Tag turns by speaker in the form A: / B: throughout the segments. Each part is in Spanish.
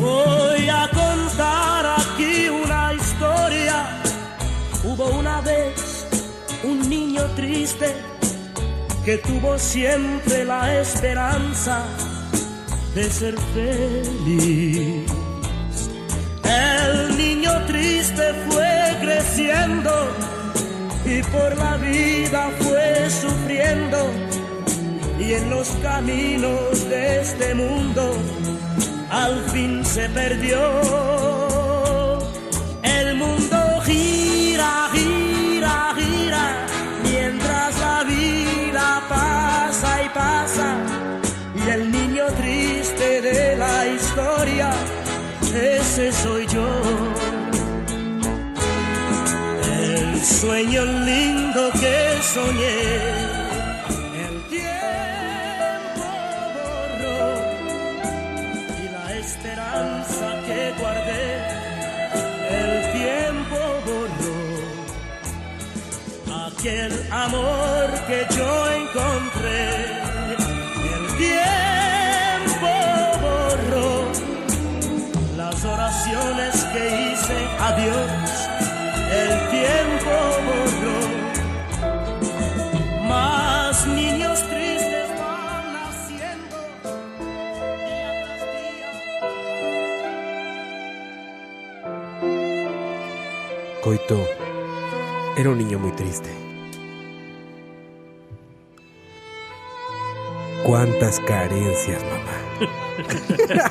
A: Voy a contar aquí una historia. Hubo una vez un niño triste que tuvo siempre la esperanza de ser feliz. El niño triste fue creciendo y por la vida fue sufriendo y en los caminos de este mundo al fin se perdió. El mundo gira, gira, gira, mientras la vida pasa y pasa. Y el niño triste de la historia, ese soy yo. El sueño lindo que soñé. el tiempo borró y la esperanza que guardé el tiempo borró aquel amor que yo encontré el tiempo borró las oraciones que hice a Dios el tiempo borró más niños tristes van naciendo
B: Coito era un niño muy triste. ¿Cuántas carencias, mamá?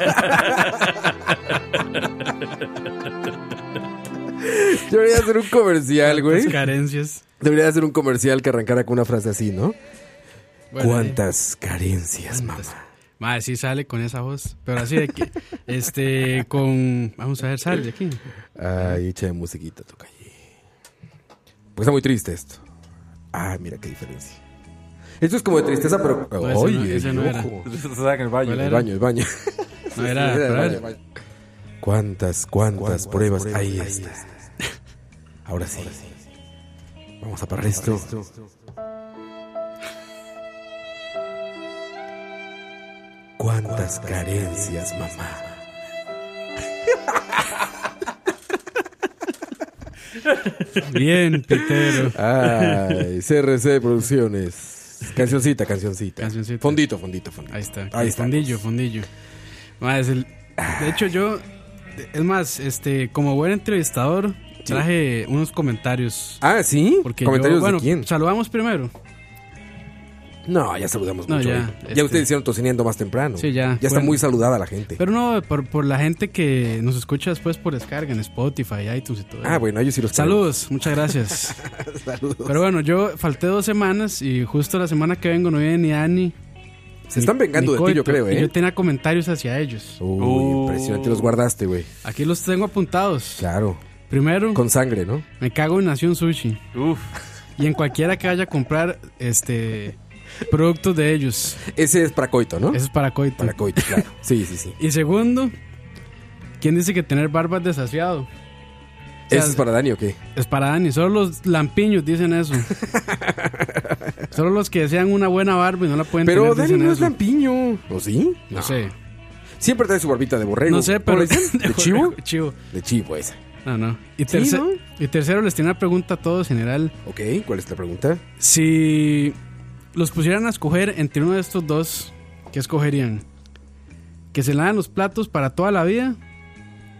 B: Yo debería hacer un comercial, güey.
C: Las carencias.
B: Debería hacer un comercial que arrancara con una frase así, ¿no?
C: Bueno,
B: ¿Cuántas carencias,
C: ¿Cuántas?
B: mamá?
C: Madre, sí sale con esa voz. Pero así de que, este, con. Vamos a ver, sale de aquí.
B: Ay, echa de musiquita, tu calle. Porque está muy triste esto. Ah, mira qué diferencia. Esto es como de tristeza, pero.
C: No, ese no-
B: Oye,
C: ese no era.
B: ojo.
D: en el baño.
B: El
C: ¿Cuál era?
B: baño, el baño.
C: No era. pero a ver.
B: ¿Cuántas, cuántas pruebas? Ahí está. Ahora sí. Vamos a parar esto. ¿Cuántas carencias, mamá?
C: Bien, Pitero.
B: Ay, CRC Producciones. Cancioncita, cancioncita.
C: Cancioncita.
B: Fondito, fondito, fondito.
C: Ahí está.
B: Ahí está.
C: Fondillo, fondillo. Madre, es el- de hecho, yo. Es más, este, como buen entrevistador, traje unos comentarios.
B: Ah, ¿sí?
C: Porque yo-
B: ¿Comentarios
C: bueno,
B: de quién?
C: saludamos primero.
B: No, ya saludamos
C: No,
B: mucho.
C: ya,
B: Ya, ya
C: este-
B: ustedes hicieron tocineando más temprano.
C: Sí, ya.
B: Ya está
C: Bueno.
B: muy saludada la gente.
C: Pero no, por, por la gente que nos escucha después por descarga en Spotify, iTunes y todo.
B: Ah, bueno, ellos sí los
C: Saludos, muchas gracias.
B: queremos. Saludos.
C: Pero bueno, yo falté dos semanas y justo la semana que vengo no viene ni Dani.
B: Se están vengando de ti, yo creo,
C: Y
B: ¿eh?
C: yo tenía comentarios hacia ellos.
B: Uy,
D: Oh.
B: impresionante. Los guardaste, güey.
C: Aquí los tengo apuntados.
B: Claro.
C: Primero,
B: Con sangre, ¿no?
C: me cago en Nación Sushi.
D: Uf,
C: Y en cualquiera que vaya a comprar este productos de ellos.
B: Ese es para coito, ¿no?
C: Eso es para coito.
B: Para coito, claro. Sí, sí, sí.
C: Y segundo, ¿quién dice que tener barba es desasiado? O sea,
B: ¿Ese es para Dani o qué?
C: Es para Dani, solo los lampiños dicen eso. solo los que desean una buena barba y no la pueden
B: Pero
C: tener
B: Dani
C: dicen
B: no es
C: eso.
B: lampiño. ¿O sí?
C: No sé.
B: Siempre trae su barbita de borrego.
C: No sé,
B: ¿Cómo
C: pero
B: le dicen? ¿De chivo?
C: chivo.
B: De chivo esa.
C: No, no. Y,
B: Sí,
C: terce-
B: ¿no?
C: y tercero, les tiene una pregunta a todos general.
B: Ok, ¿cuál es la pregunta?
C: Si los pusieran a escoger entre uno de estos dos, ¿qué escogerían? que se lavan los platos para toda la vida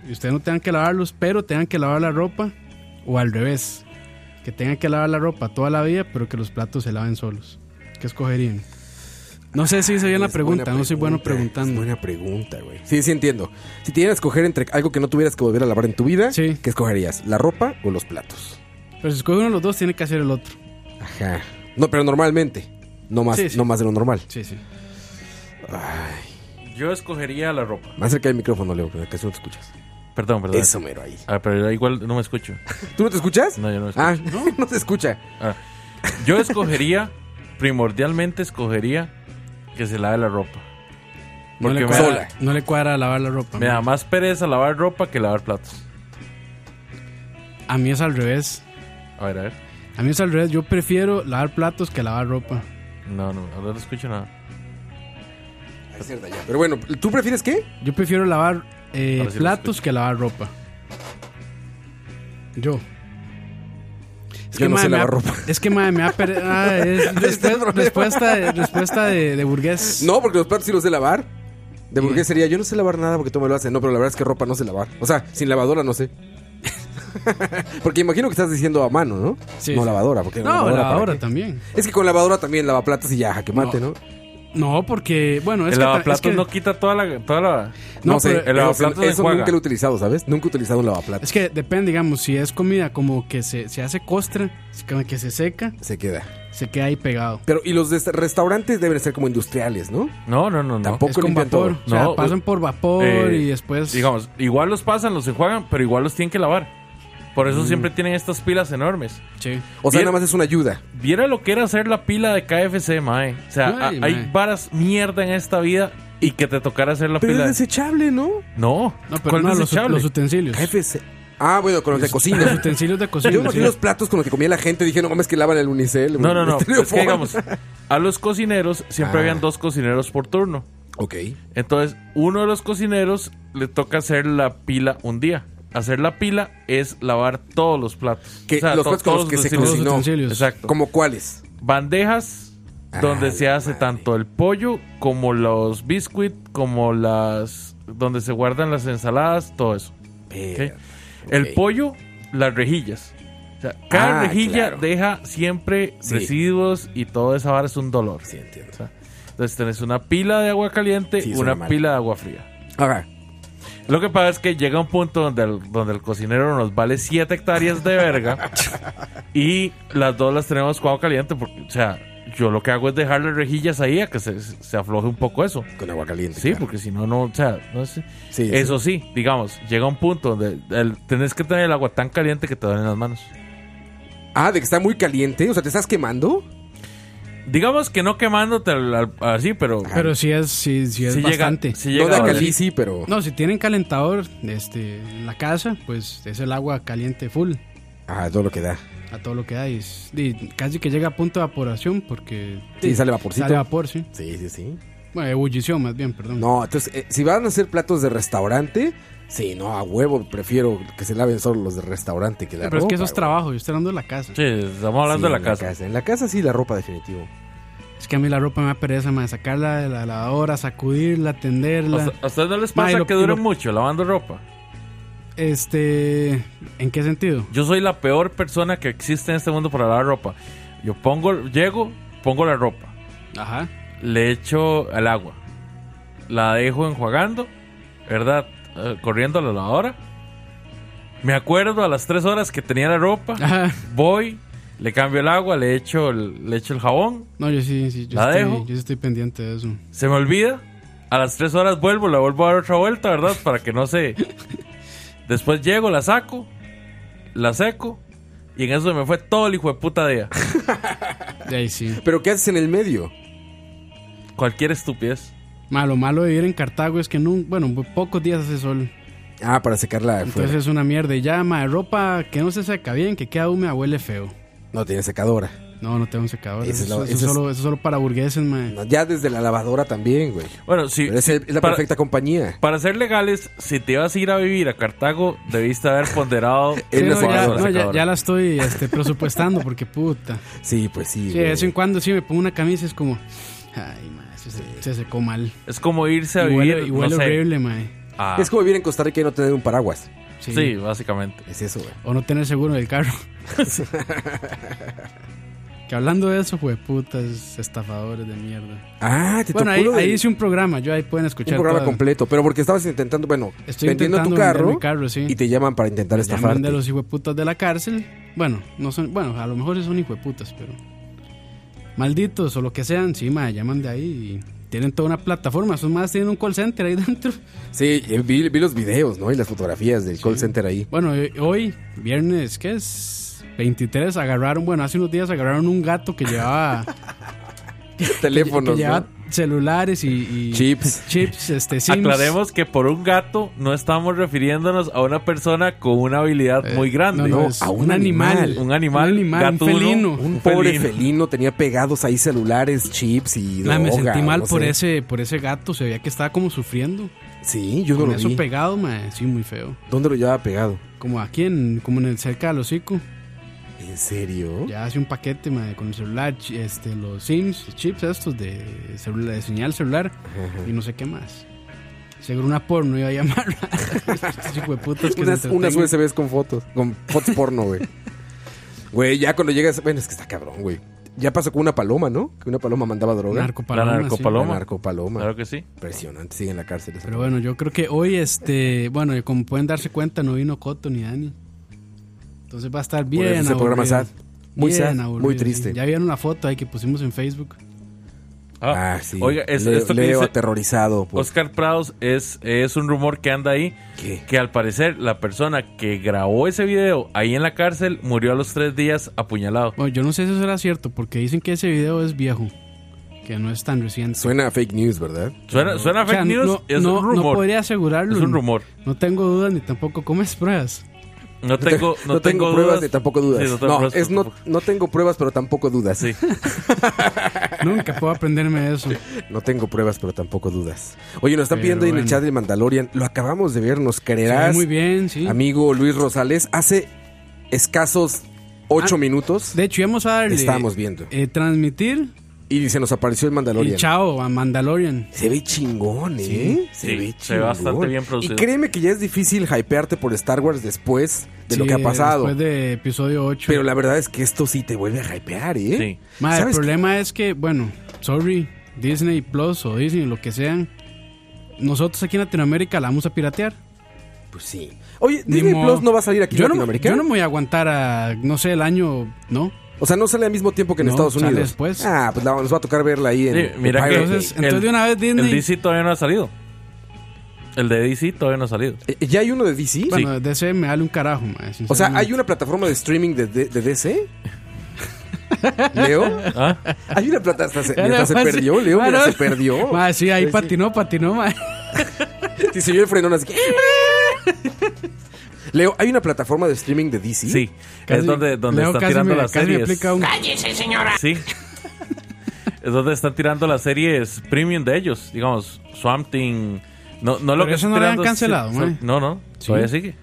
C: y ustedes no tengan que lavarlos, pero tengan que lavar la ropa o al revés, que tengan que lavar la ropa toda la vida, pero que los platos se laven solos. ¿Qué escogerían? No sé si hice bien la
B: Es
C: pregunta,
B: buena
C: no soy bueno
B: pregunta, es
C: preguntando.
B: buena pregunta, güey. Sí, sí entiendo. Si tienes que escoger entre algo que no tuvieras que volver a lavar en tu vida,
C: Sí.
B: ¿qué escogerías? ¿La ropa o los platos?
C: Pero si escoge uno de los dos, tiene que hacer el otro.
B: Ajá. No, pero normalmente. No más,
C: Sí, sí.
B: No más de lo normal.
C: Sí, sí.
E: Yo escogería la ropa.
B: Más cerca del micrófono, Leo, que eso no te escuchas.
E: Perdón, perdón.
B: Eso, mero, ahí.
E: Ah, pero igual no me escucho.
B: ¿Tú no te escuchas?
E: No, yo no me escucho.
B: Ah, no, no te escucha.
E: Ah. Yo escogería, primordialmente escogería que se lave la ropa.
C: No
E: Porque
C: le,
E: me
C: cuadra,
E: da,
C: no le cuadra lavar la ropa.
E: me da más pereza lavar ropa que lavar platos.
C: A mí es al revés.
E: A ver, a ver.
C: A mí es al revés. Yo prefiero lavar platos que lavar ropa.
E: No, no, ahora no escucho nada.
B: Ay, cerda, ya. Pero bueno, ¿tú prefieres qué?
C: Yo prefiero lavar eh,
E: Ahora sí lo
C: platos que lavar ropa. Yo. Es
B: Yo no
C: madre,
B: sé
C: me
B: lavar
C: da-
B: ropa.
C: Es que madre, me da pere- ah, es
B: está el
C: respu-
B: problema.
C: respuesta, de, respuesta de, de burgués.
B: No, porque los platos sí los sé lavar. De burgués sería, yo no sé lavar nada porque tú me lo haces. No, pero la verdad es que ropa no sé lavar. O sea, sin lavadora no sé. porque imagino que estás diciendo a mano, ¿no?
C: Sí,
B: no
C: sí.
B: lavadora, porque
C: No,
B: lavadora, ¿para
C: lavadora
B: qué?
C: también.
B: Es que con lavadora también lava platos y ya, jaque mate, ¿no.
C: No. No, porque, bueno, es que
E: el
C: ta-
E: lavaplatos
C: es que-
E: no quita toda la... Toda la...
B: No,
C: No,
B: sé,
C: pero-
E: El
B: eso,
E: lavaplatos
B: eso
E: enjuaga.
B: nunca lo he utilizado, ¿sabes? Nunca he utilizado un lavaplatos.
C: Es que depende, digamos, si es comida como que se, se hace costra, es como que se seca,
B: Se queda.
C: se queda ahí pegado.
B: Pero, y los des- restaurantes deben ser como industriales, ¿no?
E: No, no, no, no.
B: Tampoco. Poco
C: es con
B: limpian
C: vapor.
B: todo.
C: O sea,
E: No,
C: pasan
E: eh,
C: por vapor
E: Eh,
C: y después.
E: Digamos, igual los pasan, los enjuagan, pero igual los tienen que lavar. Por
C: Mm.
E: eso siempre tienen estas pilas enormes.
C: Sí.
B: O sea,
E: Bien.
B: nada más es una ayuda.
E: Viera lo que era hacer la pila de KFC, mae. O sea, a-
C: Ay, mae.
E: hay varas mierda en esta vida y que te tocara hacer la
B: Pero
E: pila.
B: es
E: de-
B: desechable, ¿no?
E: No,
C: No, pero no, los,
E: desechable?
C: los utensilios.
B: KFC. Ah, bueno, con los de
C: Los
B: cocina.
C: utensilios de cocina.
B: Yo imagino los
C: sí.
B: platos con los que comía la gente. Dije, no mames, que lavan el unicel.
E: No, no, no.
B: el
E: Es que
B: estereofoam.
E: digamos, a los cocineros siempre
B: Este Ah.
E: habían dos cocineros por turno.
B: Ok.
E: Entonces, uno de los cocineros le toca hacer la pila un día. Hacer la pila es lavar todos los platos.
B: Que los platos con los que se
E: utensilios.
B: cocinó.
C: utensilios.
E: Exacto.
B: ¿Como cuáles?
E: Bandejas donde
B: Ah,
E: se
B: la
E: hace
B: madre.
E: tanto el pollo como los biscuit, como las donde se guardan las ensaladas, todo eso.
B: Verga, ok.
E: El pollo, las rejillas. O sea, cada
B: Ah,
E: rejilla
B: claro.
E: deja siempre
B: Sí.
E: residuos y todo esa vara es un dolor.
B: Sí, entiendo.
E: O sea, entonces tenés una pila de agua caliente,
B: Sí, suena
E: una
B: mal.
E: pila de agua fría.
B: Ajá.
E: Lo que pasa es que llega un punto donde el, donde el cocinero nos vale 7 hectáreas de verga y las dos las tenemos con agua caliente porque, o sea, yo lo que hago es dejar las rejillas ahí a que se, se afloje un poco eso.
B: Con agua caliente.
E: Sí,
B: claro.
E: porque si no, no, o sea, no sé.
B: Sí,
E: Eso sí, digamos, llega un punto donde el- tenés que tener el agua tan caliente que te duelen las manos.
B: Ah, de que está muy caliente. O sea, ¿te estás quemando?
E: Digamos que no quemándote al- al- así, pero
C: Pero si es, si, si es
E: si llega,
C: bastante.
E: si
B: No
E: llega
B: da
E: a doler.
B: caliente, sí, pero...
C: No, si tienen calentador este, en la casa, pues es el agua caliente full
B: Ah, todo lo que da.
C: a todo lo que hay. Es- y casi que llega a punto de evaporación porque.
B: Sí, sale vaporcito.
C: Sale vapor, sí.
B: Sí, sí, sí.
C: Bueno, ebullición más bien, perdón.
B: No, entonces, eh, si van a hacer platos de restaurante, sí, no, a huevo, prefiero que se laven solo los de restaurante que la
C: Pero es que eso
B: ropa,
C: es
B: güey.
C: trabajo, yo estoy hablando de la casa.
E: Sí, estamos hablando
B: Sí,
E: de
B: en
E: la casa.
B: En la casa sí, la ropa definitivo.
C: Es que a mí la ropa me da pereza, más sacarla de la lavadora, sacudirla, tenderla.
E: ¿A- ¿A ustedes no les pasa
C: Ma, y lo-
E: que
C: y
E: duren
C: lo-
E: mucho lavando ropa?
C: este. ¿En qué sentido?
E: Yo soy la peor persona que existe en este mundo para lavar ropa. Yo pongo, llego, pongo la ropa,
C: Ajá.
E: le echo al agua, la dejo enjuagando, ¿verdad? Eh, corriendo a la lavadora. Me acuerdo a las tres horas que tenía la ropa,
C: Ajá.
E: voy, le cambio el agua, le echo el, le echo el jabón,
C: No, yo sí, sí, yo,
E: ¿La
C: estoy,
E: dejo?
C: yo sí estoy pendiente de eso.
E: se me olvida. A las tres horas vuelvo, la vuelvo a dar otra vuelta, ¿verdad? Para que no se... Después llego, la saco, la seco. Y en eso me fue todo el hijo de puta día.
C: De ahí sí.
B: Pero ¿qué haces en el medio?
E: Cualquier estupidez.
C: Malo, malo de vivir en Cartago es que no, bueno, muy pocos días hace sol.
B: Ah, para secarla
C: Entonces
B: afuera.
C: es una mierda. Y ya, ma, ropa que no se seca bien, que queda húmeda, huele feo.
B: No tiene secadora.
C: No, no tengo un secador.
B: Ese
C: Eso,
B: es lo-
C: eso
B: ese es-
C: solo, eso solo para burgueses, ma.
B: No, ya desde la lavadora también, güey.
E: Bueno, sí.
B: Pero es, el- es la
E: para,
B: perfecta compañía.
E: para ser legales, si te ibas a ir a vivir a Cartago, debiste haber ponderado.
B: En la
C: no, ya,
B: secadora.
C: no, ya,
E: Secadora.
C: ya la estoy este, presupuestando porque puta.
B: Sí, pues sí.
C: Sí,
B: güey.
C: de vez en cuando sí me pongo una camisa y es como, ay, ma, es Se, se- se secó mal.
E: Es como irse a
C: y
E: vivir.
C: huele, y huele
E: no sé,
C: horrible, mae.
E: a-
B: Es como vivir en Costa Rica y no tener un paraguas.
C: Sí.
E: sí. básicamente.
B: Es eso, güey.
C: O no tener seguro del carro. que hablando de eso, fue putas estafadores de mierda.
B: Ah, te
C: Bueno, ahí,
B: tocó lo
C: ahí
B: de-
C: hice un programa, yo ahí pueden
B: un
C: escuchar.
B: programa
C: todo.
B: completo, pero porque estabas intentando, bueno,
C: Estoy
B: vendiendo tu
C: intentando vender
B: carro,
C: mi carro, sí.
B: y te llaman para intentar
C: Llaman de
B: estafarte.
C: los hijueputas de la cárcel. Bueno, no son, bueno, a lo mejor sí son hijueputas, pero malditos o lo que sean, sí, mae, llaman de ahí y tienen toda una plataforma, son más tienen un call center ahí dentro.
B: Sí, eh, vi, vi los videos, ¿no? Y las fotografías del call center ahí.
C: Bueno, eh, hoy viernes, ¿qué es? 23 agarraron, bueno, hace unos días agarraron un gato que llevaba
B: Teléfonos,
C: que llevaba
B: ¿no?
C: celulares y, y-
B: Chips.
C: chips, este sims.
E: Aclaremos que por un gato no estamos refiriéndonos a una persona con una habilidad
C: Eh,
E: muy grande.
B: no,
C: es
B: a Ah, un animal.
E: Un animal,
C: un animal, un
E: gatuno,
C: felino.
E: un
B: Un pobre
E: felino.
B: felino. tenía pegados ahí celulares, chips y droga.
C: Ma, me sentí
B: o
C: mal
B: no
C: por
B: sé.
C: ese por ese gato, se veía que estaba como sufriendo.
B: Sí, yo no
C: Con
B: lo
C: eso
B: vi.
C: pegado, ma, sí muy feo.
B: ¿Dónde lo llevaba pegado?
C: Como aquí en como en el cerca del hocico.
B: ¿En serio?
C: Ya hace un paquete ma, con el celular, chi- este los sims, los chips estos de celula- de señal celular y no sé qué más. Seguro una porno iba a Este llamar. Estos hijueputas que se
B: unas, unas
C: entretengan.
B: USBs con fotos, con fotos porno, güey. Güey, ya cuando llegas, bueno, es que está cabrón, güey. Ya pasó con una paloma, ¿no? Que una paloma mandaba droga.
C: Narcopaloma,
E: La
C: sí.
B: La
E: narcopaloma.
B: narcopaloma.
E: Claro que sí.
B: Impresionante, sigue en la cárcel. esa
C: Pero bueno, yo creo que hoy, este, bueno, y como pueden darse cuenta, no vino Coto ni Dani. Entonces va a estar
B: Por
C: bien.
B: eso es el
C: aburrido.
B: programa sad. Muy
C: Bien
B: sad,
C: aburrido,
B: muy
C: sí.
B: triste.
C: Ya vieron la foto ahí que pusimos en Facebook.
E: Ah,
B: Ah, pues. sí.
E: Oiga, es-
B: Leo,
E: esto que
B: Leo
E: dice
B: aterrorizado. por-
E: Oscar Prados es, es un rumor que anda ahí.
B: ¿Qué?
E: Que al parecer la persona que grabó ese video ahí en la cárcel murió a los tres días apuñalado.
C: Bueno, yo no sé si eso será cierto, porque dicen que ese video es viejo, que no es tan reciente.
B: Suena a fake news, ¿verdad?
E: Suena, suena
C: O sea,
E: fake news,
C: no,
E: es
C: no-
E: un
C: no
E: rumor.
C: podría asegurarlo.
E: es un rumor.
C: No tengo dudas ni tampoco comes pruebas.
E: No tengo, no tengo,
B: pruebas
E: dudas.
B: ni tampoco dudas.
E: Sí,
B: no,
E: no tengo pruebas,
B: es
E: pero
B: no,
E: tampoco.
B: no tengo pruebas, pero tampoco dudas.
E: Sí.
C: Nunca puedo aprenderme eso.
B: No tengo pruebas, pero tampoco dudas. Oye, nos están
C: Pero
B: pidiendo ahí en el
C: bueno.
B: chat del Mandalorian. Lo acabamos de ver, nos
C: Se ve
B: creerás.
C: muy bien, sí.
B: Amigo Luis Rosales, hace escasos ocho minutos
C: Ah, De hecho, íbamos a darle
B: estábamos viendo.
C: eh, transmitir
B: y se nos apareció el
C: y
B: Mandalorian.
C: chao a Mandalorian.
B: Se ve chingón, ¿eh? se
E: sí,
B: ve
E: se ve bastante
B: chingón.
E: bien producido.
B: Y créeme que ya es difícil hypearte por Star Wars después de lo
C: Sí,
B: que ha pasado.
C: Después de episodio 8.
B: Pero la verdad es que esto sí te vuelve a hypear, ¿eh?
E: Sí.
C: Madre, el
B: ¿Sabes
C: problema es que, bueno, sorry, Disney Plus o Disney, lo que sean, nosotros aquí en Latinoamérica la vamos a piratear.
B: qué? Pues sí. Oye,
C: Ni
B: Disney
C: modo.
B: Plus no va a salir aquí
C: Yo
B: en
C: no, me- yo
B: Latinoamérica.
C: no me voy a aguantar a, no sé, el año, ¿no?
B: O sea, no sale al mismo tiempo que en
C: No,
B: Estados
C: sale
B: Unidos.
C: después.
B: Ah, pues la- nos va a tocar verla ahí en.
E: Sí,
B: en
E: mira que-
B: Pirate
C: Entonces,
E: el-
C: entonces de una vez Disney.
E: El DC todavía no ha salido. El de DC todavía no ha salido.
B: Bay. Eh, ¿Ya hay uno de DC?
C: bueno, DC me vale un carajo, madre,
B: O sea,
C: sinceramente.
B: ¿hay una plataforma de streaming de, de- de DC? ¿Leo?
E: ¿Ah?
B: Hay una plataforma. Se,
C: Ah,
B: mira, se perdió, Leo.
C: Bueno,
B: Mira, se perdió.
C: madre, Ah, sí, ahí patinó, patinó, madre.
B: Sí, se oyó el frenón así. que- Leo, ¿hay una plataforma de streaming de DC?
E: Sí.
C: Casi-
E: es donde, donde
C: Leo
E: están
C: casi
E: tirando
C: me-
E: las
C: casi me
E: series.
C: aplica un-
E: Sí. es donde están tirando las series premium de ellos. Digamos, Swamp Thing. No, no lo
C: Pero
E: que
C: eso
E: están
C: no lo habían
E: tirando-
C: cancelado,
E: sí,
C: man.
E: No, no.
C: Sí.
E: Todavía sigue.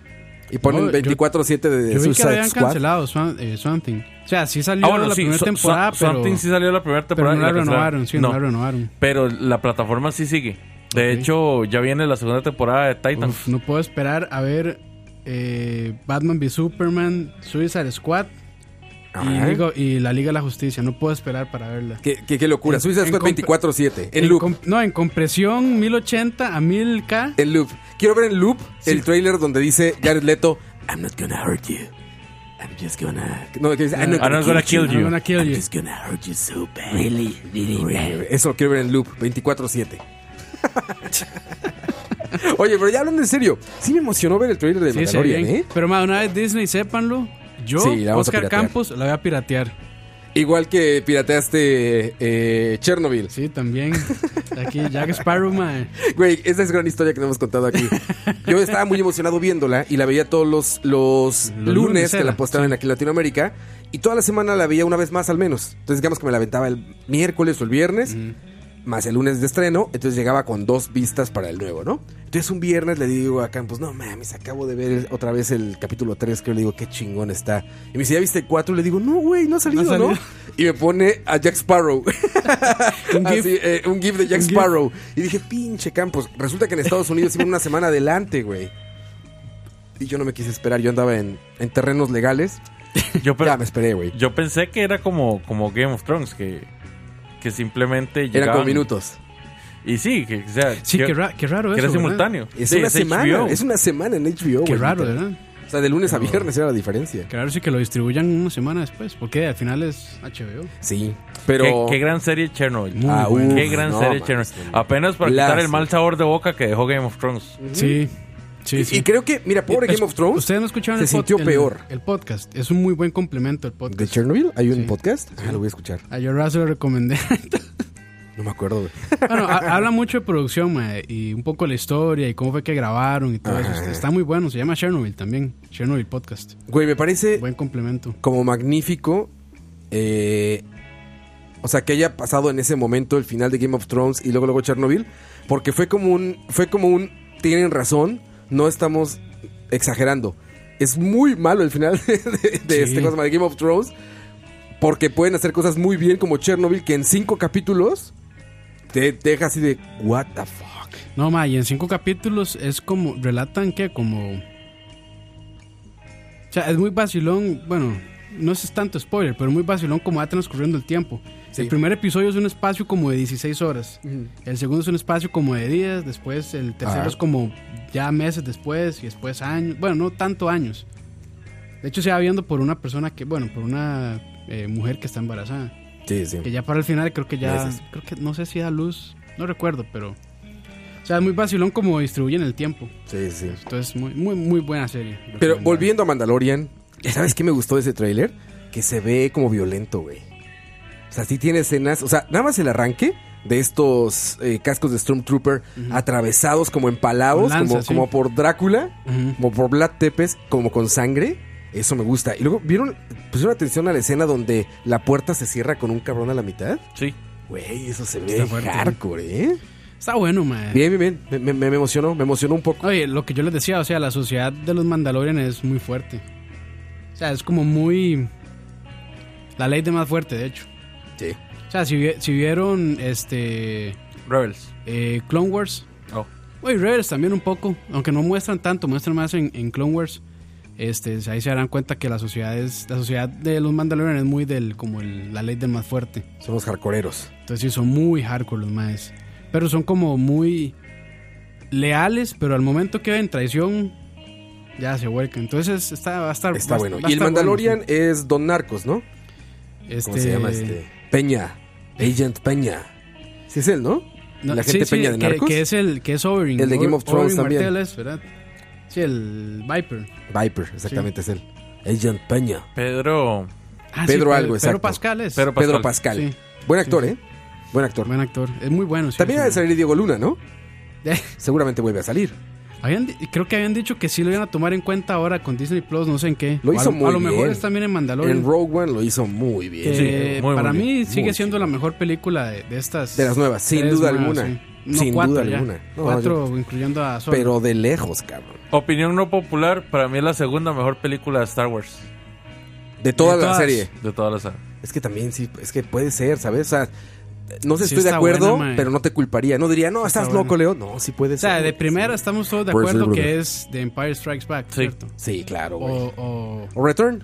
B: Y ponen
C: No, yo-
B: 24-7 de,
C: Yo vi que la
B: Suicide
C: habían
B: Squad.
C: cancelado Swamp, eh, Swamp Thing. O sea, sí salió
E: Ah, bueno,
C: la
E: sí.
C: primera
E: Swa-
C: temporada,
E: Swa-
C: pero,
E: Swamp Thing sí salió la primera
C: pero
E: temporada.
C: no
E: y
C: la
E: cancelaron.
C: renovaron, sí, no. la renovaron.
E: Pero la plataforma sí sigue. De
C: Ok.
E: hecho, ya viene la segunda temporada de Titan.
C: Uf, no puedo esperar a ver eh, Batman v Superman, Suicide Squad y,
B: Ajá.
C: Liga- y la Liga de la Justicia. No puedo esperar para verla.
B: Qué, qué- qué locura.
C: En-
B: Suicide
C: en
B: Squad
C: comp-
B: 24-7. En
C: En
B: loop.
C: com- no, en compresión 1080 a 1000K.
B: En loop. Quiero ver en loop el trailer donde dice Jared Leto: I'm not gonna hurt you. I'm just gonna. No, que dice, I'm not
E: I'm
B: gonna,
E: not gonna
B: kill you.
E: kill
C: I'm
E: you.
C: gonna kill you.
B: It's gonna hurt you so bad. Really, really bad. Eso lo quiero ver en loop 24-7. Oye, pero ya hablando en serio, sí me emocionó ver el trailer de
C: Sí, se ve
B: Mandalorian,
C: bien.
B: ¿eh?
C: Pero más, una vez Disney, sépanlo. Yo,
B: Sí, la vamos a
C: Oscar
B: piratear.
C: Campos, la voy a piratear.
B: Igual que pirateaste eh, Chernobyl.
C: Sí, también. Aquí, Jack Sparrow, mae.
B: Güey, esa es gran historia que no hemos contado aquí. Yo estaba muy emocionado viéndola y la veía todos los, los, lunes,
C: lunes
B: que
C: era,
B: la postaban aquí en Latinoamérica. Y toda la semana la veía una vez más al menos. Entonces digamos que me la aventaba el miércoles o el viernes. más el lunes de estreno, entonces llegaba con dos vistas para el nuevo, ¿no? Entonces un viernes le digo a Campos, no mames, acabo de ver otra vez el capítulo 3, que le digo, qué chingón está. Y me dice, ¿ya viste el 4? Le digo, no, güey, no ha salido,
C: No
B: no
C: ha salido.
B: Y me pone a Jack Sparrow.
C: Un
B: Así,
C: gif.
B: eh, un gif de Jack
C: Un gif.
B: Sparrow. Y dije, pinche Campos, resulta que en Estados Unidos iban una semana adelante, güey. Y yo no me quise esperar, yo andaba en, en terrenos legales.
E: Yo, pe-
B: ya me esperé, güey.
E: yo pensé que era como, como Game of Thrones, que, que simplemente
B: Eran
E: llegaban...
B: como minutos.
E: Y sí, que, o sea,
C: Sí,
E: que-
C: qué, ra- qué raro
E: que
C: eso.
E: era
C: ¿verdad?
E: simultáneo.
B: Es
E: Sí,
B: una semana,
E: HBO.
B: es una semana en HBO, güey.
C: Qué raro,
B: literal.
C: ¿verdad?
B: O sea, de lunes a viernes era la diferencia.
C: Qué raro sí que lo distribuyan una semana después, porque al final es HBO.
B: Sí,
E: Qué-
B: pero...
E: Qué, gran serie Chernobyl.
C: Muy
B: Ah,
C: buena.
B: uf,
E: Qué gran
B: no,
E: serie
B: man,
E: Chernobyl.
B: sí.
E: Apenas para
B: La
E: quitar el
B: serie.
E: mal sabor de boca que dejó Game of Thrones.
C: Sí, sí,
B: Y-
C: sí.
B: Y creo que, mira, pobre Game of Thrones.
C: Eh, Ustedes no escucharon
B: se
C: el pod-
B: sintió
C: el-
B: peor.
C: El podcast. Es un muy buen complemento el podcast.
B: ¿De Chernobyl? ¿Hay un
C: Sí.
B: podcast? Ah, lo voy a escuchar.
C: A yo raso lo recomendé.
B: No me acuerdo, güey.
C: bueno, ha- habla mucho de producción mae, y un poco la historia y cómo fue que grabaron y todo
B: Ajá.
C: eso. Está muy bueno. Se llama Chernobyl también. Chernobyl Podcast.
B: Güey, me parece
C: Buen complemento.
B: como magnífico. eh, o sea, que haya pasado en ese momento el final de Game of Thrones y luego luego Chernobyl. Porque fue como un. Fue como un. Tienen razón. No estamos exagerando. Es muy malo el final de, de- de
C: Sí.
B: este cosa de Game of Thrones. Porque pueden hacer cosas muy bien como Chernobyl, que en cinco capítulos te deja así de. What the fuck?
C: No, ma, y en cinco capítulos es como. Relatan que como. O sea, es muy vacilón. Bueno, no es tanto spoiler, pero muy vacilón como va transcurriendo el tiempo.
B: Sí.
C: El primer episodio es un espacio como de 16 horas. El segundo es un espacio como de días. Después el tercero
B: Ajá.
C: es como ya meses después y después años. Bueno, no tanto años. De hecho, se va viendo por una persona que. Bueno, por una eh, mujer que está embarazada.
B: Sí, sí.
C: Que ya para el final creo que ya.
B: Meses.
C: Creo que no sé si da luz. No recuerdo, pero. O sea, es muy vacilón como distribuyen el tiempo.
B: Sí, sí.
C: Entonces, muy, muy, muy buena serie.
B: Pero volviendo a Mandalorian, ¿sabes qué me gustó de ese tráiler? Que se ve como violento, güey. O sea, sí tiene escenas, o sea, nada más el arranque de estos eh, cascos de Stormtrooper atravesados como empalados,
C: Con lanzas,
B: como,
C: sí.
B: como por Drácula,
C: Ujú.
B: como por Vlad Tepes, como con sangre. Eso me gusta. Y luego, ¿vieron? Pusieron atención a la escena donde la puerta se cierra con un cabrón a la mitad.
E: Sí.
B: Güey, eso se ve
C: Está fuerte, ¿no?
B: hardcore, ¿eh?
C: Está bueno, man.
B: Bien, bien, bien. Me- me- me emocionó, me emocionó un poco.
C: Oye, lo que yo les decía, o sea, la sociedad de los Mandalorian es muy fuerte. O sea, es como muy. La ley de más fuerte, de hecho.
B: Sí.
C: O sea, si, vi- si vieron este.
E: Rebels.
C: eh, Clone Wars.
E: Oh.
C: Oye, Rebels también un poco. Aunque no muestran tanto, muestran más en, en Clone Wars. Este, ahí se darán cuenta que la sociedad es, la sociedad de los Mandalorian es muy del, como el- la ley del más fuerte.
B: Son los hardcoreeros.
C: Entonces sí son muy hardcore los maes. Pero son como muy leales, pero al momento que ven traición, ya se vuelcan. Entonces está, va a estar
B: Está
C: va a-
B: bueno.
C: va a
B: Y el
C: estar
B: Mandalorian
C: bueno,
B: es Don Narcos, ¿no?
C: sí. este,
B: ¿Cómo se llama este? Peña. Agent Peña. Sí es él, ¿no?
C: no,
B: la gente
C: sí, sí,
B: Peña de
C: que-
B: Narcos.
C: Que, es el que es Oberyn.
B: El de Game
C: Ober-
B: of Thrones
C: Oberyn
B: también.
C: Martell es, ¿verdad? Sí, el Viper.
B: Viper, exactamente es él. Agent Peña.
E: Pedro.
C: Ah,
B: Pedro
C: Pe-
B: algo, exacto.
C: Pedro Pascal es.
E: Pedro Pascal.
B: Pedro Pascal.
C: Sí.
B: Buen actor,
C: Sí,
B: ¿eh? Buen actor.
C: Buen actor. Es muy bueno. sí,
B: También ha de
C: sí.
B: salir Diego Luna, ¿no? Seguramente vuelve a salir.
C: Habían di- creo que habían dicho que sí lo iban a tomar en cuenta ahora con Disney Plus, no sé en qué.
B: Lo
C: O
B: hizo
C: a,
B: muy
C: A lo mejor
B: bien.
C: es también en Mandalorian.
B: En Rogue One lo hizo muy bien.
C: que
E: Sí, muy, muy
C: Eh, para
E: bien.
C: mí
B: Muy
C: sigue siendo la
B: chido.
C: mejor película de, de estas.
B: De las nuevas, sin
C: tres
B: duda
C: nuevas,
B: alguna.
C: sí. No,
B: Sin
C: cuatro
B: duda
C: ya.
B: alguna. No,
C: cuatro, incluyendo a Solo.
B: Pero de lejos, cabrón.
E: Opinión no popular, para mí es la segunda mejor película de Star Wars
B: De toda
C: De
B: la
C: todas.
B: serie.
E: de toda la saga.
B: Es que también sí, es que puede ser, ¿sabes? O sea, no sé,
C: Sí
B: estoy de
C: está
B: acuerdo,
C: buena, mae.
B: pero no te culparía. No diría, no,
C: está
B: estás
C: buena.
B: loco, Leo. No, sí puede
C: o sea,
B: ser.
C: de primera estamos todos de
B: Puede ser,
C: acuerdo que
B: brother.
C: es The Empire Strikes Back,
E: Sí.
C: ¿cierto?
B: Sí, claro, güey.
C: O, o,
B: ¿O Return?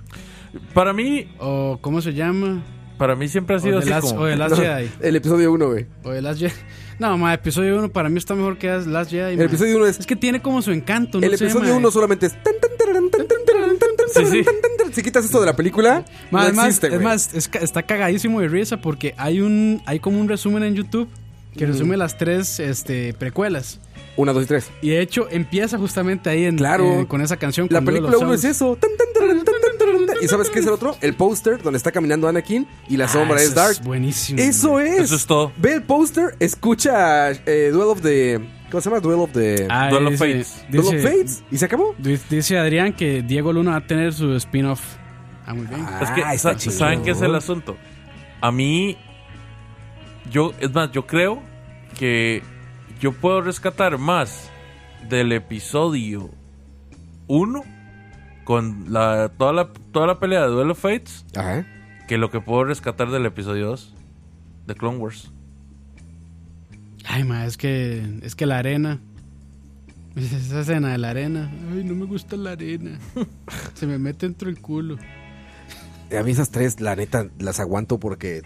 E: Para mí,
C: o, ¿cómo se llama?
E: para mí siempre ha
C: O The,
E: sido así
C: Last,
E: como-
C: o The Last
B: No,
C: Jedi.
B: el episodio 1, güey.
C: O The Last Jedi. No, ma, episodio 1 para mí está mejor que Last Jedi.
B: El
C: ma.
B: episodio 1 es.
C: Es que tiene como su encanto, no
B: El
C: sé,
B: episodio
C: ma.
B: 1 solamente es. tan, tan, tararán, tan, tan, tararán, tan, tan,
E: Sí, sí.
B: tararán, tan, tan. Si quitas esto de la película,
C: Ma,
B: no
C: además,
B: existe,
C: es
B: güey.
C: más, es ca- está cagadísimo de risa porque hay un hay como un resumen en YouTube que resume las tres este, precuelas.
B: Una, dos y tres.
C: Y de hecho empieza justamente ahí en,
B: Claro.
C: eh, con esa canción.
B: La
C: con uno de
B: película
C: los
B: 1 es
C: sounds.
B: eso. tan, tan, tararán, tan, tan, tararán, tan. ¿Y sabes qué es el otro? El póster donde está caminando Anakin y la sombra
C: Ah,
B: es
C: eso
B: Dark.
C: buenísimo.
B: Eso
C: man.
B: es.
E: Eso es todo.
B: Ve el póster, escucha eh, Duel of the. ¿Cómo se llama? Duel of the.
C: Ah,
E: Duel of
C: dice-
E: Fates.
B: Duel of
C: dice-
B: Fates. Y se acabó.
C: di- Dice Adrián que Diego Luna va a tener su spin-off. Ah, muy bien.
E: Es que,
B: Ah, está
E: sa- ¿saben
B: chingón.
E: qué es el asunto? A mí, yo, es más, yo creo que yo puedo rescatar más del episodio 1 con la, toda, la, toda la pelea de Duel of Fates
B: Ajá.
E: que lo que puedo rescatar del episodio 2 de Clone Wars.
C: Ay, ma, es que, es que la arena. Esa escena de la arena. Ay, no me gusta la arena. Se me mete dentro el culo.
B: A mí esas tres, la neta, las aguanto porque.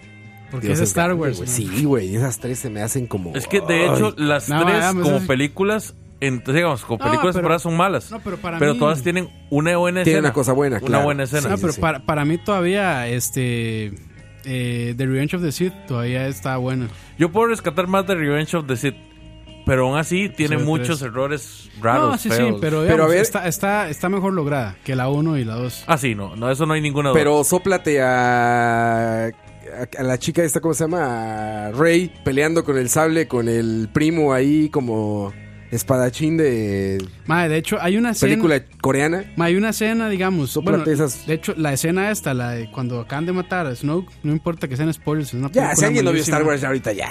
C: Porque
B: Dios,
C: es Star
B: grande,
C: Wars.
B: güey.
C: ma.
B: Sí, güey, esas tres se me hacen como.
E: Es que de hecho las
C: No,
E: tres
C: digamos,
E: como
C: es-
E: películas, entonces digamos, como
C: No,
E: películas
C: pero-
E: separadas son malas,
C: No, pero para
E: pero
C: mí.
E: todas tienen una buena escena.
B: Tiene una cosa buena,
E: Una
B: claro.
E: buena escena.
C: No,
B: Sí,
C: Ah, pero
B: sí, sí.
C: Para, para mí todavía, este. eh, The Revenge of the Sith todavía está buena.
E: Yo puedo rescatar más de Revenge of the Sith, pero aún así tiene
C: Episodio
E: muchos
C: tres.
E: errores raros,
C: no, sí,
E: feos.
C: sí, pero,
B: Pero
C: digamos,
B: a ver-
C: está, está, está mejor lograda que la 1 y la 2.
E: Ah, sí, no, no, eso no hay ninguna duda.
B: Pero soplate a, a, a la chica esta, ¿cómo se llama? A Rey peleando con el sable, con el primo ahí como espadachín de
C: Madre, de hecho, hay una escena.
B: película coreana.
C: Ma, hay una escena, digamos.
B: Sóplate
C: bueno,
B: esas.
C: De hecho, la escena esta, la de cuando acaban de matar a Snoke, no importa que sean spoilers, es una
B: Ya, si
C: película
B: alguien no vio
C: malísima.
B: Star Wars ya ahorita, ya.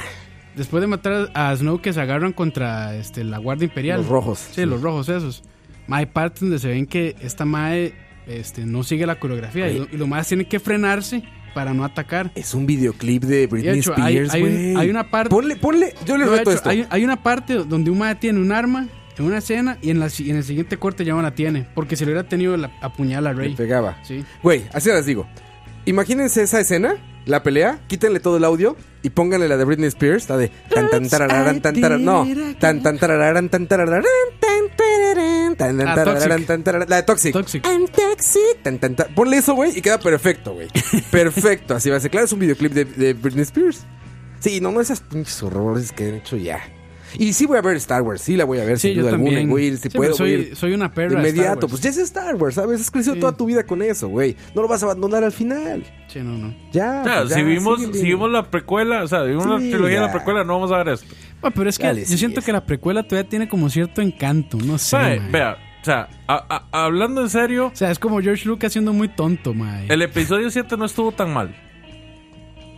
C: Después de matar a Snoke, que se agarran contra este, la Guardia Imperial.
B: Los rojos.
C: Sí, los rojos esos. Ma, hay partes donde se ven que esta mae este, no sigue la coreografía y,
B: Oye.
C: lo- y los más tienen que frenarse para no atacar.
B: Es un videoclip de Britney
C: De hecho, hay-
B: Spears,
C: hay un-
B: güey.
C: hay una parte-
B: Ponle, ponle, yo le
C: No, de
B: reto
C: hecho,
B: esto.
C: hay, hay una parte donde un mae tiene un arma en una escena y en, la, si- en el siguiente corte ya no la tiene. Porque si lo hubiera tenido, la, apuñala a
B: Le
C: Rey.
B: pegaba.
C: Sí.
B: Güey, así las digo. Imagínense esa escena, la pelea, quítenle todo el audio y pónganle la de Britney Spears, la de tan tan tarararán, tan tararán, no, tan tan tarararán, tan tarararán, tan tararán, tan tan
C: Ah,
B: tarararán,
C: Toxic.
B: tan tararán, la de Toxic.
C: Toxic.
B: I'm toxic, tan, tan, tan. Ponle eso, güey, y queda perfecto, güey. Perfecto, así va a ser. Claro, es un videoclip de, de Britney Spears. Sí, no, no esas pinches horrores que han hecho ya. Y sí voy a ver Star Wars, sí la voy a ver, sin duda alguna, güey, si
C: Sí, pero
B: puedo, güey.
C: soy, soy una perra. de Star
B: Inmediato,
C: Wars.
B: pues ya es Star Wars, ¿sabes? Has crecido
C: Sí.
B: toda tu vida con eso, güey. No lo vas a abandonar al final.
C: Sí, no, no.
B: Ya.
E: O sea,
B: pues, ya,
E: si, vimos,
B: síguele.
E: si vimos la precuela, o sea, vimos la
B: Sí,
E: trilogía
B: ya.
E: de la precuela, no vamos a ver esto.
C: Bueno, pero es que
B: Ah, Dale,
C: yo
B: sí,
C: siento
B: es.
C: que la precuela todavía tiene como cierto encanto, no sé.
E: ¿Sabe?
C: mae.
E: Vea, o sea, a- a- hablando en serio,
C: O sea, es como George Lucas siendo muy tonto, mae.
E: el episodio 7 no estuvo tan mal.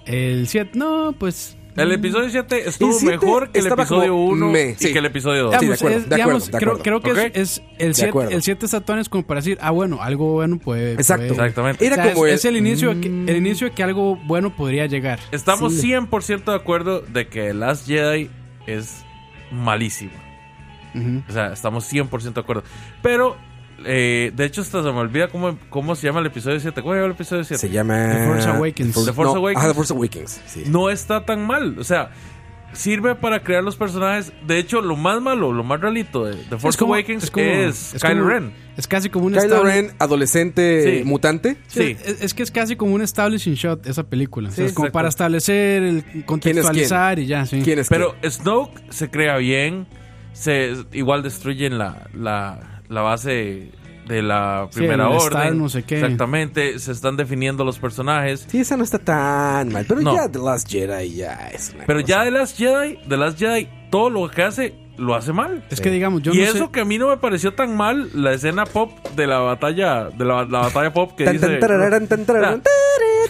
C: El 7, no, pues.
E: El episodio 7 estuvo
B: Mm. siete
E: mejor que el
B: estaba
E: episodio
B: como
E: 1
B: meh, sí.
E: y que el episodio 2.
B: Sí, de
C: Digamos,
B: acuerdo,
C: es-
B: de acuerdo,
C: digamos,
B: de
C: creo-
B: acuerdo.
C: creo,
E: Ok.
C: que es, es el 7
B: acuerdo.
C: el siete estatuán es como para decir, ah, bueno, algo bueno puede.
B: Exacto.
C: puede-
E: Exactamente.
B: Era
C: O sea,
B: como el-
C: es,
B: Mm,
C: es el inicio de que,
E: Mm.
C: el inicio de que algo bueno podría llegar.
E: Estamos 100% de acuerdo de que Last Jedi es malísima.
C: Ujú.
E: O sea, estamos 100% de acuerdo. Pero, eh, de hecho, hasta se me olvida cómo, cómo se llama el episodio 7. ¿Cómo se llama el episodio 7?
B: Se llama.
C: The Force Awakens.
E: The Force
B: no,
E: Awakens.
B: Ajá, The Force Awakens. Sí.
E: No está tan mal. O sea, sirve para crear los personajes. De hecho, lo más malo, lo más realito de, de Force
C: como-
E: Awakens es,
C: como- es
E: Kylo
C: como-
E: Ren.
C: Es casi como un
B: Kylo
C: estable-
B: Ren, adolescente
E: Sí.
B: mutante.
E: Sí.
C: Es, es que es casi como un establishing shot esa película. O sea,
E: Sí,
C: es como
E: exacto.
C: para establecer, el contextualizar y ya, sí.
B: ¿Quién es?
E: Pero
B: quién?
E: Snoke se crea bien. Se, igual destruyen la, la, la base de la
C: Sí,
E: primera
C: el
E: orden.
C: Star no sé qué.
E: Exactamente. Se están definiendo los personajes.
B: Sí, esa no está tan mal. Pero
E: No.
B: ya The Last Jedi ya es una
E: Pero
B: cosa.
E: ya de Last Jedi, de Last Jedi, todo lo que hace, lo hace mal.
C: Es que digamos, yo
E: y
C: no sé-
E: eso que a mí no me pareció tan mal la escena pop de la batalla de la, la batalla pop que
B: Tan,
E: dice Pues,
B: tan, tarararán, tan, tarararán,
E: O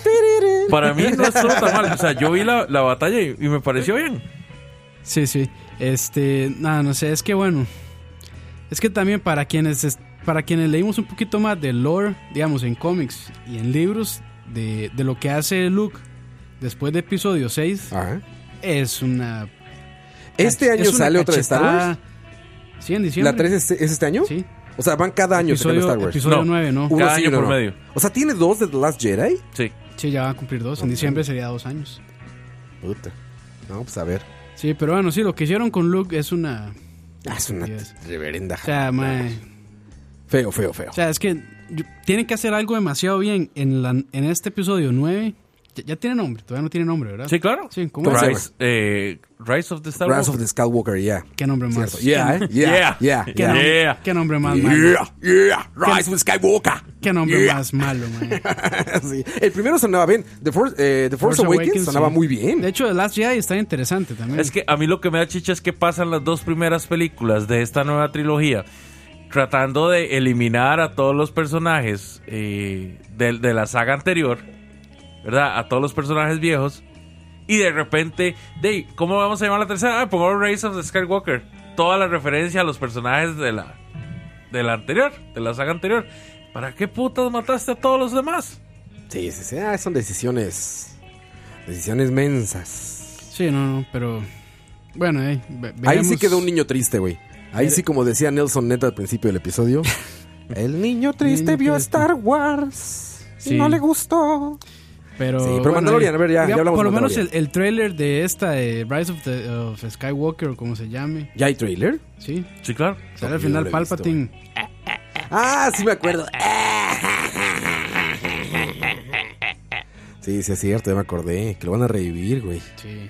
B: tarararán, tarararán.
E: sea, para mí no estuvo tan mal o sea yo vi la, la batalla y, y me pareció bien
C: Sí, sí. Este, nada, no sé, es que bueno. Es que también para quienes es- para quienes leímos un poquito más de lore, digamos, en cómics y en libros de, de lo que hace Luke después de episodio 6,
B: Ajá.
C: es una
B: Este
C: es
B: año
C: una
B: sale otra de Star
C: cachetada.
B: Wars.
C: Sí, en diciembre.
B: ¿La 3 es, es este año?
C: Sí.
B: O sea, van cada año sacando
C: Episodio,
B: Star Wars. Uh.
C: episodio
E: No.
C: 9, ¿no?
B: Uno
E: cada
B: sí,
E: año
B: uno
E: por
B: no.
E: medio.
B: O sea, ¿tiene dos de The Last Jedi?
E: sí
C: Sí, ya van a cumplir dos. En diciembre sería dos años.
B: Puta. No, pues a ver.
C: Sí, pero bueno, sí, lo que hicieron con Luke es una.
B: Ah, es una
C: Dios.
B: reverenda.
C: O sea, mae,
B: Feo, feo, feo.
C: o sea, es que yo- tienen que hacer algo demasiado bien en, la, en este episodio 9. Ya, ya tiene nombre, todavía no tiene nombre, ¿verdad?
E: sí claro
C: Sí, ¿cómo
B: Right.
C: es?
E: Rise, eh, Rise of the Star Wars
B: Rise of the Skywalker, ya.
C: ¿Qué nombre más?
B: Cierto. Yeah, eh. Yeah, yeah,
E: Yeah.
C: ¿Qué,
B: yeah.
C: nombre,
E: Yeah.
C: qué nombre más malo?
B: Yeah, yeah, Rise of the Skywalker.
C: ¿Qué nombre
B: Yeah.
C: más malo, mae?
B: Sí. El primero sonaba bien. The Force, eh, The Force,
C: Force
B: Awakens,
C: Awakens,
B: sonaba
C: sí.
B: muy
C: De
B: bien.
C: hecho, The Last Jedi está interesante también.
E: Es que a mí lo que me da chicha es que pasan las dos primeras películas de esta nueva trilogía tratando de eliminar a todos los personajes eh, del- de, la saga anterior, ¿verdad? A todos los personajes viejos. Y de repente, Dave, ¿cómo vamos a llamar la tercera? Ah, pongamos Race of the Skywalker. Toda la referencia a los personajes de la, de la anterior, de la saga anterior. ¿Para qué putas mataste a todos los demás?
B: Sí, sí, sí. Ah, son decisiones. Decisiones mensas.
C: Sí, no, no, pero. Bueno, eh, ve-
B: Ahí
C: veremos.
B: sí quedó un niño triste, güey. Ahí sí, como decía Nelson Neta al principio del episodio. El niño triste
C: Niño
B: vio
C: triste.
B: Star Wars. y
C: Sí.
B: No le gustó.
C: Pero,
B: Sí, pero
C: bueno,
B: Mandalorian,
C: eh,
B: a ver, ya- ya
C: digamos,
B: hablamos
C: Por lo
B: de
C: menos el,
B: Mandalorian.
C: el trailer de esta, de Rise of, the, of Skywalker, o como se llame.
B: ¿Ya hay trailer?
C: Sí,
E: Sí, claro.
B: No,
C: sale al
B: yo no
C: final
B: lo he
C: Palpatine.
B: Ah, sí me acuerdo. Sí, sí es cierto, ya me acordé. Que lo van a revivir, güey.
C: Sí.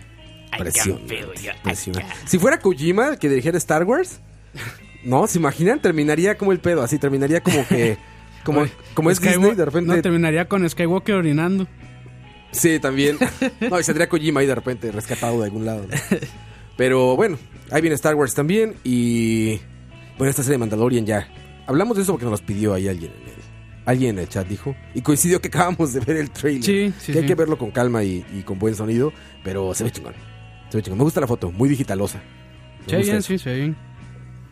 B: Impresionante, impresionante. Si fuera Kojima el que dirigiera Star Wars, no, ¿se imaginan? Terminaría como el pedo, así terminaría como que. Como,
C: Oye,
B: como es
C: Skywa-
B: Disney, de repente.
C: No, terminaría con Skywalker orinando.
B: Sí, también. No, y saldría Kojima ahí de repente rescatado de algún lado. ¿no? Pero bueno, ahí viene Star Wars también y... Bueno, esta serie de Mandalorian ya. Hablamos de eso porque nos los pidió ahí alguien en el, alguien en el chat, dijo. Y coincidió que acabamos de ver el trailer.
C: Sí, sí,
B: Que hay
C: sí.
B: que verlo con calma y, y con buen sonido, pero se ve chingón. Se ve chingón. Me gusta la foto, muy digitalosa. Me
C: Sí,
B: gusta
C: bien,
B: eso.
C: sí, sí, bien.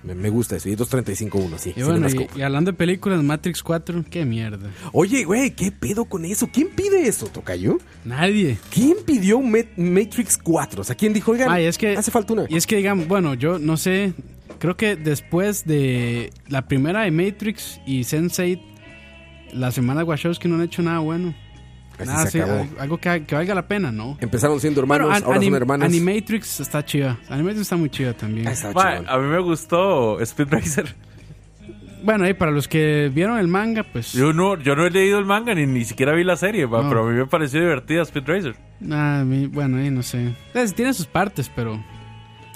B: Me, me gusta eso. Y 235.1, sí.
C: Y
B: sí,
C: bueno,
B: las
C: y,
B: compro.
C: y hablando de películas, Matrix 4, qué mierda.
B: Oye, güey, ¿qué pedo con eso? ¿Quién pide eso, Tocayo?
C: Nadie.
B: ¿Quién pidió un Met- Matrix 4? O sea, ¿quién dijo, oigan,
C: Ah, y es que-
B: hace falta una?
C: Y es que digamos, bueno, yo no sé, creo que después de la primera de Matrix y Sense8, la semana Wachowski no han hecho nada bueno.
B: Así se
C: nada, ah, sí,
B: acabó.
C: al- algo que, que valga la pena, ¿no?
B: Empezaron siendo hermanos,
C: Bueno, an-
B: ahora son
C: anim-
B: hermanos.
C: Animatrix está chida. Animatrix está muy chida también.
B: Ah, está
E: Ma,
B: chingón.
E: a mí me gustó Speed Racer.
C: Bueno, y para los que vieron el manga, pues
E: Yo no, yo no he leído el manga ni, ni siquiera vi la serie, ma,
B: Ah.
C: No.
E: pero a mí me pareció divertida Speed Racer.
C: Ah, a mí- bueno, ahí no sé. Es- Tiene sus partes, pero.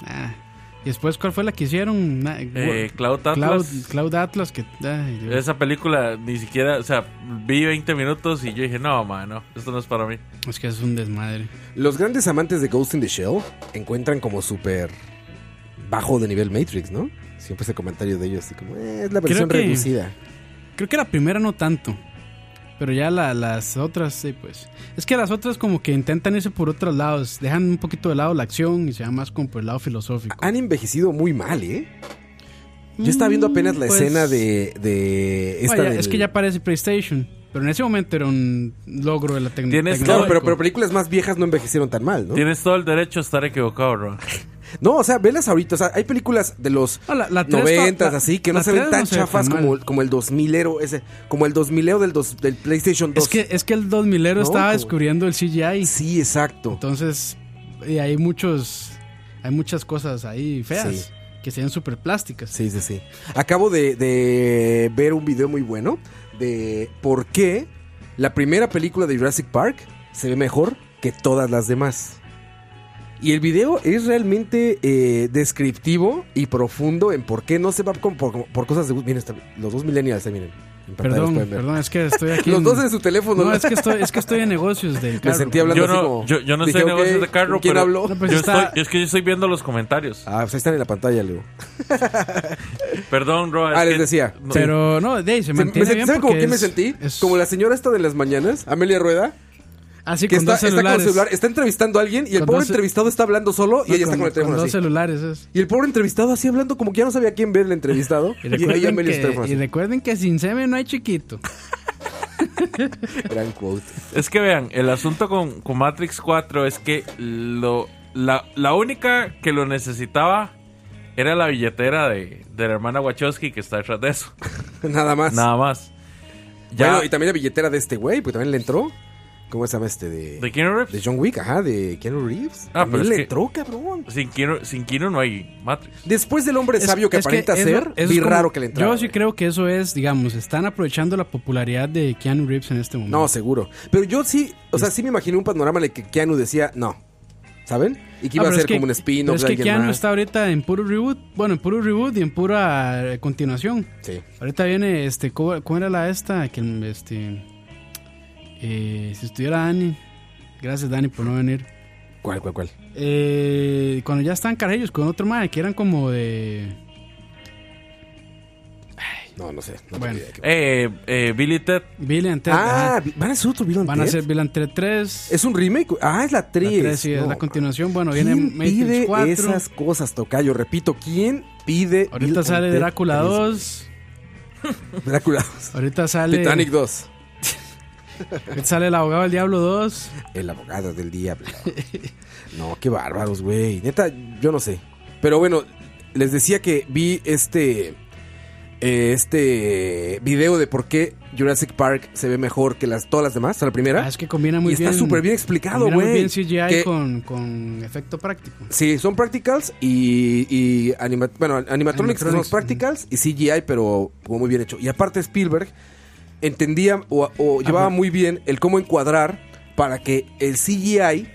C: ah. Y después, ¿cuál fue la que hicieron? Na-
E: Eh,
C: Wo-
E: Cloud
C: Cloud,
E: Atlas.
C: Cloud Atlas, que. ay, Dios.
E: Esa película ni siquiera, o sea, vi 20 minutos y yo dije, no, ma, no, esto no es para mí.
C: Es que es un desmadre.
B: Los grandes amantes de Ghost in the Shell encuentran como súper bajo de nivel Matrix, ¿no? Siempre ese comentario de ellos, así como, eh, es la versión
C: que-
B: reducida.
C: Creo que la primera no tanto. Pero ya la- las otras, sí, pues. Es que las otras, como que intentan irse por otros lados. Dejan un poquito de lado la acción y se van más como por el lado filosófico.
B: Han envejecido muy mal, ¿eh? Yo estaba viendo apenas la
C: Mm, pues,
B: escena de, de esta
C: Bueno, ya-
B: del-
C: Es que ya parece PlayStation. Pero en ese momento era un logro de la tec- tecnología.
E: Tienes-
B: Claro, pero, pero películas más viejas no envejecieron tan mal, ¿no?
E: Tienes todo el derecho a estar equivocado, Ron.
B: No, o sea, velas ahorita. O sea, hay películas de los
C: No, la- la tres
B: noventas,
C: ta- la-
B: así, que no
C: la
B: se ven
C: tres
B: tan
C: no se ve
B: chafas
C: tan mal.
B: como, como el 2000ero, ese, como el 2000ero del, dos- del PlayStation 2.
C: Es que, es que el 2000
B: No,
C: ero
B: pues.
C: estaba
B: como-
C: descubriendo el CGI.
B: Sí, exacto.
C: Entonces, y hay muchos. Hay muchas cosas ahí feas.
B: Sí.
C: Que se ven súper plásticas.
B: Sí, sí, sí. Acabo de, de ver un video muy bueno de por qué la primera película de Jurassic Park se ve mejor que todas las demás. Y el video es realmente eh, descriptivo y profundo en por qué no se va con- por, por cosas de... Miren, está- los dos millennials ahí, miren. En pantalla los
C: Perdón,
B: pueden ver.
C: perdón, es que estoy aquí.
B: Los
C: en-
B: dos en su teléfono.
C: No, es que estoy, es que estoy en negocios del
B: Me
C: carro.
B: sentí hablando
E: Yo
B: así
E: no-
B: como...
E: yo- yo no estoy en
B: "Ok,
E: negocios de carro,
B: ¿con ¿Quién
E: pero-
B: habló?
C: No, pues
E: yo
C: está-
E: estoy, es que yo estoy viendo los comentarios.
B: Ah, pues ahí están en la pantalla, Leo.
E: Perdón, Ron.
B: Ah,
E: es
B: les
E: que-
B: decía.
E: no-
C: Pero no, de ahí se
B: Se- me
C: mantiene
B: sentí-
C: bien
B: ¿Saben como
C: porque
B: qué me
C: es-
B: sentí?
C: es-
B: Como la señora esta de las mañanas, Amelia Rueda,
C: así
B: que
C: con
B: está,
C: dos
B: está con
C: celulares.
B: el celular, está entrevistando a alguien y el
C: Con
B: pobre
C: dos-
B: entrevistado está hablando solo y
C: No,
B: ella está con el teléfono
C: dos
B: así.
C: celulares es.
B: Y el pobre entrevistado así hablando como que ya no sabía quién ver el entrevistado.
C: Y
B: y ella
C: recuerden,
B: Amelia está
C: que, y recuerden que sin semen no hay chiquito.
B: Gran quote.
E: Es que vean, el asunto con, con Matrix 4 es que lo, la, la única que lo necesitaba era la billetera de, de la hermana Wachowski que está detrás de eso.
B: Nada más.
E: Nada más. Ya,
B: Bueno, y también la billetera de este güey, porque también le entró. ¿Cómo se llama este? De,
E: de Keanu Reeves.
B: de John Wick, ajá, de Keanu Reeves.
E: Ah, pero
B: también
E: es
B: le
E: que-
B: entró, cabrón.
E: Sin Keanu, sin Keanu no hay Matrix.
B: Después del hombre sabio que
C: es
B: aparenta
C: es-
B: ser,
C: eso
B: vi
C: es como-
B: raro que le entrara.
C: Yo sí
B: güey.
C: creo que eso es, digamos, están aprovechando la popularidad de Keanu Reeves en este momento.
B: No, seguro. Pero yo sí, o sea, sí me imaginé un panorama en el que Keanu decía no. ¿Saben? Y que iba
C: Ah,
B: a
C: pero
B: ser
C: es que-
B: como un
C: pero
B: spin-off
C: Es
B: de
C: que
B: alguien
C: Keanu
B: más.
C: está ahorita en puro reboot. Bueno, en puro reboot y en pura eh, continuación.
B: Sí.
C: Ahorita viene, este, ¿cómo, cómo era la esta? Que, mm, este, eh, si estuviera Dani. Gracias, Dani, por no venir.
B: ¿Cuál, cuál, cuál?
C: Eh, cuando ya estaban carajillos con otro madre que eran como de... Ay,
B: No, no sé. No tengo
C: Bueno.
B: idea de qué va.
E: Eh, eh, Billy Ted.
C: Bill and Ted.
B: ah,
C: ajá.
B: vi- van a hacer otro Bill and
C: Van a
B: Ted?
C: ser Bill and Ted 3.
B: Es un remake. Ah, es la 3.
C: la 3, sí, es la continuación. Bueno, viene
B: ¿Quién
C: Matrix
B: pide
C: 4.
B: esas cosas, Tocayo? Repito, ¿quién pide Bill
C: Ahorita
B: and
C: sale
B: Ted
C: Drácula
B: tres?
C: 2.
B: Drácula
C: Ahorita sale.
B: Titanic 2.
C: ahorita sale El Abogado del Diablo 2.
B: El abogado del diablo. no, qué bárbaros, güey. Neta, yo no sé. Pero bueno, les decía que vi este. eh, Este video de por qué Jurassic Park se ve mejor que las, todas las demás, o sea, la primera.
C: Ah, es que combina muy
B: y
C: bien.
B: está súper bien explicado,
C: combina muy
B: güey.
C: bien CGI
B: Que-
C: con, con efecto práctico.
B: Sí, son practicals y, y anima- bueno, animatronics, que son los practicals
C: Animatronics,
B: y CGI, pero como muy bien hecho. Y aparte Spielberg entendía o, o llevaba
C: Ajá.
B: muy bien el cómo encuadrar para que el CGI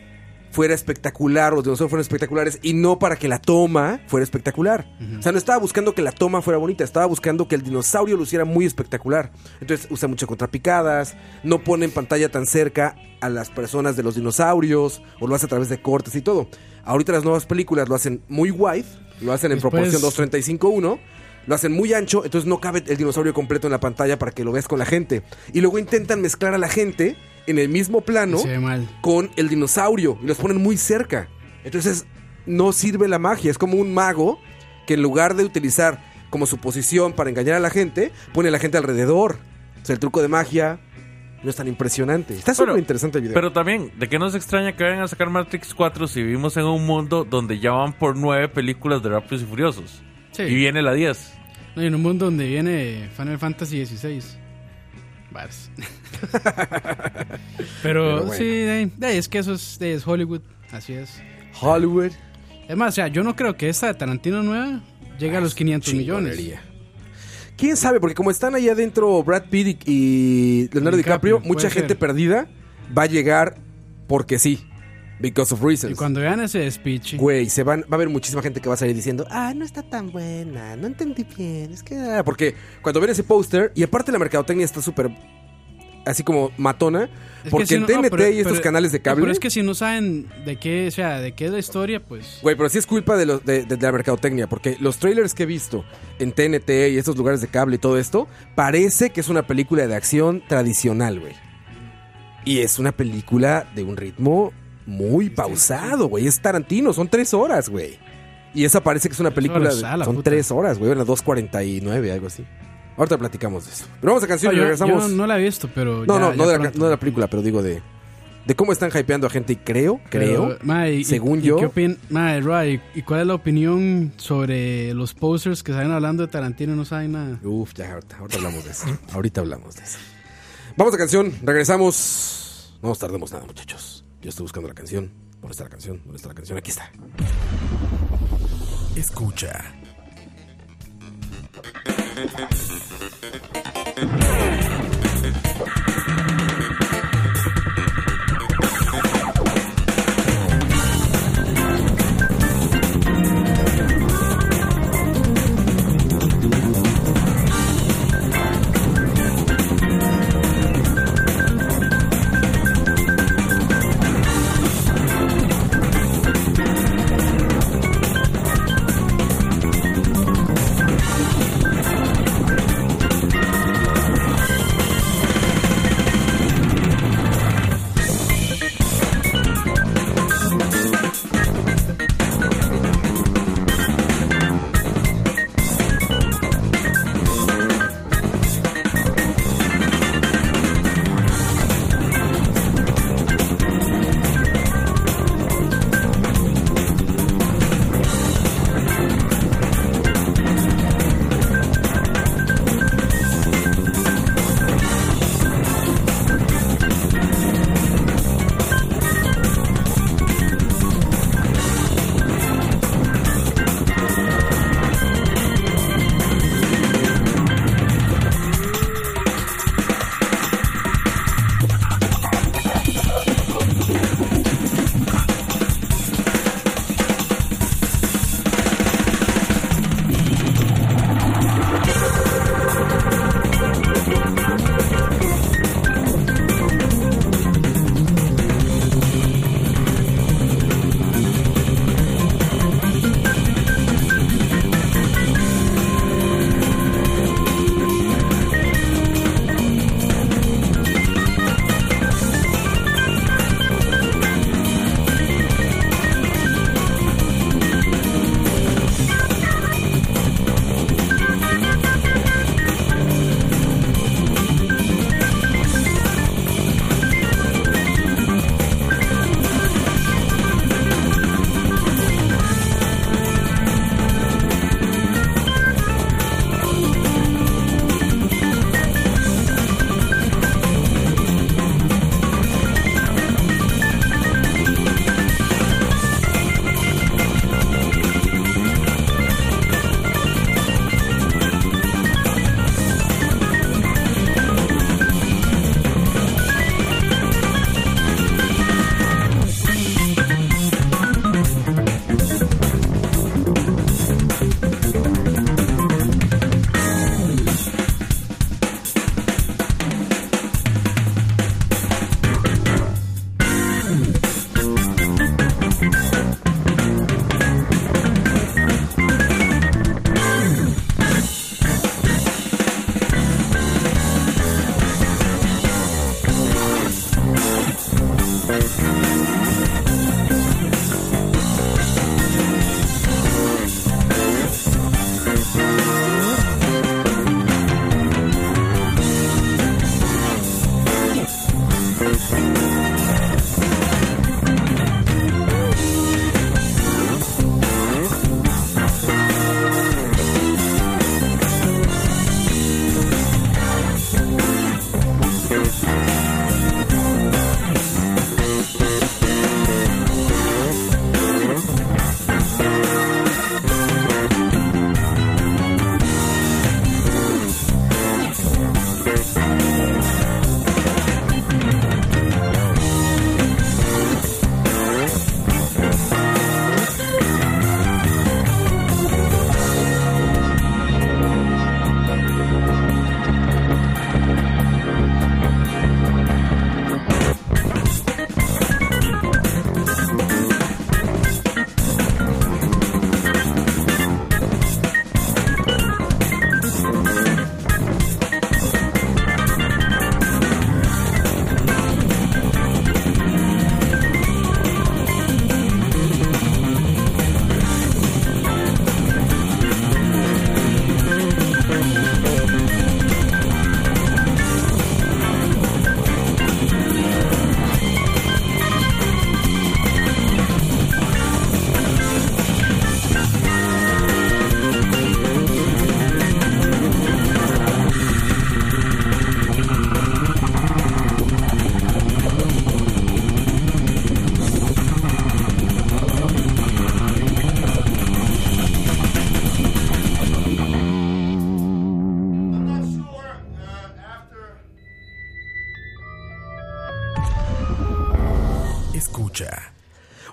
B: fuera espectacular, los dinosaurios fueran espectaculares y no para que la toma fuera espectacular. O sea, no estaba buscando que la toma fuera bonita, estaba buscando que el dinosaurio luciera muy espectacular. Entonces usa muchas contrapicadas, no pone en pantalla tan cerca a las personas de los dinosaurios o lo hace a través de cortes y todo. Ahorita las nuevas películas lo hacen muy wide, lo hacen en
C: Después-
B: proporción 235-1. Lo hacen muy ancho, entonces no cabe el dinosaurio completo en la pantalla para que lo veas con la gente. Y luego intentan mezclar a la gente en el mismo plano
C: Se ve mal.
B: con el dinosaurio y los ponen muy cerca. Entonces no sirve la magia, es como un mago que en lugar de utilizar como su posición para engañar a la gente, pone a la gente alrededor. O sea, el truco de magia no es tan impresionante. Está
E: Pero-
B: súper interesante el video.
E: Pero también, ¿de qué nos extraña que vayan a sacar Matrix 4 si vivimos en un mundo donde ya van por nueve películas de Rápidos y Furiosos?
C: Sí.
E: Y viene la 10.
C: No, y en un mundo donde viene Final Fantasy XVI. Vars. Pero,
B: Pero bueno.
C: sí, de ahí- de ahí es que eso es, de ahí es Hollywood. Así es.
B: Hollywood
C: Es más, o sea, yo no creo que esta de Tarantino nueva llegue a los 500 millones.
B: Ah, Chingonería. ¿Quién sabe? Porque como están ahí adentro Brad Pitt y y Leonardo DiCaprio,
C: DiCaprio,
B: mucha
C: puede
B: gente
C: ser.
B: perdida va a llegar porque sí. Because of
C: Y
B: reasons.
C: cuando vean ese speech,
B: Güey, se van, va a haber muchísima gente que va a salir diciendo, ah, no está tan buena, no entendí bien, es que... ah", Porque cuando ven ese póster, y aparte la mercadotecnia está súper, así como matona,
C: Es que
B: porque
C: si
B: en
C: no-
B: TNT
C: no, pero-
B: y estos
C: pero- eh,
B: canales de
C: Pero
B: cable...
C: es que si no saben de qué, o sea, de qué es la historia, pues.
B: Güey, pero sí es culpa de, los, de, de la mercadotecnia, porque los trailers que he visto en TNT y estos lugares de cable y todo esto, parece que es una película de acción tradicional, güey. Y es una película de un ritmo muy pausado, güey. Es Tarantino, son tres horas, güey. Y esa parece que es una película
C: horas,
B: de...
C: a la
B: son
C: puta.
B: tres horas, güey. Bueno, 2.49, algo así. Ahorita platicamos de eso. Pero vamos a canción
C: No,
B: y
C: yo,
B: regresamos.
C: yo no la he visto, pero.
B: no,
C: ya-
B: no,
C: ya
B: no, de la,
C: pronto.
B: no de la película, pero digo de... De cómo están hypeando a gente y creo, creo...
C: Pero, ma, y-
B: según
C: y- y
B: yo-
C: ¿qué opin- ma, Roa, ¿y- ¿Y cuál es la opinión sobre los posters que salen hablando de Tarantino? No saben nada.
B: Uf, ya ahorita, ahorita hablamos de eso. ahorita hablamos de eso. Vamos a canción, regresamos. No nos tardemos nada, muchachos. Yo estoy buscando la canción. ¿Dónde está la canción? ¿Dónde está la canción? Aquí está.
F: Escucha.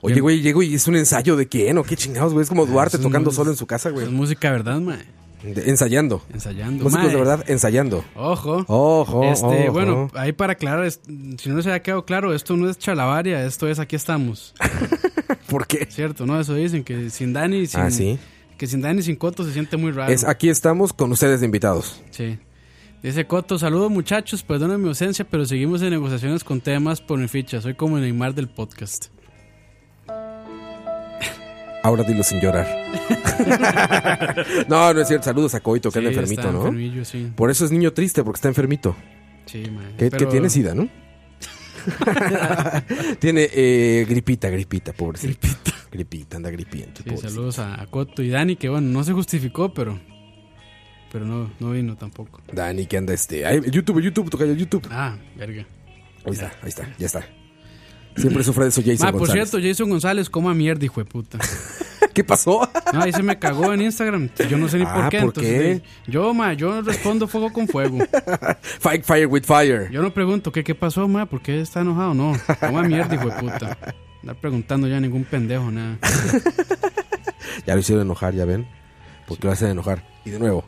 B: Oye, güey, llego y es un ensayo de quién o qué chingados, güey. Es como Duarte
C: Eso Ah, es
B: tocando
C: muy-
B: solo en su casa, güey.
C: Es música, de ¿verdad, mae?
B: De- Ensayando.
C: Ensayando.
B: Músicos
C: mae.
B: de verdad ensayando.
C: Ojo.
B: Oh, Ojo,
C: este,
B: ojo.
C: bueno, ahí para aclarar, es- si no les había quedado claro, esto no es chalabaria, esto es aquí estamos.
B: ¿Por qué?
C: Cierto, ¿no? Eso dicen, que sin Dani, sin,
B: Ah, sí.
C: que sin Dani, sin Coto se siente muy raro.
B: Es aquí estamos con ustedes de invitados.
C: Sí. Dice Coto, saludos muchachos, perdonen mi ausencia, pero seguimos en negociaciones con temas por mi ficha. Soy como el Neymar del podcast.
B: Ahora dilo sin llorar. no, no es cierto. Saludos a Coito, que
C: Sí,
B: anda enfermito,
C: está
B: ¿no?
C: enfermillo, sí.
B: Por eso es niño triste, porque está enfermito.
C: Sí, mae.
B: Que, que
C: Pero-
B: tiene sida, ¿no? tiene eh, gripita, gripita, pobrecito. Gripita. anda gripiento.
C: Sí,
B: pobrecito.
C: saludos a, a Coto y Dani, que bueno, no se justificó, pero. Pero no, no vino tampoco.
B: Dani, que anda este. Ay, YouTube, YouTube, toca YouTube.
C: Ah, verga.
B: Ahí está, ahí está, ya está. Siempre sufre de eso Jason
C: Ah, por
B: González.
C: cierto, Jason González, coma mierda, hijo de puta.
B: ¿Qué pasó?
C: No, ahí se me cagó en Instagram. Yo no sé ni
B: Ah,
C: por qué.
B: ¿por
C: entonces,
B: qué?
C: de- yo, ma, yo respondo fuego con fuego.
B: Fight fire with fire.
C: Yo no pregunto, ¿qué, qué pasó, ma? ¿Por qué está enojado? No, coma mierda, hijo de puta. Andar preguntando ya a ningún pendejo, nada.
B: Ya lo hicieron enojar, ya ven. Porque lo hacen enojar. Y de nuevo,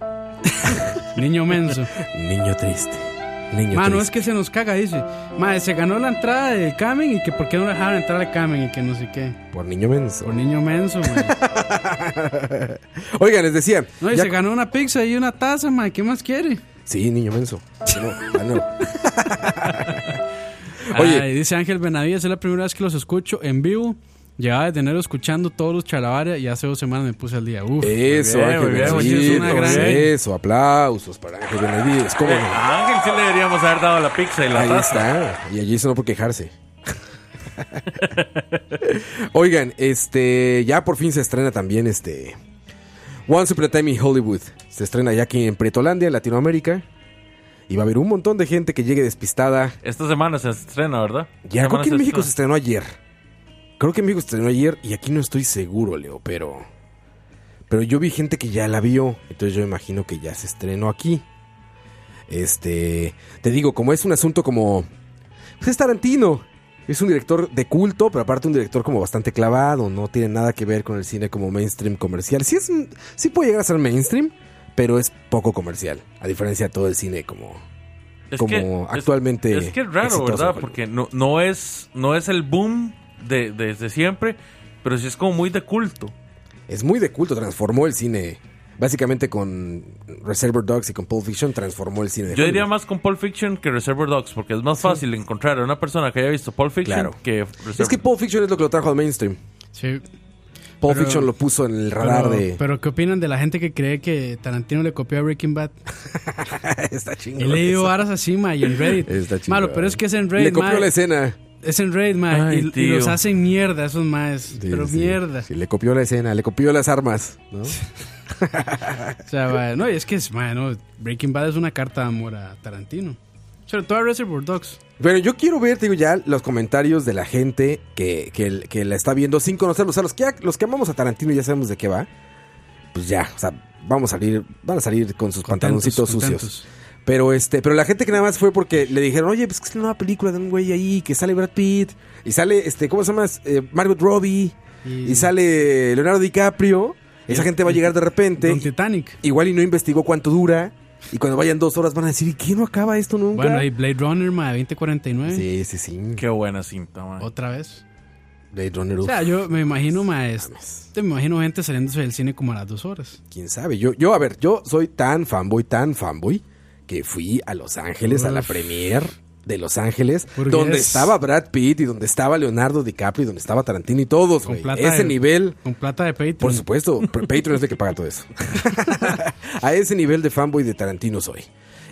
C: Niño menso.
B: niño triste. Niño
C: Ma, no es
B: triste.
C: que se nos caga, dice. Ma, se ganó la entrada del Camen y que por qué no dejaron entrar al Camen y que no sé qué.
B: Por niño menso.
C: Por niño menso, ma.
B: Oigan, les decía.
C: No, y
B: ya-
C: se ganó una pizza y una taza, ma. ¿Qué más quiere?
B: Sí, niño menso. No, ah, no. Oye.
C: Ay, dice Ángel Benavides, es la primera vez que los escucho en vivo. Llevaba de enero escuchando todos los chalabaria y hace dos semanas me puse al día. Uf.
B: Eso,
E: Muy bien,
B: Ángel
E: muy bien,
B: Benavides,
C: Mochi, es una gran-
B: Eso, aplausos para Ángel Benavides. ¿Cómo no?
E: Eh, A Ángel sí le deberíamos haber dado la pizza y la
B: Ahí
E: taza.
B: está. Y allí eso no por quejarse. Oigan, este, ya por fin se estrena también este Once Upon a Time in Hollywood. Se estrena ya aquí en Pretolandia, en Latinoamérica. Y va a haber un montón de gente que llegue despistada.
E: Esta semana se estrena, ¿verdad?
B: Ya,
E: Esta
B: creo
E: semana
B: que en
E: se
B: México se
E: estrena.
B: estrenó ayer. Creo que en México se estrenó ayer y aquí no estoy seguro, Leo, pero... Pero yo vi gente que ya la vio, entonces yo imagino que ya se estrenó aquí. Este... Te digo, como es un asunto como... Pues es Tarantino. Es un director de culto, pero aparte un director como bastante clavado. No tiene nada que ver con el cine como mainstream comercial. Sí, es, un- sí puede llegar a ser mainstream, pero es poco comercial. A diferencia de todo el cine como...
E: Es
B: como
E: es-
B: actualmente
E: Es, que es raro,
B: exitoso,
E: ¿verdad?
B: Hollywood.
E: Porque no, no, es, no es el boom de, desde siempre, pero sí es como muy de culto.
B: Es muy de culto, transformó el cine. Básicamente con Reservoir Dogs y con Pulp Fiction transformó el cine. de
E: Yo diría
B: Hollywood.
E: más con Pulp Fiction que Reservoir Dogs, porque es más fácil encontrar a una persona que haya visto Pulp Fiction
B: Claro.
E: que Reservoir
B: Es que Pulp Fiction es lo que lo trajo al mainstream.
C: Sí.
B: Pulp
C: Pero-
B: Fiction lo puso en el radar
C: Pero,
B: de...
C: pero, ¿qué opinan de la gente que cree que Tarantino le copió a Breaking Bad?
B: Está
C: He
B: chingón.
C: leído
B: eso.
C: varas así, ma, y en Reddit.
B: Está chingón.
C: Malo, pero es que es en
B: Le
C: Reddit,
B: copió
C: ma.
B: la escena.
C: Es en Reddit, ma.
E: Ay,
C: y- y,
E: tío.
C: los hacen mierda, esos maes.
B: Sí,
C: pero
B: sí.
C: mierda.
B: Sí, le copió la escena, le copió las armas. ¿no?
C: O sea, ma, no, y es que es, ma, no, Breaking Bad es una carta de amor a Tarantino. Sobre todo a Reservoir Dogs.
B: Pero yo quiero ver, te digo, ya los comentarios de la gente que, que- que la está viendo sin conocerlos. O sea, los que, ya- los que amamos a Tarantino y ya sabemos de qué va. Pues ya, o sea, vamos a salir, van a salir con sus pantaloncitos sucios.
C: contentos.
B: Pero este, pero la gente que nada más fue porque le dijeron, oye, pues que es una nueva película de un güey ahí, que sale Brad Pitt, y sale, este, ¿cómo se llama? Eh, Margot Robbie, y,
C: Y-
B: sale Leonardo DiCaprio. Esa gente va a llegar de repente.
C: Don Titanic.
B: Igual y no investigó cuánto dura. Y cuando vayan dos horas van a decir, ¿y qué no acaba esto nunca?
C: Bueno, ¿eh? y Blade Runner, ma, 2049.
B: Sí, sí, sí.
E: Qué buena cinta, man.
C: Otra vez.
B: Blade Runner,
C: O
B: uf,
C: sea, yo me imagino, ma, es-
B: mames.
C: te me imagino gente saliéndose del cine como a las dos horas.
B: quién sabe. Yo, yo, a ver, yo soy tan fanboy, tan fanboy, que fui a Los Ángeles, a la
C: Uf.
B: premier de Los Ángeles,
C: Burgués.
B: donde estaba Brad Pitt y donde estaba Leonardo DiCaprio y donde estaba Tarantino y todos,
C: Con
B: güey.
C: plata
B: Ese
C: de-
B: nivel.
C: Con plata de Patreon.
B: Por supuesto, P- Patreon es el que paga todo eso. a ese nivel de fanboy de Tarantino soy.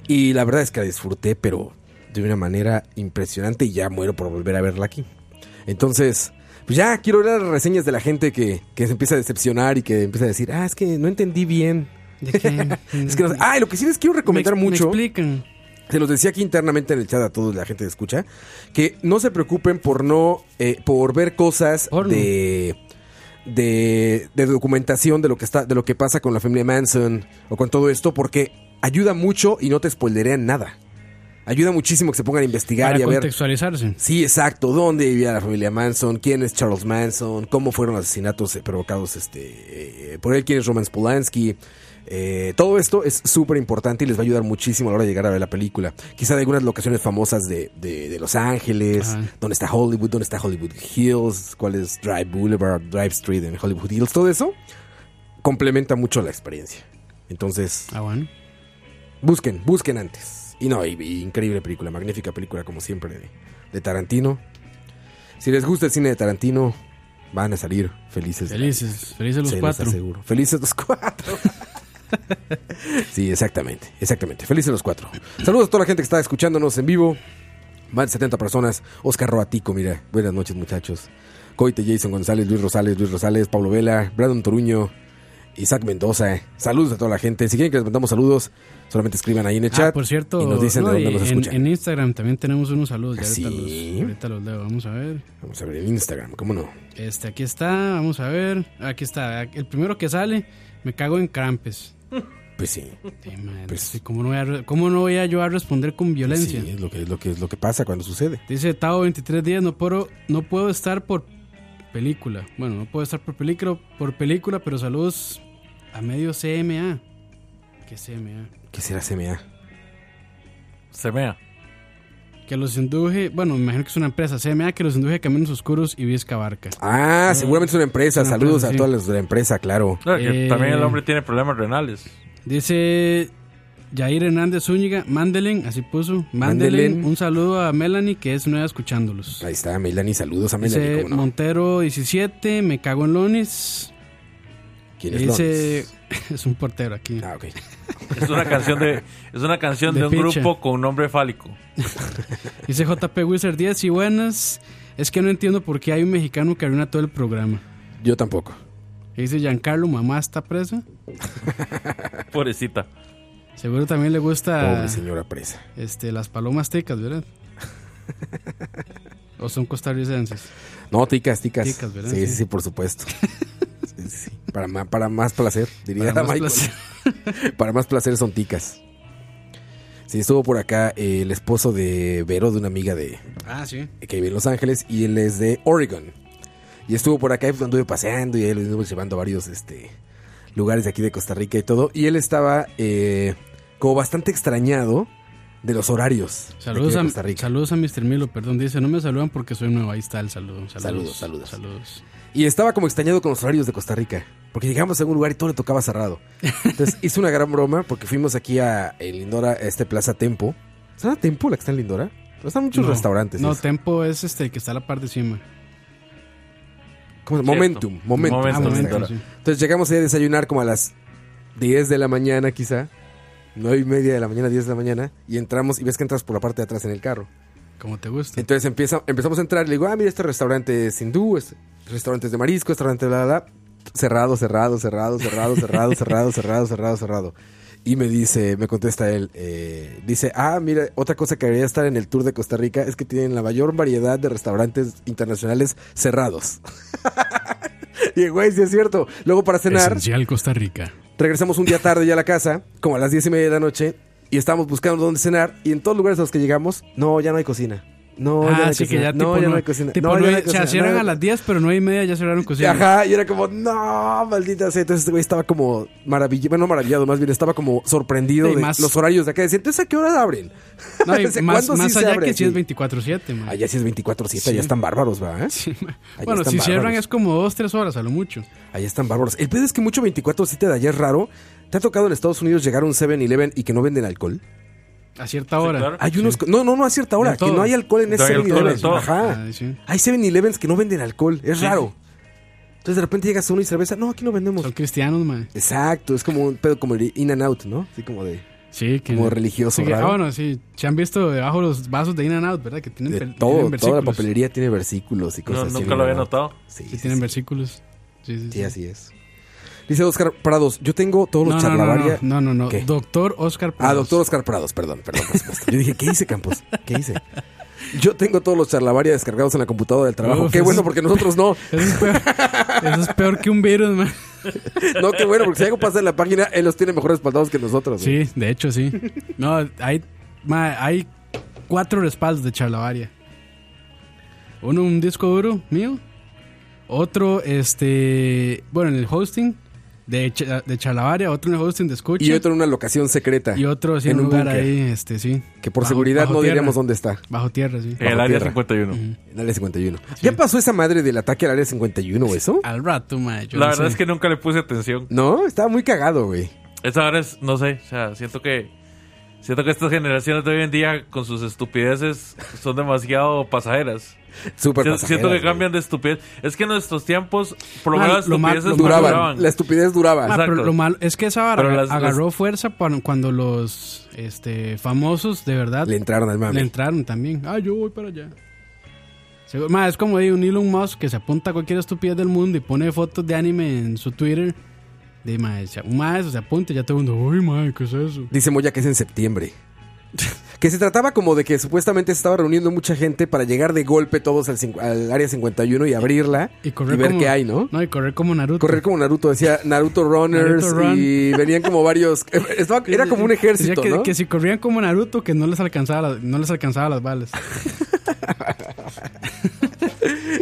B: Y la verdad es que la disfruté, pero de una manera impresionante y ya muero por volver a verla aquí. Entonces, pues ya quiero ver las reseñas de la gente que, que se empieza a decepcionar y que empieza a decir, ah, es que no entendí bien.
C: ¿De qué?
B: Es que no sé. Ah, y lo que sí les quiero recomendar
C: Mm. Me ex-
B: mucho.
C: Me explican.
B: Se los decía aquí internamente en el chat a todos la gente que escucha que no se preocupen por no eh, por ver cosas
C: Porno.
B: de, de de documentación de lo que está de lo que pasa con la familia Manson o con todo esto porque ayuda mucho y no te spoilerean nada. Ayuda muchísimo que se pongan a investigar
C: Para
B: y a ver.
C: contextualizarse.
B: Sí, exacto. ¿Dónde vivía la familia Manson? ¿Quién es Charles Manson? ¿Cómo fueron los asesinatos eh, provocados este, eh, por él? ¿Quién es Roman Polanski? Eh, todo esto es súper importante y les va a ayudar muchísimo a la hora de llegar a ver la película. Quizá de algunas locaciones famosas de, de- de Los Ángeles,
C: Ajá.
B: dónde está Hollywood, dónde está Hollywood Hills, cuál es Drive Boulevard, Drive Street en Hollywood Hills. Todo eso complementa mucho la experiencia. Entonces,
C: Ah, bueno.
B: Busquen, busquen antes. Y no, y- y increíble película, magnífica película como siempre de, de Tarantino. Si les gusta el cine de Tarantino, van a salir felices. de la vida.
C: Pues Felices, felices los
B: Se los
C: cuatro.
B: aseguro. Felices los cuatro. sí, exactamente, exactamente. Felices los cuatro. Saludos a toda la gente que está escuchándonos en vivo. Más de 70 personas. Oscar Roatico, mira. Buenas noches, muchachos. Coite Jason González, Luis Rosales, Luis Rosales, Pablo Vela, Brandon Toruño, Isaac Mendoza. Saludos a toda la gente. Si quieren que les mandamos saludos, solamente escriban ahí en el
C: Ah,
B: chat.
C: por cierto,
B: y nos dicen
C: no,
B: de dónde
C: y
B: nos
C: en,
B: escuchan.
C: en Instagram también tenemos unos saludos. Ya
B: ¿Ah,
C: ahorita,
B: sí?
C: los, ahorita los leo, vamos a ver.
B: Vamos a ver en Instagram, ¿cómo no?
C: Este, aquí está, vamos a ver. Aquí está, el primero que sale, me cago en crampes.
B: Pues sí,
C: Sí, madre,
B: Pues-
C: sí, ¿cómo, no voy a, re- cómo no voy a yo a responder con
B: pues
C: violencia?
B: sí, es lo que es lo que es lo que pasa cuando sucede.
C: Dice Tao 23 días, no puedo, no puedo estar por película. Bueno, no puedo estar por película, por película, pero saludos a medio CMA. ¿Qué CMA?
B: ¿Qué será CMA?
E: Se mea.
C: Que los induje, bueno, me imagino que es una empresa, CMA, que los induje a caminos oscuros y visca barca.
B: Ah, seguramente es una empresa.
C: Es Eh, una
B: Saludos
C: empresa,
B: a
C: sí.
B: todas las de la empresa, claro.
E: No, que
C: Eh.
E: También el hombre tiene problemas renales.
C: Dice Jair Hernández Zúñiga, Mandelen, así puso, Mandelen,
B: Mándelen.
C: un saludo a Melanie que es nueva escuchándolos.
B: Ahí está, Melanie, saludos a Melanie.
C: Dice
B: ¿cómo no?
C: Montero 17, me cago en lones.
B: ¿Quién es
C: Dice,
B: Lones?
C: es un portero aquí.
B: Ah, ok.
E: Es una canción de, es una canción de,
C: De
E: un
C: pinche.
E: grupo con nombre fálico.
C: Dice JP Wizard 10 y buenas. Es que no entiendo por qué hay un mexicano que arruina todo el programa.
B: Yo tampoco.
C: Y Dice Giancarlo, mamá está presa.
E: Pobrecita.
C: Seguro también le gusta
B: Pobre señora presa.
C: este, las palomas ticas, ¿verdad? o son costarricenses.
B: No, ticas, ticas.
C: Ticas, ¿verdad?
B: Sí, sí,
C: Sí.
B: sí, por supuesto. Sí, sí, sí. Para, ma- para más placer, diría
C: Para más
B: Michael.
C: placer.
B: para más placer son ticas. Sí, estuvo por acá eh, el esposo de Vero, de una amiga de
C: Ah, sí.
B: que vive en Los Ángeles, y él es de Oregon. Y estuvo por acá y pues, anduve paseando y él lo estuvo llevando a varios este, lugares de aquí de Costa Rica y todo. Y él estaba eh, como bastante extrañado de los horarios. de aquí
C: Saludos
B: de
C: a,
B: Costa Rica.
C: saludos a Mr. Milo, perdón. Dice, no me saludan porque soy nuevo. Ahí está el saludo. Saludos,
B: Saludos, saludos.
C: saludos.
B: Y estaba como extrañado con los horarios de Costa Rica. Porque llegamos a un lugar y todo le tocaba cerrado. Entonces hice una gran broma porque fuimos aquí a en Lindora, a este Plaza Tempo. ¿Está Tempo la que está en Lindora? Pero están muchos
C: No,
B: restaurantes.
C: No,
B: eso.
C: Tempo es este el que está a la parte de
B: Ah,
C: encima.
B: ¿Cómo se llama? Momentum,
E: Cierto.
B: Momentum.
E: Momentum,
B: está la
E: Momentum,
B: restaurante.
C: sí.
B: Entonces llegamos ahí a desayunar como a las 10 de la mañana quizá. 9 y media de la mañana, 10 de la mañana. Y entramos y ves que entras por la parte de atrás en el carro.
C: Como te gusta.
B: Entonces empieza, empezamos a entrar. Le digo, ah, mira, este restaurante es hindú, este restaurante es de marisco, este restaurante bla, bla, bla. Cerrado, cerrado, cerrado, cerrado, cerrado, cerrado, cerrado, cerrado, cerrado. Y me dice, me contesta él, eh, dice, ah, mira, otra cosa que debería estar en el tour de Costa Rica es que tienen la mayor variedad de restaurantes internacionales cerrados. y güey, sí es cierto. Luego para cenar,
C: Esencial Costa Rica.
B: Regresamos un día tarde ya a la casa, como a las diez y media de la noche, y estábamos buscando dónde cenar, y en todos lugares a los que llegamos, no, ya no hay cocina. No, ya no hay
C: Ah, sí,
B: cocina. no, ya no hay cocina.
C: tipo
B: no, ya no
C: nueve-
B: hay
C: o sea,
B: cocina.
C: cierran
B: No,
C: a las 10, pero 9 y media ya cerraron cocina.
B: Ajá, y era como, no, maldita sea. Entonces este güey estaba como maravillado, bueno, no maravillado, más bien estaba como sorprendido
C: Sí,
B: de
C: más- Mm.
B: los horarios de acá. Decía, entonces, ¿a qué hora abren?
C: No, y
B: ¿Desde
C: más
B: cuándo sí
C: más
B: se
C: allá
B: abre
C: que si es
B: aquí?
C: 24-7, man.
B: Allá sí es 24-7, allá están bárbaros, ¿va? eh?
C: Sí, man.
B: Allá
C: bueno,
B: están
C: si cierran
B: bárbaros.
C: es como 2, 3 horas a lo mucho.
B: Allá están bárbaros. El pedo es que mucho 24-7 de allá es raro. ¿Te ha tocado en Estados Unidos llegar a un 7-Eleven y que no venden alcohol?
C: A cierta
E: Sí,
C: hora.
E: claro.
B: Hay unos. co- No, no, no a cierta hora.
C: En
B: Que
C: todo.
B: no hay alcohol en
E: No
B: ese
E: hay alcohol en
B: 7-Eleven.
E: todo.
B: Ajá.
C: Ah, sí.
B: Hay 7-Elevens que no venden alcohol. Es
E: Sí.
B: raro. Entonces de repente llegas a uno y cerveza. No, aquí no vendemos.
C: Son cristianos, man.
B: Exacto. Es como un pedo como de in and out, ¿no? Así como de.
C: Sí, que.
B: Como religioso,
C: sí, que-
B: raro.
C: Ah, bueno, sí. Se han visto debajo los vasos de In and Out, ¿verdad? Que tienen,
B: De
C: pel-
B: todo,
C: tienen
B: toda la
C: versículos.
B: papelería tiene versículos y
E: No,
B: cosas así.
E: nunca lo había
B: ¿no?
E: notado.
B: Sí,
C: Sí,
B: sí,
C: tienen
B: sí.
C: versículos. Sí, sí.
B: Sí,
C: sí.
B: así es. Dice Oscar Prados, yo tengo todos los
C: No, no, no, no,
B: charlavaria.
C: no, no, no.
B: ¿Qué?
C: Doctor Oscar
B: Ah,
C: Prados.
B: doctor Oscar Prados, perdón, perdón, por supuesto. Yo dije, ¿qué hice, Campos? ¿Qué hice? Yo tengo todos los charlavaria descargados en la computadora del trabajo.
C: Uf,
B: Qué
C: eso
B: bueno,
C: es-
B: porque nosotros no.
C: Eso es peor, eso es peor que un virus, man.
B: No, qué bueno, porque si algo pasa en la página, él los tiene mejor respaldados que nosotros. güey.
C: Sí, de hecho sí. No, hay, ma, hay cuatro respaldos de Charlavaria. Uno un disco duro mío. Otro, este. Bueno, en el hosting de, Ch- de Charlavaria. Otro en el hosting de Escucha.
B: Y otro en una locación secreta.
C: y otro así, en un lugar
B: búnker,
C: ahí, este, sí.
B: Que por
C: Bajo-
B: seguridad
C: bajo
B: no
C: tierra.
B: diríamos dónde está.
C: Bajo tierra, sí.
E: En el
B: Bajo
E: área
B: tierra.
E: 51.
B: En el área 51. ¿Ya pasó esa madre del ataque al área 51 o eso?
C: Al rato, mae. yo
E: La
C: no
E: verdad
C: sé.
E: es que nunca le puse atención.
B: No, estaba muy cagado, güey.
E: Esa hora es, no sé, o sea, siento que. Siento que estas generaciones de hoy en día, con sus estupideces, son demasiado pasajeras.
B: Súper
E: Sie-
B: pasajera,
E: siento que
B: güey.
E: cambian de estupidez. Es que en nuestros tiempos, por lo
C: Ah,
E: menos las
C: lo ma- lo
E: estupideces
C: ma-
B: Duraban.
E: duraban.
B: La estupidez duraba.
C: Ah, pero
E: Exacto.
C: lo malo es que esa vara
E: Pero las-
C: agarró fuerza cuando, cuando los este, famosos de verdad
B: Le
C: Ah. le,
B: entraron al mame.
C: entraron también. Ah, yo voy para allá. Segu- ma, es como eh, un Elon Musk que se apunta a cualquier estupidez del mundo y pone fotos de anime en su Twitter. De ma, se- un ma, eso se apunta y ya todo el mundo, uy, ma, ¿qué es eso?
B: Dice Moya que es en septiembre. que se trataba como de que supuestamente se estaba reuniendo mucha gente para llegar de golpe todos al, cincu- al área 51 y abrirla y,
C: Y correr
B: ver
C: como,
B: qué hay, ¿no?
C: No, y correr como Naruto.
B: Correr como Naruto, decía Naruto Runners
C: Naruto Run.
B: y venían como varios... estaba- era como un
C: Decía
B: ejército,
C: que,
B: ¿no?
C: que si corrían como Naruto, que no les alcanzaba las, no les alcanzaba las balas.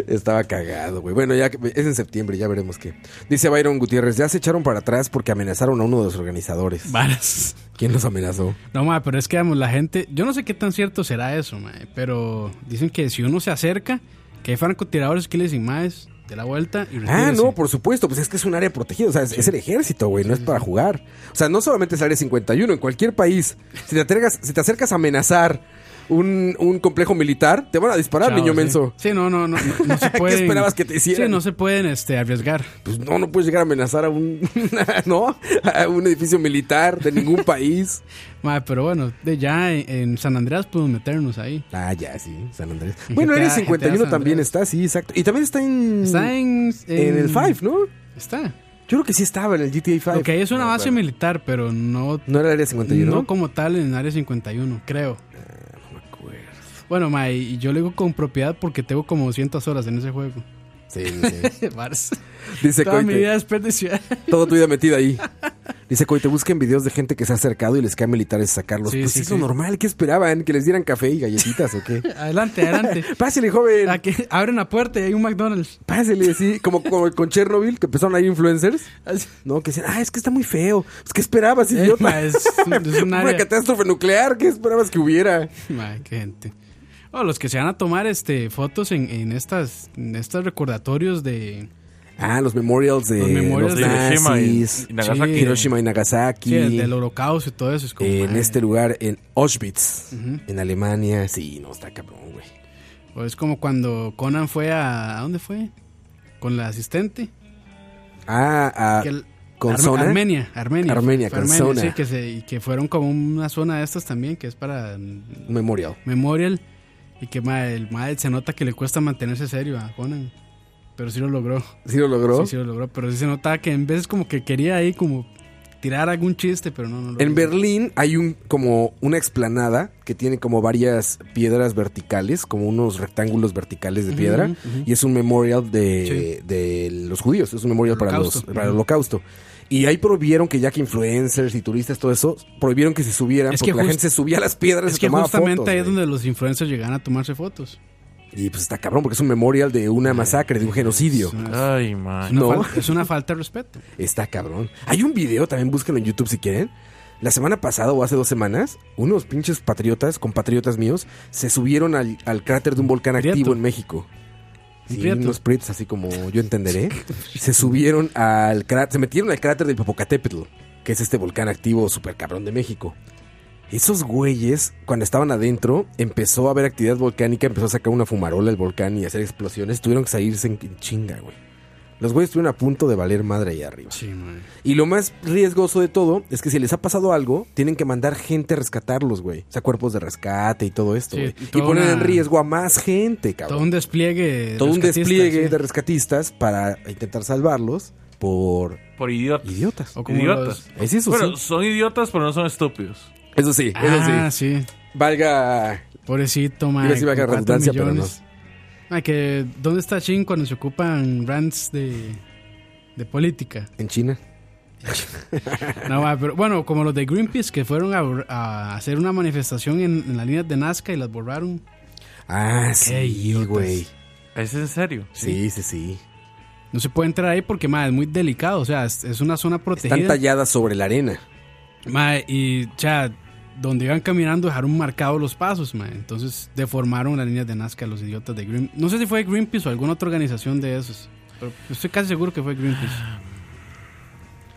B: Estaba cagado, güey. Bueno, ya que- es en septiembre, ya veremos qué. Dice Byron Gutiérrez, ya se echaron para atrás porque amenazaron a uno de los organizadores.
C: Balas.
B: ¿Quién los amenazó?
C: No, ma, pero es que digamos, la gente, yo no sé qué tan cierto será eso, ma, pero dicen que si uno se acerca, que hay francotiradores que le dicen, más, de la vuelta y
B: Ah,
C: retírese".
B: no, por supuesto, pues es que es un área protegida, o sea, es, es el ejército, güey, no es para jugar. O sea, no solamente es área 51, en cualquier país, si te acercas, si te acercas a amenazar un, un complejo militar, te van a disparar,
C: Chao,
B: Ah, niño
C: sí.
B: menso.
C: Sí, no, no, no, no, no se
B: ¿Qué
C: pueden.
B: esperabas que te hicieran?
C: Sí, no se pueden este, arriesgar.
B: Pues no, no puedes llegar a amenazar a un, ¿no? a un edificio militar de ningún país.
C: Ma, pero bueno, de ya en, en San Andreas podemos meternos ahí.
B: Ah, ya, sí, San Andrés.
C: Y
B: Bueno,
C: GTA,
B: área
C: San
B: 51 también
C: Andrés.
B: está, sí, exacto. Y también está en...
C: Está en.
B: Mm. en el 5, ¿no?
C: Está.
B: Yo creo que sí estaba en el GTA 5.
C: Lo que hay es una base militar, pero no,
B: No era el área 51.
C: no como tal en el área 51, creo. Bueno, ma, y y yo le digo con propiedad porque tengo como 200 horas en ese juego.
B: Sí, sí.
C: Varas.
B: Dice
C: Toda mi
B: Coite.
C: vida desperdiciada.
B: Toda tu vida metida ahí. Dice, Coy, te busquen videos de gente que se ha acercado y les cae militares a sacarlos.
C: Sí,
B: pues
C: sí,
B: es lo
C: sí.
B: normal. ¿Qué esperaban? ¿Que les dieran café y galletitas o qué?
C: Adelante, adelante.
B: Pásele, joven.
C: Aquí, abren la puerta y hay un McDonald's.
B: Pásele, sí. Como con, con Chernobyl, que empezaron ahí influencers. No, que decían, ah, es que está muy feo. Pues, ¿qué esperabas,
C: Eh, ma,
B: idiota?
C: es, un- es un
B: Una
C: área.
B: catástrofe nuclear. ¿Qué esperabas que hubiera?
C: Ma, qué gente. O los que se van a tomar este, fotos en, en estas en estos recordatorios de.
B: Ah, los memorials de los,
C: Los memorials de
E: Hiroshima y-
B: nazis.
E: y Nagasaki.
B: Sí. Hiroshima y Nagasaki.
C: sí, el del holocausto y todo eso. Es como,
B: en
C: ma,
B: este lugar, en Auschwitz, en Alemania. Sí, no, está cabrón, güey.
C: o es como cuando Conan fue a. ¿A dónde fue? Con la asistente.
B: Ah, ah,
C: que el-
B: con
C: Arme-
B: zona.
C: Armenia, Armenia.
B: Armenia,
C: Fue
B: con zona.
C: Sí, que, se, y que fueron como una zona de estas también, que es para
B: Un memorial.
C: Memorial y que ma, el ma, se nota que le cuesta mantenerse serio a Conan. Pero sí lo logró.
B: ¿Sí lo logró?
C: Sí, sí lo logró. Pero sí se nota que en veces como que quería ahí como tirar algún chiste, pero no, no lo
B: En
C: logró.
B: Berlín hay un como una explanada que tiene como varias piedras verticales, como unos rectángulos verticales de piedra, y es un memorial de, de los judíos, es un memorial para, los,
C: Holocausto.
B: para el holocausto. Y ahí prohibieron que ya que influencers y turistas, todo eso, prohibieron que se subieran
C: Es que
B: porque la gente
C: just-
B: se subía a las piedras y
C: Es
B: se
C: que
B: tomaba
C: justamente
B: fotos,
C: ahí es
B: güey.
C: donde los influencers llegan a tomarse fotos.
B: Y pues está cabrón porque es un memorial de una masacre, de un genocidio. Ah,
C: Es una,
E: Ay, man.
C: una
B: No.
C: fal- es una falta de respeto.
B: Está cabrón. Hay un video, también búsquenlo en YouTube si quieren. La semana pasada o hace dos semanas, unos pinches patriotas, compatriotas míos, se subieron al, al cráter de un volcán
C: Prieto.
B: activo en México. Sí,
C: Prieto.
B: unos prietos, así como yo entenderé. se subieron al cráter, se metieron al cráter del Popocatépetl, que es este volcán activo super cabrón de México. Esos güeyes, cuando estaban adentro, empezó a haber actividad volcánica, empezó a sacar una fumarola el volcán y hacer explosiones. Tuvieron que salirse en en chinga, güey. Los güeyes estuvieron a punto de valer madre ahí arriba.
C: Sí, man.
B: Y lo más riesgoso de todo es que si les ha pasado algo, tienen que mandar gente a rescatarlos, güey. O sea, cuerpos de rescate y todo esto.
C: Sí,
B: güey. y
C: toda
B: poner en
C: una-
B: riesgo a más gente,
C: Todo
B: cabrón.
C: un despliegue.
B: Todo un
C: rescatista,
B: despliegue
C: sí.
B: de rescatistas para intentar salvarlos por
E: Por idiotas.
B: idiotas.
C: O como
E: Idiotas.
B: Es eso,
E: Bueno,
B: sí.
E: son idiotas, pero no son estúpidos.
B: Eso sí,
C: los-
B: eso sí.
C: Ah, sí.
B: Valga.
C: Pobrecito, man.
B: Iba a decir vaca
C: con cuatro
B: redundancia, pero
C: millones. Ay, que ¿dónde está Chin cuando se ocupan rants de, de política?
B: En China.
C: No, ma, pero bueno, como los de Greenpeace que fueron a, bor- a hacer una manifestación en, en las líneas de Nazca y las borraron.
B: Ah,
C: Qué
B: sí,
C: idiotas.
B: güey.
E: ¿Es en serio?
B: Sí, sí, sí.
C: No se puede entrar ahí porque ma, es muy delicado, o sea, es, es una zona
B: Están
C: protegida.
B: talladas sobre la arena.
C: Ma, y o sea, donde iban caminando dejaron marcados los pasos, ma. entonces deformaron las líneas de Nazca los idiotas de Greenpeace. No sé si fue Greenpeace o alguna otra organización de esos, pero estoy casi seguro que fue Greenpeace.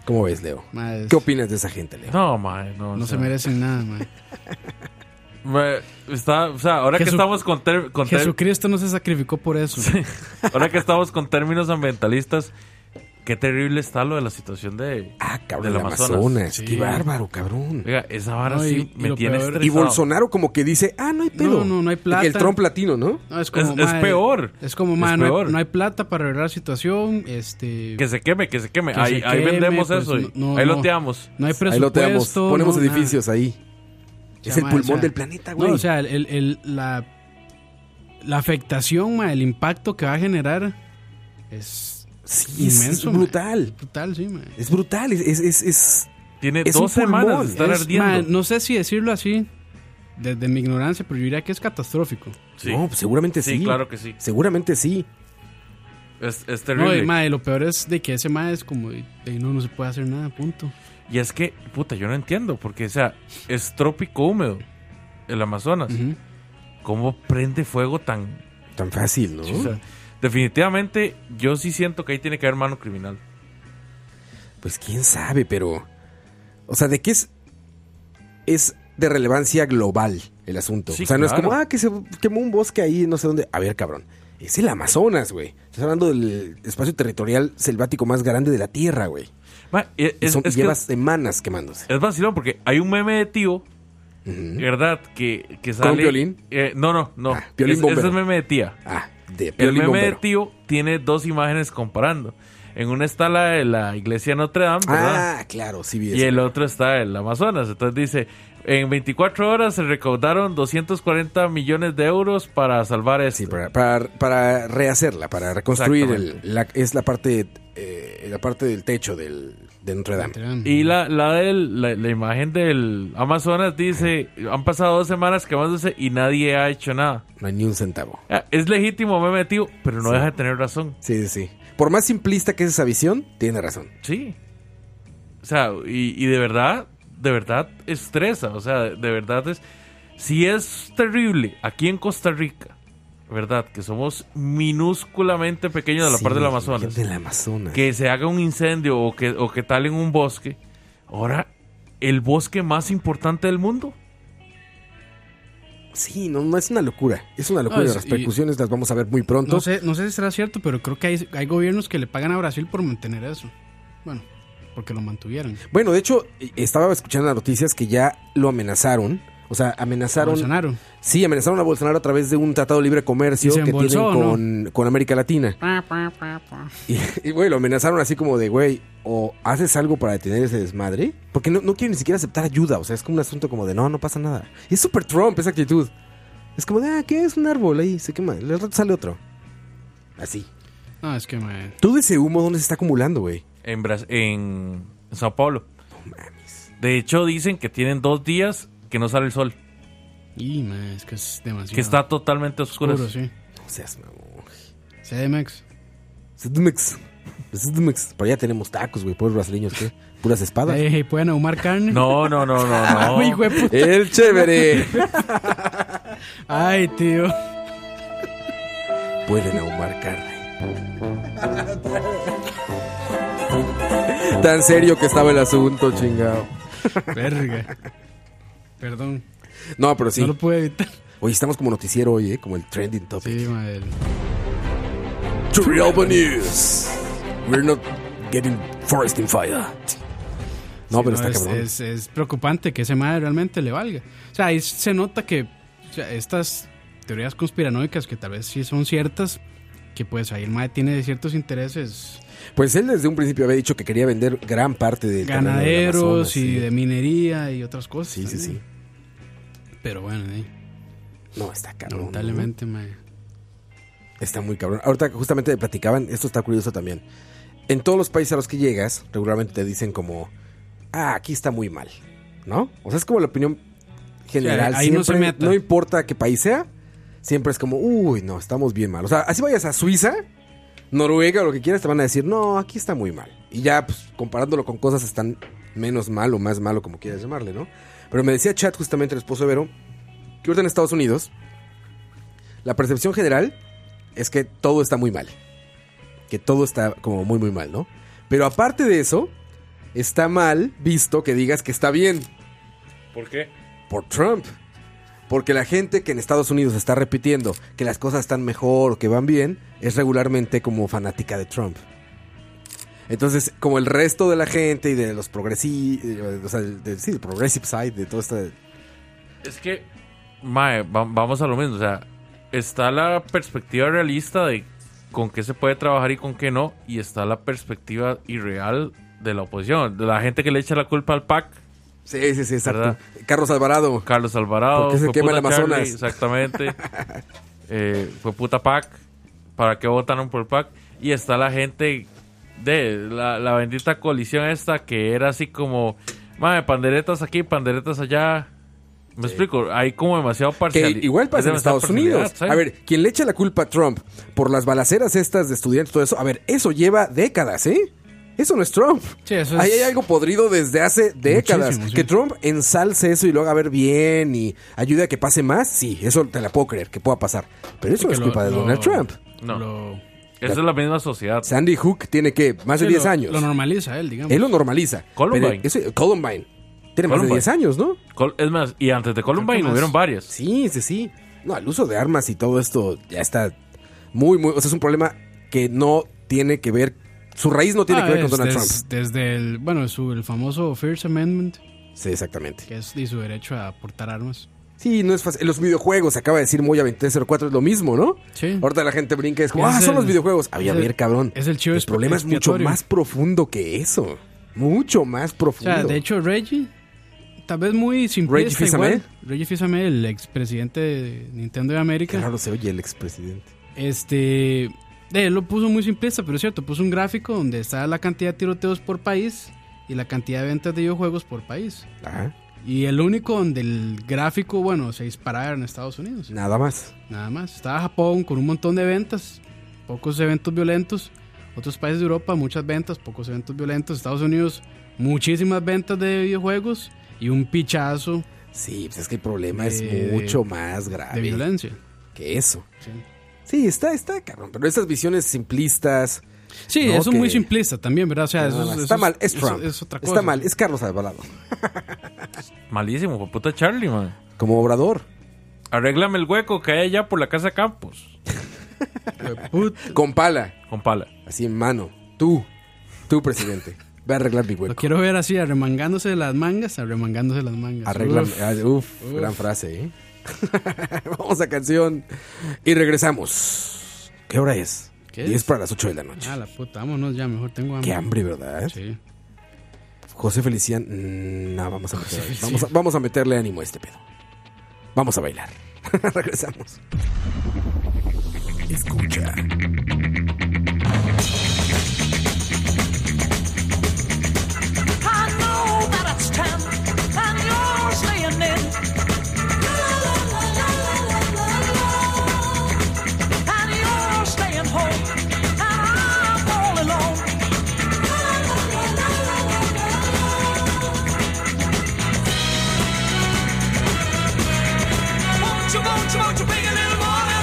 B: ¿Cómo ves, Leo?
C: Ma, es-
B: ¿Qué opinas de esa gente, Leo?
E: No, mae, no.
C: no
E: o
C: se
E: sea,
C: merecen nada, ma.
E: mae, está, o sea, ahora que
C: Jesu-
E: estamos con, ter- con ter-
C: Jesucristo no se sacrificó por eso.
E: ahora que estamos con términos ambientalistas, qué terrible está lo de la situación de
B: Ah, cabrón,
E: Del
B: el
E: Amazonas.
B: Amazonas.
C: Sí.
B: Qué bárbaro, cabrón.
E: Oiga, esa vara
C: No, y-
E: sí
C: y
E: me
C: lo
E: tiene
C: peor-
B: Y
E: estresado.
B: Bolsonaro como que dice, ah, no hay pedo.
C: No, no, no hay plata.
B: El Trump latino, ¿no?
C: No, es, como,
E: Es- es
C: mae,
E: peor.
C: Es como, mae,
E: Es
C: no hay-
E: peor.
C: No, hay plata para arreglar la situación. Este,
E: Que se queme, que se queme.
C: Que
E: ahí,
C: se
E: ahí
C: queme,
E: vendemos
C: pues,
E: eso. y
C: no,
E: ahí
C: no.
E: loteamos.
C: no hay presupuesto.
B: Ahí lo tenemos. Ponemos
C: no,
B: edificios ahí.
C: nada.
B: Es
C: O sea,
B: el
C: mae,
B: pulmón
C: o sea,
B: del planeta, güey.
C: No, o sea, el, el- el- la, la afectación, mae, el impacto que va a generar es
B: sí, es, es
C: inmenso,
B: brutal.
C: brutal, sí, mae.
B: Es brutal. Es, es, es, es-
E: Tiene
B: Es un
E: dos semanas
B: pulmón,
E: de estar
C: Es,
E: ardiendo.
C: mae, no sé si decirlo así, desde mi ignorancia, pero yo diría que es catastrófico.
E: sí.
B: No, pues seguramente sí.
E: Sí, claro que sí.
B: Seguramente sí.
E: Es, es
C: No,
E: terrible.
C: y, mae, lo peor es de que ese mae es como, de, de, no, no se puede hacer nada, punto.
E: Y es que, puta, yo no entiendo, porque, o sea, es trópico húmedo, el Amazonas.
C: Ujú.
E: ¿Cómo prende fuego tan...
B: Tan fácil, ¿no?
E: o sea, definitivamente, yo sí siento que ahí tiene que haber mano criminal.
B: Pues quién sabe, pero. O sea, ¿de qué es? Es de relevancia global el asunto.
E: Sí,
B: o sea, no es
E: claro.
B: como, ah, que se quemó un bosque ahí, no sé dónde. A ver, cabrón. Es el Amazonas, güey. Estás hablando del espacio territorial selvático más grande de la Tierra, güey.
E: Ma, es,
B: Y
E: es-
B: son-
E: es que
B: lleva semanas quemándose.
E: es vacilón, porque hay un meme de tío,
B: Ujú.
E: ¿verdad? Que, que sale...
B: Piolín?
E: Eh, no, no, no.
B: Ah, Piolín
E: Es-
B: bombero.
E: ese es meme de tía.
B: Ah, de
E: El meme
B: Piolín Bombero.
E: de tío tiene dos imágenes comparando. En una está la de la iglesia de Notre Dame, ¿verdad?
B: Ah, claro, sí vi
E: y
B: eso.
E: el otro está el Amazonas. Entonces dice, en 24 horas se recaudaron 240 millones de euros para salvar esto.
B: Sí, para, para, para rehacerla, para reconstruir el,
E: Exactamente.
B: la, es la parte eh, la parte del techo del, de Notre Dame.
E: Y la, la, del- la, la imagen del Amazonas dice, han pasado dos semanas quemándose y nadie ha hecho nada.
B: No hay ni un centavo.
E: Ah, Es legítimo meme de tío, pero no deja de tener razón.
B: Sí, sí, sí. Por más simplista que es esa visión, tiene razón.
E: Sí. O sea, y, y de verdad, de verdad estresa. O sea, de, de verdad es. Si es terrible aquí en Costa Rica, ¿verdad? Que somos minúsculamente pequeños de la
B: Sí,
E: parte del Amazonas.
B: Del Amazonas.
E: Que se haga un incendio o que, o que talen un bosque. Ahora, el bosque más importante del mundo.
B: Sí, no, no es una locura. Es una locura.
C: No, es-
B: las repercusiones las vamos a ver muy pronto.
C: No sé, no sé si será cierto, pero creo que hay, hay gobiernos que le pagan a Brasil por mantener eso. Bueno, porque lo mantuvieron.
B: Bueno, de hecho, estaba escuchando las noticias que ya lo amenazaron. O sea, amenazaron.
C: Bolsonaro.
B: Sí, amenazaron a Bolsonaro a través de un tratado de libre comercio
C: ¿Y se
B: que tienen
C: embolsó o no?
B: con, con América Latina. Y, y, güey, lo amenazaron así como de, güey, o haces algo para detener ese desmadre. Porque no, no quieren ni siquiera aceptar ayuda. O sea, es como un asunto como de, no, no pasa nada. Y es súper Trump esa actitud. Es como de, ah, ¿qué es un árbol ahí? Se quema. El rato sale otro. Así.
C: No, Ah, es que, mae,
B: Todo ese humo, ¿dónde se está acumulando, güey?
E: en, Bras- en Sao Paulo. De hecho, dicen que tienen dos días que no sale el sol,
C: y, mae, es que es demasiado.
E: que está totalmente oscuro.
C: oscuro, sí.
B: No seas mamón.
C: CDMX.
B: Sedmex. Sedmex. Por allá tenemos tacos, güey. Puros brasileños, ¿qué? Puras espadas.
C: Ey, ey, ¿Pueden ahumar carne?
E: No, no, no, no,
C: Ay,
E: no.
C: hijo de puta.
B: El chévere.
C: Ay, tío.
B: Pueden ahumar carne. Tan serio que estaba el asunto, chingado.
C: Verga. Perdón.
B: No, pero sí.
C: No lo pude evitar.
B: Oye, estamos como noticiero hoy, ¿eh? Como el trending topic.
C: Sí, mae.
B: Turrialba News. We're not getting forest in fire. No,
C: Sí,
B: pero está
C: es,
B: cabrón.
C: Es, es preocupante que ese madre realmente le valga. O sea, ahí se nota que o sea, estas teorías conspiranoicas, que tal vez sí son ciertas, que pues ahí el madre tiene ciertos intereses
B: Pues él desde un principio había dicho que quería vender gran parte del terreno del
C: ganaderos
B: Amazonas,
C: y
B: sí.
C: de minería y otras cosas.
B: Sí, sí, sí.
C: también. Pero bueno, eh,
B: No, está cabrón.
C: lamentablemente, mae.
B: Está muy cabrón. Ahorita justamente platicaban, esto está curioso también. en todos los países a los que llegas, regularmente te dicen como, ah, aquí está muy mal, ¿no? O sea, es como la opinión general.
C: Sí, ahí no
B: Siempre-
C: se meta.
B: no importa qué país sea, siempre es como, uy, no, estamos bien mal. O sea, así vayas a Suiza, Noruega o lo que quieras, te van a decir, no, aquí está muy mal. Y ya, pues, comparándolo con cosas están menos mal o más mal o como quieras llamarle, ¿no? Pero me decía Chad, justamente el esposo de Vero, que ahorita en Estados Unidos, la percepción general es que todo está muy mal. Que todo está como muy, muy mal, ¿no? Pero aparte de eso, está mal visto que digas que está bien
E: ¿Por qué?
B: por Trump. Porque la gente que en Estados Unidos está repitiendo que las cosas están mejor o que van bien, es regularmente como fanática de Trump. Entonces, como el resto de la gente y de los progresivos, o sea, del- sí, el progressive side, de todo este...
E: Es que, mae, va- vamos a lo mismo. O sea, está la perspectiva realista de con qué se puede trabajar y con qué no, y está la perspectiva irreal de la oposición, de la gente que le echa la culpa al PAC,
B: Sí, sí, sí, exacto.
E: ¿Verdad?
B: Carlos Alvarado.
E: Carlos Alvarado,
B: ¿Por qué se
E: fue
B: quema
E: puta
B: el Amazonas?
E: exactamente, Eh, fue puta PAC, ¿para qué votaron por PAC? Y está la gente de la, la bendita coalición esta que era así como, mae, panderetas aquí, panderetas allá. Me explico, hay como demasiado
B: Que
E: parcialidad.
B: igual pasa en Estados Unidos. A ver, quien le echa la culpa a Trump por las balaceras estas de estudiantes, todo eso, a ver, eso lleva décadas, ¿eh? Eso no es Trump.
C: Sí, eso
B: Ahí
C: es-
B: hay algo podrido desde hace décadas.
C: Muchísimo, sí.
B: Que Trump ensalce eso y lo haga ver bien y ayude a que pase más, sí, eso te la puedo creer, que pueda pasar. Pero eso no
C: que
B: es
C: lo-
B: culpa de
C: lo-
B: Donald Trump.
E: No.
C: Lo,
E: Esa es la misma sociedad.
B: Sandy Hook tiene que más de
C: sí,
B: 10
C: lo-
B: años.
C: Lo normaliza él, digamos.
B: Él lo normaliza.
E: Columbine.
B: Pero eso- Columbine. Tiene más de
E: Columbine.
B: 10 años, ¿no?
E: Col- es más, y antes de
C: Creo
E: Columbine
C: que más.
E: hubieron varias.
B: Sí, sí, sí. No, el uso de armas y todo esto ya está muy, muy. O sea, es un problema que no tiene que ver. Su raíz no tiene
C: Ah,
B: que ver con
C: es-
B: Donald
C: des-
B: Trump.
C: Desde el, bueno, su, el famoso First Amendment,
B: Sí, exactamente.
C: que es y su derecho a portar armas.
B: Sí, no es fácil. En los videojuegos, acaba de decir Moya 2304, es lo mismo, ¿no?
C: Sí.
B: Ahorita la gente brinca y es como,
C: Mm. Es
B: ah, son
C: el-
B: los videojuegos. Había
C: es
B: a
C: el-
B: ver, cabrón.
C: es el chivo
B: El problema es mucho
C: expiatorio.
B: más profundo que eso. Mucho más
C: O
B: profundo.
C: sea, de hecho, Reggie, tal vez muy
B: Reggie
C: simplista
B: Fils-Aimé.
C: igual. Reggie Fils-Aimé, el expresidente de Nintendo de
B: Qué
C: América,
B: raro se oye el expresidente.
C: este, eh, él lo puso muy simplista, pero es cierto, puso un gráfico donde está la cantidad de tiroteos por país y la cantidad de ventas de videojuegos por país.
B: Ajá.
C: Y el único donde el gráfico, bueno, se disparaba en Estados Unidos.
B: Nada más.
C: Nada más. Estaba Japón con un montón de ventas, pocos eventos violentos. Otros países de Europa, muchas ventas, pocos eventos violentos. Estados Unidos, muchísimas ventas de videojuegos y un pichazo
B: Sí, pues es que el problema
C: De-
B: es mucho más
C: de
B: grave
C: violencia.
B: que eso.
C: Sí,
B: Ah, Sí, está, está, cabrón. Pero esas visiones simplistas.
C: Sí,
B: No,
C: eso es
B: que-
C: muy simplista también, ¿verdad? O sea,
B: nada
C: Ah, eso, es-
B: más.
C: eso
B: está
C: es-
B: mal, es
C: eso
B: Trump.
C: es otra cosa.
B: Está mal, es Carlos Alvarado.
E: Malísimo, fue puta Charlie, man.
B: Como obrador.
E: Arréglame el hueco que hay allá por la casa Campos.
C: Put-
B: Con pala,
E: Con pala.
B: así en mano. Tú, tú, presidente. Ve a arreglar mi
C: Lo
B: hueco.
C: quiero ver así, arremangándose de las mangas, arremangándose de las mangas.
B: Arregla.
C: Uf.
B: ah, Uf, gran frase, ¿eh? Vamos a canción y regresamos. ¿Qué hora es?
C: ¿Qué
B: 10
C: es?
B: para las 8 de la noche.
C: Ah, la puta, vámonos ya, mejor tengo hambre.
B: Qué hambre, ¿eh? ¿verdad?
C: Sí.
B: José Felician. mm, No, vamos a, meter- vamos, a, vamos a meterle ánimo a este pedo. Vamos a bailar. regresamos.
F: Escucha.
G: I know that it's time, and you're staying in. And you're staying home, and I'm all alone. Won't you, won't you, won't you bring a little water?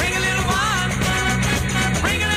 G: Bring a little wine. Bring a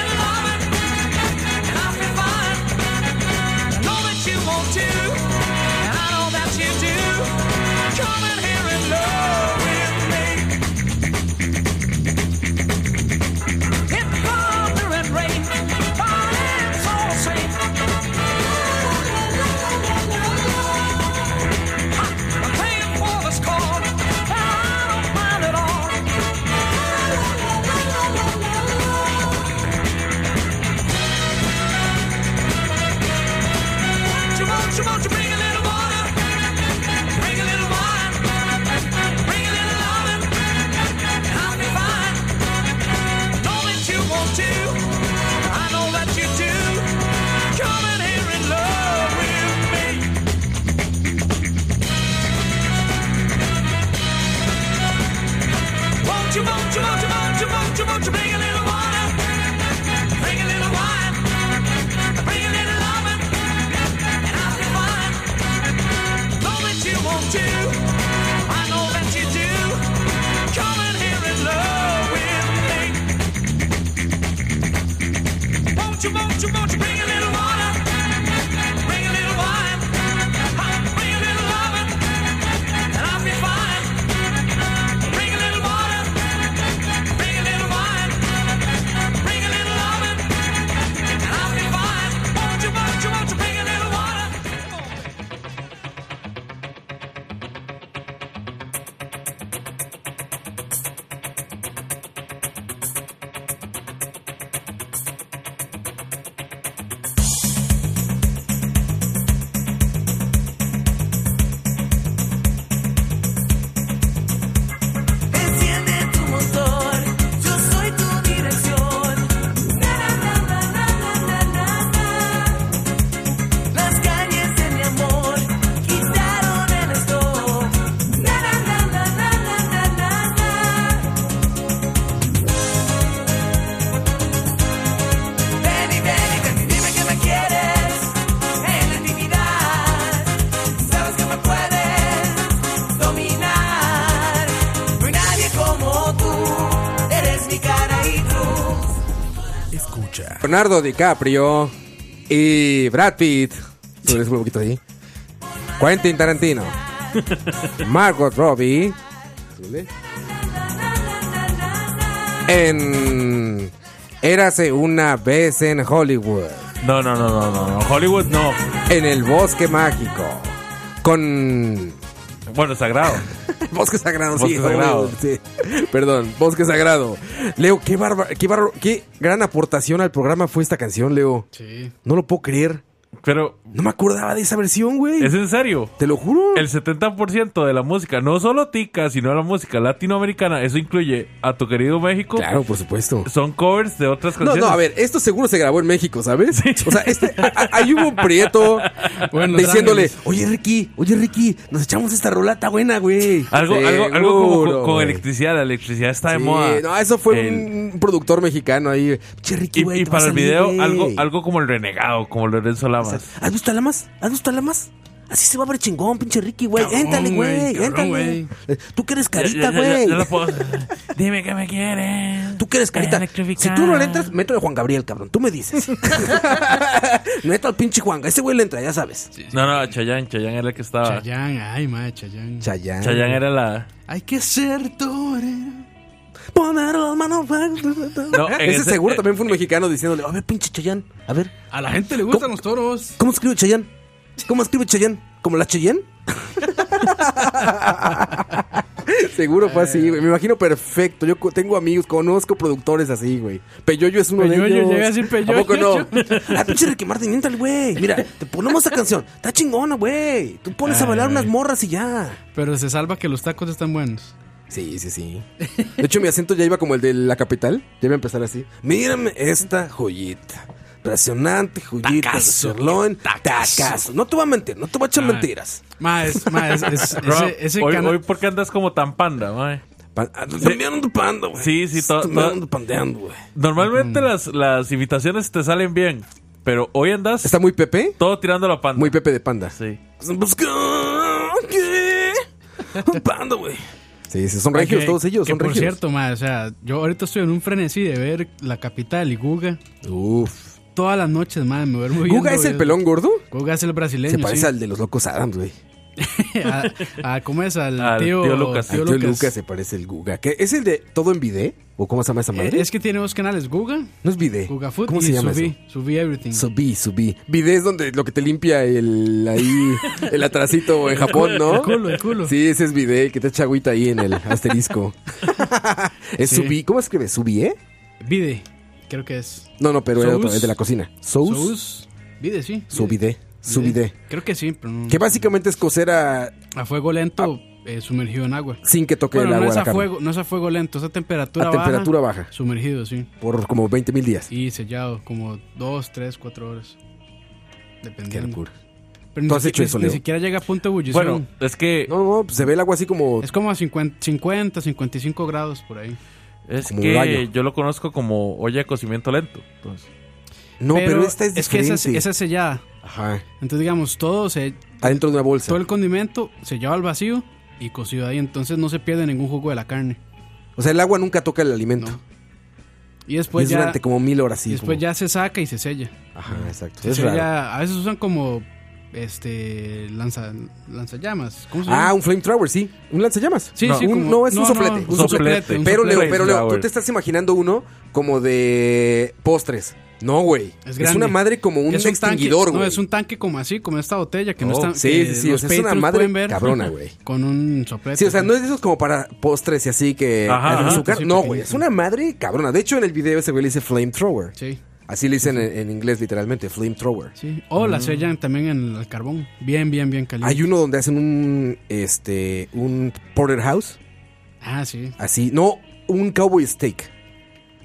F: escucha.
B: Leonardo DiCaprio y Brad Pitt. Súbele, súbele un poquito ahí. Quentin Tarantino. Margot Robbie. Súbele. En. Érase una vez en Hollywood.
E: No, no, no, no, no, no. Hollywood no.
B: En el bosque mágico. Con.
E: Bueno, sagrado.
B: Bosque sagrado, sí.
E: Bosque sagrado.
B: Hollywood, sí. Perdón, bosque sagrado. Leo, qué, barba, qué, barro- qué gran aportación al programa fue esta canción, Leo.
C: Sí.
B: No lo puedo creer.
E: Pero,
B: No me acordaba de esa versión, güey.
E: ¿es en serio?
B: Te lo juro.
E: El 70% de la música, no solo tica, sino la música latinoamericana, eso incluye a tu querido México,
B: Claro, por supuesto.
E: son covers de otras
B: No,
E: canciones.
B: no, a ver, esto seguro se grabó en México, ¿sabes? O sea, este, a- a- ahí hubo un prieto
C: Bueno, Los
B: diciéndole,
C: Ángeles.
B: oye Ricky, oye Ricky, nos echamos esta rolata buena, güey.
E: Algo, algo, algo como con-
B: Seguro,
E: con,
B: güey.
E: electricidad, la electricidad está de
B: Sí,
E: moda.
B: No, eso fue
E: El-
B: un productor mexicano ahí. Che, Ricky,
E: Y,
B: güey,
E: y
B: te vas
E: para el
B: a salir,
E: video,
B: güey".
E: algo, algo como el renegado, como Lorenzo Lamas.
B: ¿Has visto la más? ¿Has visto la más? Así se va a ver chingón, pinche Ricky, güey.
C: Cabrón,
B: Éntale,
C: güey,
B: güey.
C: cabrón,
B: Éntale.
C: güey.
B: Eh, Tú que eres
E: Ya-
B: carita,
E: ya- ya- ya-
B: güey.
E: ya lo puedo- Dime que me quieres.
B: Tú que eres carita. Si
E: Electrificada.
B: tú no le entras, métele a Juan Gabriel, cabrón. Tú me dices. Meto al pinche Juan. Ese güey le entra, ya sabes.
E: No, no, Chayanne, Chayanne era el que estaba. Chayanne,
C: Chayán, ay, madre, Chayán.
B: Chayán.
E: era la...
C: Hay que ser torero.
B: Poner las manos.
E: No, en
B: ese,
E: ese-
B: seguro
E: eh,
B: también fue un mexicano diciéndole, a ver, pinche Chayán. A ver,
C: A la gente le gustan los toros.
B: ¿cómo escribe Chayán? ¿Cómo escribe Chayán? ¿Como la Chayán? Seguro fue así, güey. Me imagino perfecto. Yo co- tengo amigos, conozco productores así, güey. Peyoyo es uno de
C: Peyoyo,
B: ellos.
C: llegué a decir Peyoyo.
B: ¿A poco no? Ah, pinche Ricky Martin, entra güey. Mira, te ponemos esa canción. Está chingona, güey. Tú pones a
C: Ay,
B: bailar
C: ay.
B: unas morras y ya.
C: Pero se salva que los tacos están buenos.
B: Sí, sí, sí. De hecho, mi acento ya iba como el de la capital. Ya iba a empezar así. Mírame esta joyita. Impresionante joyita. de sirloin. Tacazo. No te voy a mentir, no te voy a echar
C: Ay.
B: mentiras.
C: Más, más,
E: Rob,
C: ese, ese
E: hoy,
C: cana-
E: hoy porque andas como tan panda, mae.
B: Pan- ah, También ando panda, güey.
E: Sí, sí, to-
B: También
E: to-
B: ando pandeando, güey.
E: Normalmente
B: Mm.
E: las, las invitaciones te salen bien, pero hoy andas
B: ¿Está muy Pepe?
E: todo tirando la panda.
B: Muy Pepe de panda.
E: Sí.
B: ¿Qué? Un Panda, güey. Sí, sí, son regios,
C: que-
B: todos ellos
C: que
B: son
C: por
B: regios.
C: cierto, madre, o sea, yo ahorita estoy en un frenesí de ver la capital y Guga.
B: Uf.
C: Todas las noches, madre, me duermo viendo
B: ¿Guga es el
C: videos.
B: pelón gordo?
C: Guga es el brasileño.
B: Se parece
C: sí.
B: al de los locos Adams, güey.
C: a, a- ¿Cómo es? Al,
E: Al
C: tío,
E: tío Lucas.
B: Al tío Lucas. se parece el Guga. ¿Qué? ¿Es el de todo en video? ¿O cómo se llama esa
C: Eh,
B: madre?
C: Es que tiene dos canales, Guga,
B: no es video.
C: Guga Food
B: ¿Cómo
C: y
B: se llama
C: Subí,
B: eso?
C: Subí Everything.
B: Subí, subí. Vide es donde lo que te limpia el ahí el atracito en Japón, ¿no?
C: el culo, el culo.
B: Sí, ese es vide, que te echa agüita ahí en el asterisco. es
C: Sí.
B: subí, ¿cómo escribe? ¿Subí, eh?
C: Vide, creo que es.
B: No, no, pero era
C: Sous.
B: otro, el de la cocina. Sous,
C: Sous. Vide, sí. Vide.
B: subide, subide.
C: Creo que sí, pero no.
B: Que básicamente es cocer a-
C: A fuego lento, eh, sumergido en agua.
B: sin que toque
C: Bueno,
B: el agua
C: no es,
B: la
C: a
B: carne.
C: fuego, no es a fuego lento, es a temperatura
B: A
C: baja.
B: temperatura baja.
C: Sumergido, sí.
B: Por como 20 mil días.
C: Y sellado, como dos, tres, cuatro horas. Dependiendo.
B: Qué locura.
C: Pero ni
B: ¿Tú has hecho
C: siquiera-
B: eso,
C: ni-
B: Leo?
C: Ni siquiera llega a punto de ebullición.
E: Bueno, es que,
B: No, no, pues se ve el agua así como
C: es como a 50, 50, 55 grados por ahí.
E: es
B: como un gallo.
E: que yo lo conozco como olla de cocimiento lento. Entonces,
B: No, pero, esta es
C: que
B: diferente.
C: esa, es- esa es sellada.
B: Ajá.
C: Entonces, digamos, todo, se,
B: Adentro de una bolsa.
C: todo el condimento sellado al vacío y cocido ahí. Entonces no se pierde ningún jugo de la carne.
B: O sea, el agua nunca toca el alimento.
C: No. Y
B: Y
C: después,
B: es
C: ya,
B: durante como mil horas. Sí,
C: y después
B: como-
C: ya se saca y se sella.
B: Ajá, exacto.
C: Se
B: Es
C: sella-
B: raro.
C: a veces usan como este lanza, lanzallamas. ¿Cómo se llama?
B: Ah, un flamethrower, sí. Un lanzallamas.
C: pues Sí,
B: no,
C: sí,
B: un-
C: como-
B: no, es un
C: no,
B: soplete.
C: no,
B: un
E: soplete.
B: soplete.
E: un
B: Pero
E: soplete.
B: Leo, pero Leo, tú
E: Flamethrower.
B: te estás imaginando uno como de postres. No, güey. Es,
C: grande.
B: una madre como un
C: Es
B: extinguidor,
C: tanque,
B: güey.
C: No, es un tanque como así, como esta botella que no
B: Oh,
C: está.
B: sí,
C: que
B: sí, sí, o
C: los
B: sea, es una
C: Patreons
B: madre
C: pueden ver
B: cabrona, güey.
C: Con un soplete.
B: Sí, o sea, no es de esos como para postres y así que
E: Ajá,
B: con
E: ajá.
B: azúcar.
C: Sí,
B: No,
C: pequeño,
B: güey. Es
C: sí.
B: una madre cabrona. De hecho, en el video ese güey le dice flamethrower.
C: Sí,
B: Así le dicen en, en inglés literalmente, flamethrower.
C: sí. O
B: Mm.
C: la sellan también en el carbón. Bien, bien, bien caliente.
B: Hay uno donde hacen un este un porterhouse,
C: Ah, sí.
B: así, no, un cowboy steak.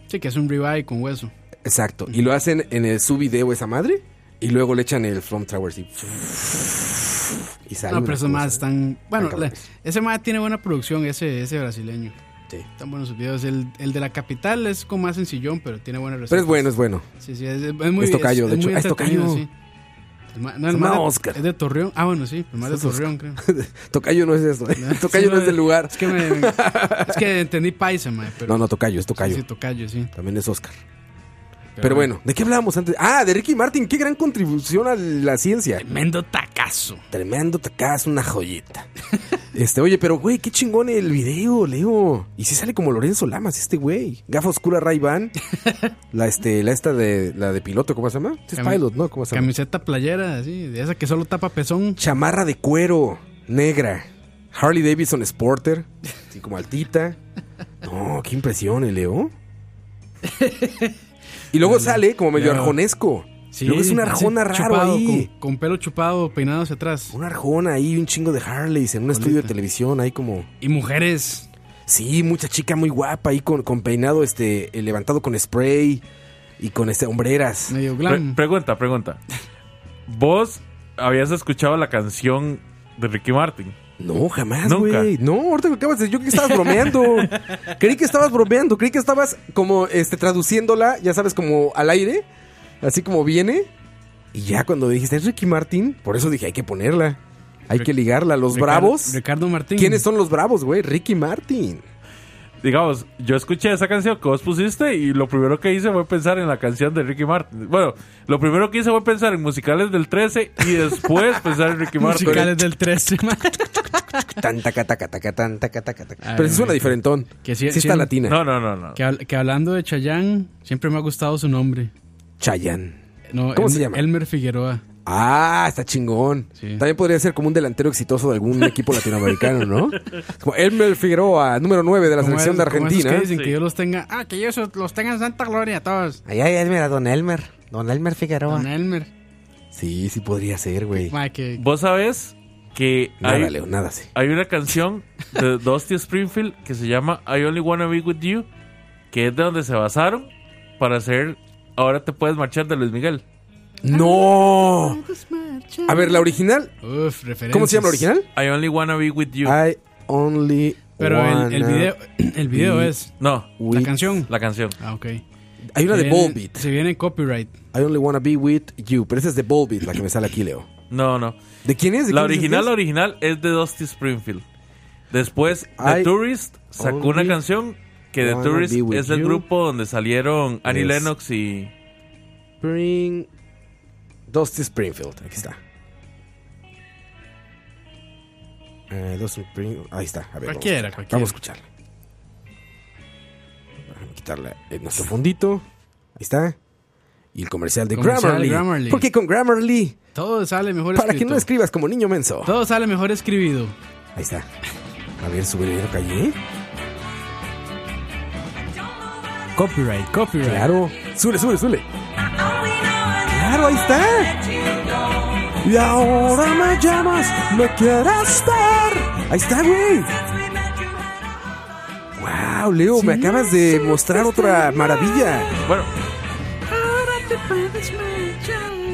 C: Sí, que es un ribeye con hueso.
B: Exacto, y lo hacen en el video esa madre y luego le echan el flamethrower y y sale
C: No,
B: una
C: pero esos
B: cosa.
C: más
B: eh.
C: están. Bueno,
B: Tan
C: la-
B: cabrones.
C: ese más tiene buena producción, ese, ese brasileño.
B: Sí.
C: Están buenos sus videos. El, el de la capital es como más sencillón, pero tiene buena
B: Pero es bueno, es bueno.
C: Sí, sí, es, es muy
B: Es tocayo,
C: es-
B: de
C: es
B: hecho.
C: muy
B: Ah, es
C: entretenido,
B: tocayo.
C: sí. El ma- no,
B: Se
C: el ma
B: llama
C: de-
B: Oscar.
C: Es de Torreón. Ah, bueno, sí, el más de
B: Es Oscar.
C: Torreón, creo.
B: tocayo no es eso. ¿eh? tocayo
C: Sí,
B: no es del lugar.
C: Es que, me, es que entendí paisa, mae, pero
B: No, no, tocayo, es tocayo.
C: Sí, sí, tocayo, sí.
B: También es Oscar. Pero bueno, ¿de qué hablábamos antes? Ah, de Ricky Martin, qué gran contribución a la ciencia.
C: Tremendo tacazo.
B: Tremendo tacazo, una joyita. Este, oye, pero güey, qué chingón el video, Leo. Y si sale como Lorenzo Lamas, este güey. Gafa oscura Ray Van. La este, la esta de la de piloto, ¿cómo se llama? Es
C: Cami-
B: pilot, ¿no? ¿Cómo se llama?
C: Camiseta playera, así, de esa que solo tapa pezón.
B: Chamarra de cuero, negra. Harley Davidson Sporter, así como altita. No, qué impresión, eh, Leo. Y luego sale como medio
C: Leo.
B: arjonesco. luego es una
C: así,
B: arjona raro
C: chupado,
B: ahí.
C: Con, con pelo chupado, peinado hacia atrás.
B: Un arjón ahí, un chingo de Harleys en un estudio de televisión, ahí como.
C: Y mujeres.
B: Sí, mucha chica muy guapa ahí con, con peinado este eh, levantado con spray y con este hombreras.
C: Medio
E: Pre-
C: glam.
E: pregunta, pregunta. ¿Vos habías escuchado la canción de Ricky Martin?
B: No, jamás,
E: Nunca.
B: güey. No, ahorita que acabas de yo que estabas bromeando. creí que estabas bromeando, creí que estabas como este traduciéndola, ya sabes, como al aire, así como viene. Y ya cuando dijiste es Ricky Martin, por eso dije, hay que ponerla. Hay que ligarla, los
C: Ricardo-
B: bravos.
C: Ricardo Martín.
B: ¿Quiénes son los bravos, güey? Ricky Martin.
E: Digamos, yo escuché esa canción que vos pusiste y lo primero que hice fue pensar en la canción de Ricky Martin. Bueno, lo primero que hice fue pensar en musicales del 13 y después pensar en Ricky Martin.
C: Musicales del 13, man.
B: Tan, taca, taca, taca, tan, taca, taca, taca.
C: Ay,
B: Pero sí suena
C: güey.
B: diferentón.
C: Que
B: sí,
C: sí-
B: está
C: sí-
B: latina.
E: No, no, no, no.
C: que, hab- que hablando de Chayanne, siempre me ha gustado su nombre.
B: Chayanne.
C: No,
B: ¿Cómo
C: Elmer-
B: se llama?
C: Elmer Figueroa.
B: Ah, está chingón.
C: Sí.
B: También podría ser como un delantero exitoso de algún equipo latinoamericano, ¿no? Como Elmer Figueroa, número 9 de la
C: Como
B: selección de
C: es- como esos
B: Argentina.
C: Que dicen que Dios los tenga. Ah, que Dios los tenga en santa gloria a todos.
B: Ay, ay, Elmer, a don Elmer. Don Elmer Figueroa.
C: Don E- Elmer.
B: Sí, sí podría ser, güey.
C: Ma, que,
E: Vos sabés que
B: Nada,
E: hay,
B: Leo, nada, sí.
E: hay una canción de Dusty Springfield que se llama I Only Wanna Be With You, que es de donde se basaron para hacer Ahora te puedes marchar de Luis Miguel.
B: ¡No! A ver, la original.
C: Uf, referencias.
B: ¿Cómo se llama la original?
E: I Only Wanna Be With You.
B: I only.
C: Pero el, el
B: wanna-
C: video, el video
B: be-
C: es
E: No,
C: la
B: with-
C: canción.
E: la canción.
C: Ah, ok.
B: Hay una
C: Se
B: de
C: viene-
B: Volbeat.
C: Se viene copyright.
B: I only wanna be with you. Pero esa es de Volbeat, la que me sale aquí, Leo.
E: No, no.
B: ¿De quién es? ¿De
E: La
B: quién es?
E: original, la original es de Dusty Springfield. Después, The
B: I
E: Tourist sacó una
B: only
E: canción que The
B: wanna
E: Tourist
B: be with
E: es el
B: you.
E: grupo donde salieron Annie
B: Yes.
E: Lennox y...
B: Spring. Dusty Springfield. Aquí está. Eh, Dusty Springfield. Ahí está. A ver, vamos a
C: Cualquiera,
B: escucharla.
C: cualquiera.
B: Vamos a escucharla. Vamos a quitarle eh, nuestro fondito. Ahí está. Y el comercial de
C: Comercial
B: Grammarly.
C: Grammarly.
B: Porque con Grammarly,
C: Todo sale mejor
B: para que
C: escrito.
B: no escribas como niño menso.
C: Todo sale mejor escribido.
B: Ahí está. A ver, sube el calle.
C: Copyright, copyright.
B: Claro. Sube, sube, sube. Claro, ahí está. Y ahora me llamas, me quieres ver. Ahí está, güey. Wow, Leo, me acabas de mostrar otra maravilla.
E: Bueno,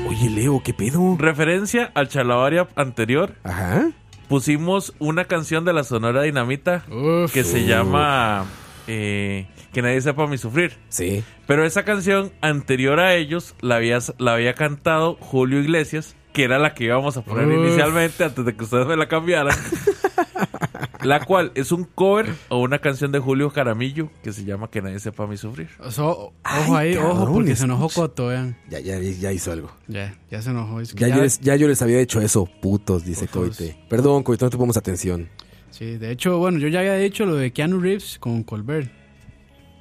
B: Oye, Leo, ¿qué pedo?
E: referencia al chalabaria anterior,
B: Ajá.
E: pusimos una canción de la Sonora Dinamita
C: Uf.
E: que se llama... eh, que nadie sepa mi sufrir.
B: Sí.
E: Pero esa canción anterior a ellos la había, la había cantado Julio Iglesias, que era la que íbamos a poner
C: Uf.
E: inicialmente antes de que ustedes me la cambiaran. la cual es un cover o una canción de Julio Jaramillo que se llama Que nadie sepa a mí sufrir.
C: So- ojo
B: Ay,
C: ahí,
B: cabrón,
C: ojo, porque se enojó
B: escucha.
C: Coto, vean.
B: Ya, ya, ya hizo algo.
C: Ya, ya se enojó. es que
B: Ya,
C: ya-
B: yo les, ya yo les había hecho eso, putos, dice
C: Putos.
B: Coite. Perdón, Coite, no te ponemos atención.
C: Sí, de hecho, bueno, yo ya había dicho lo de Keanu Reeves con Colbert.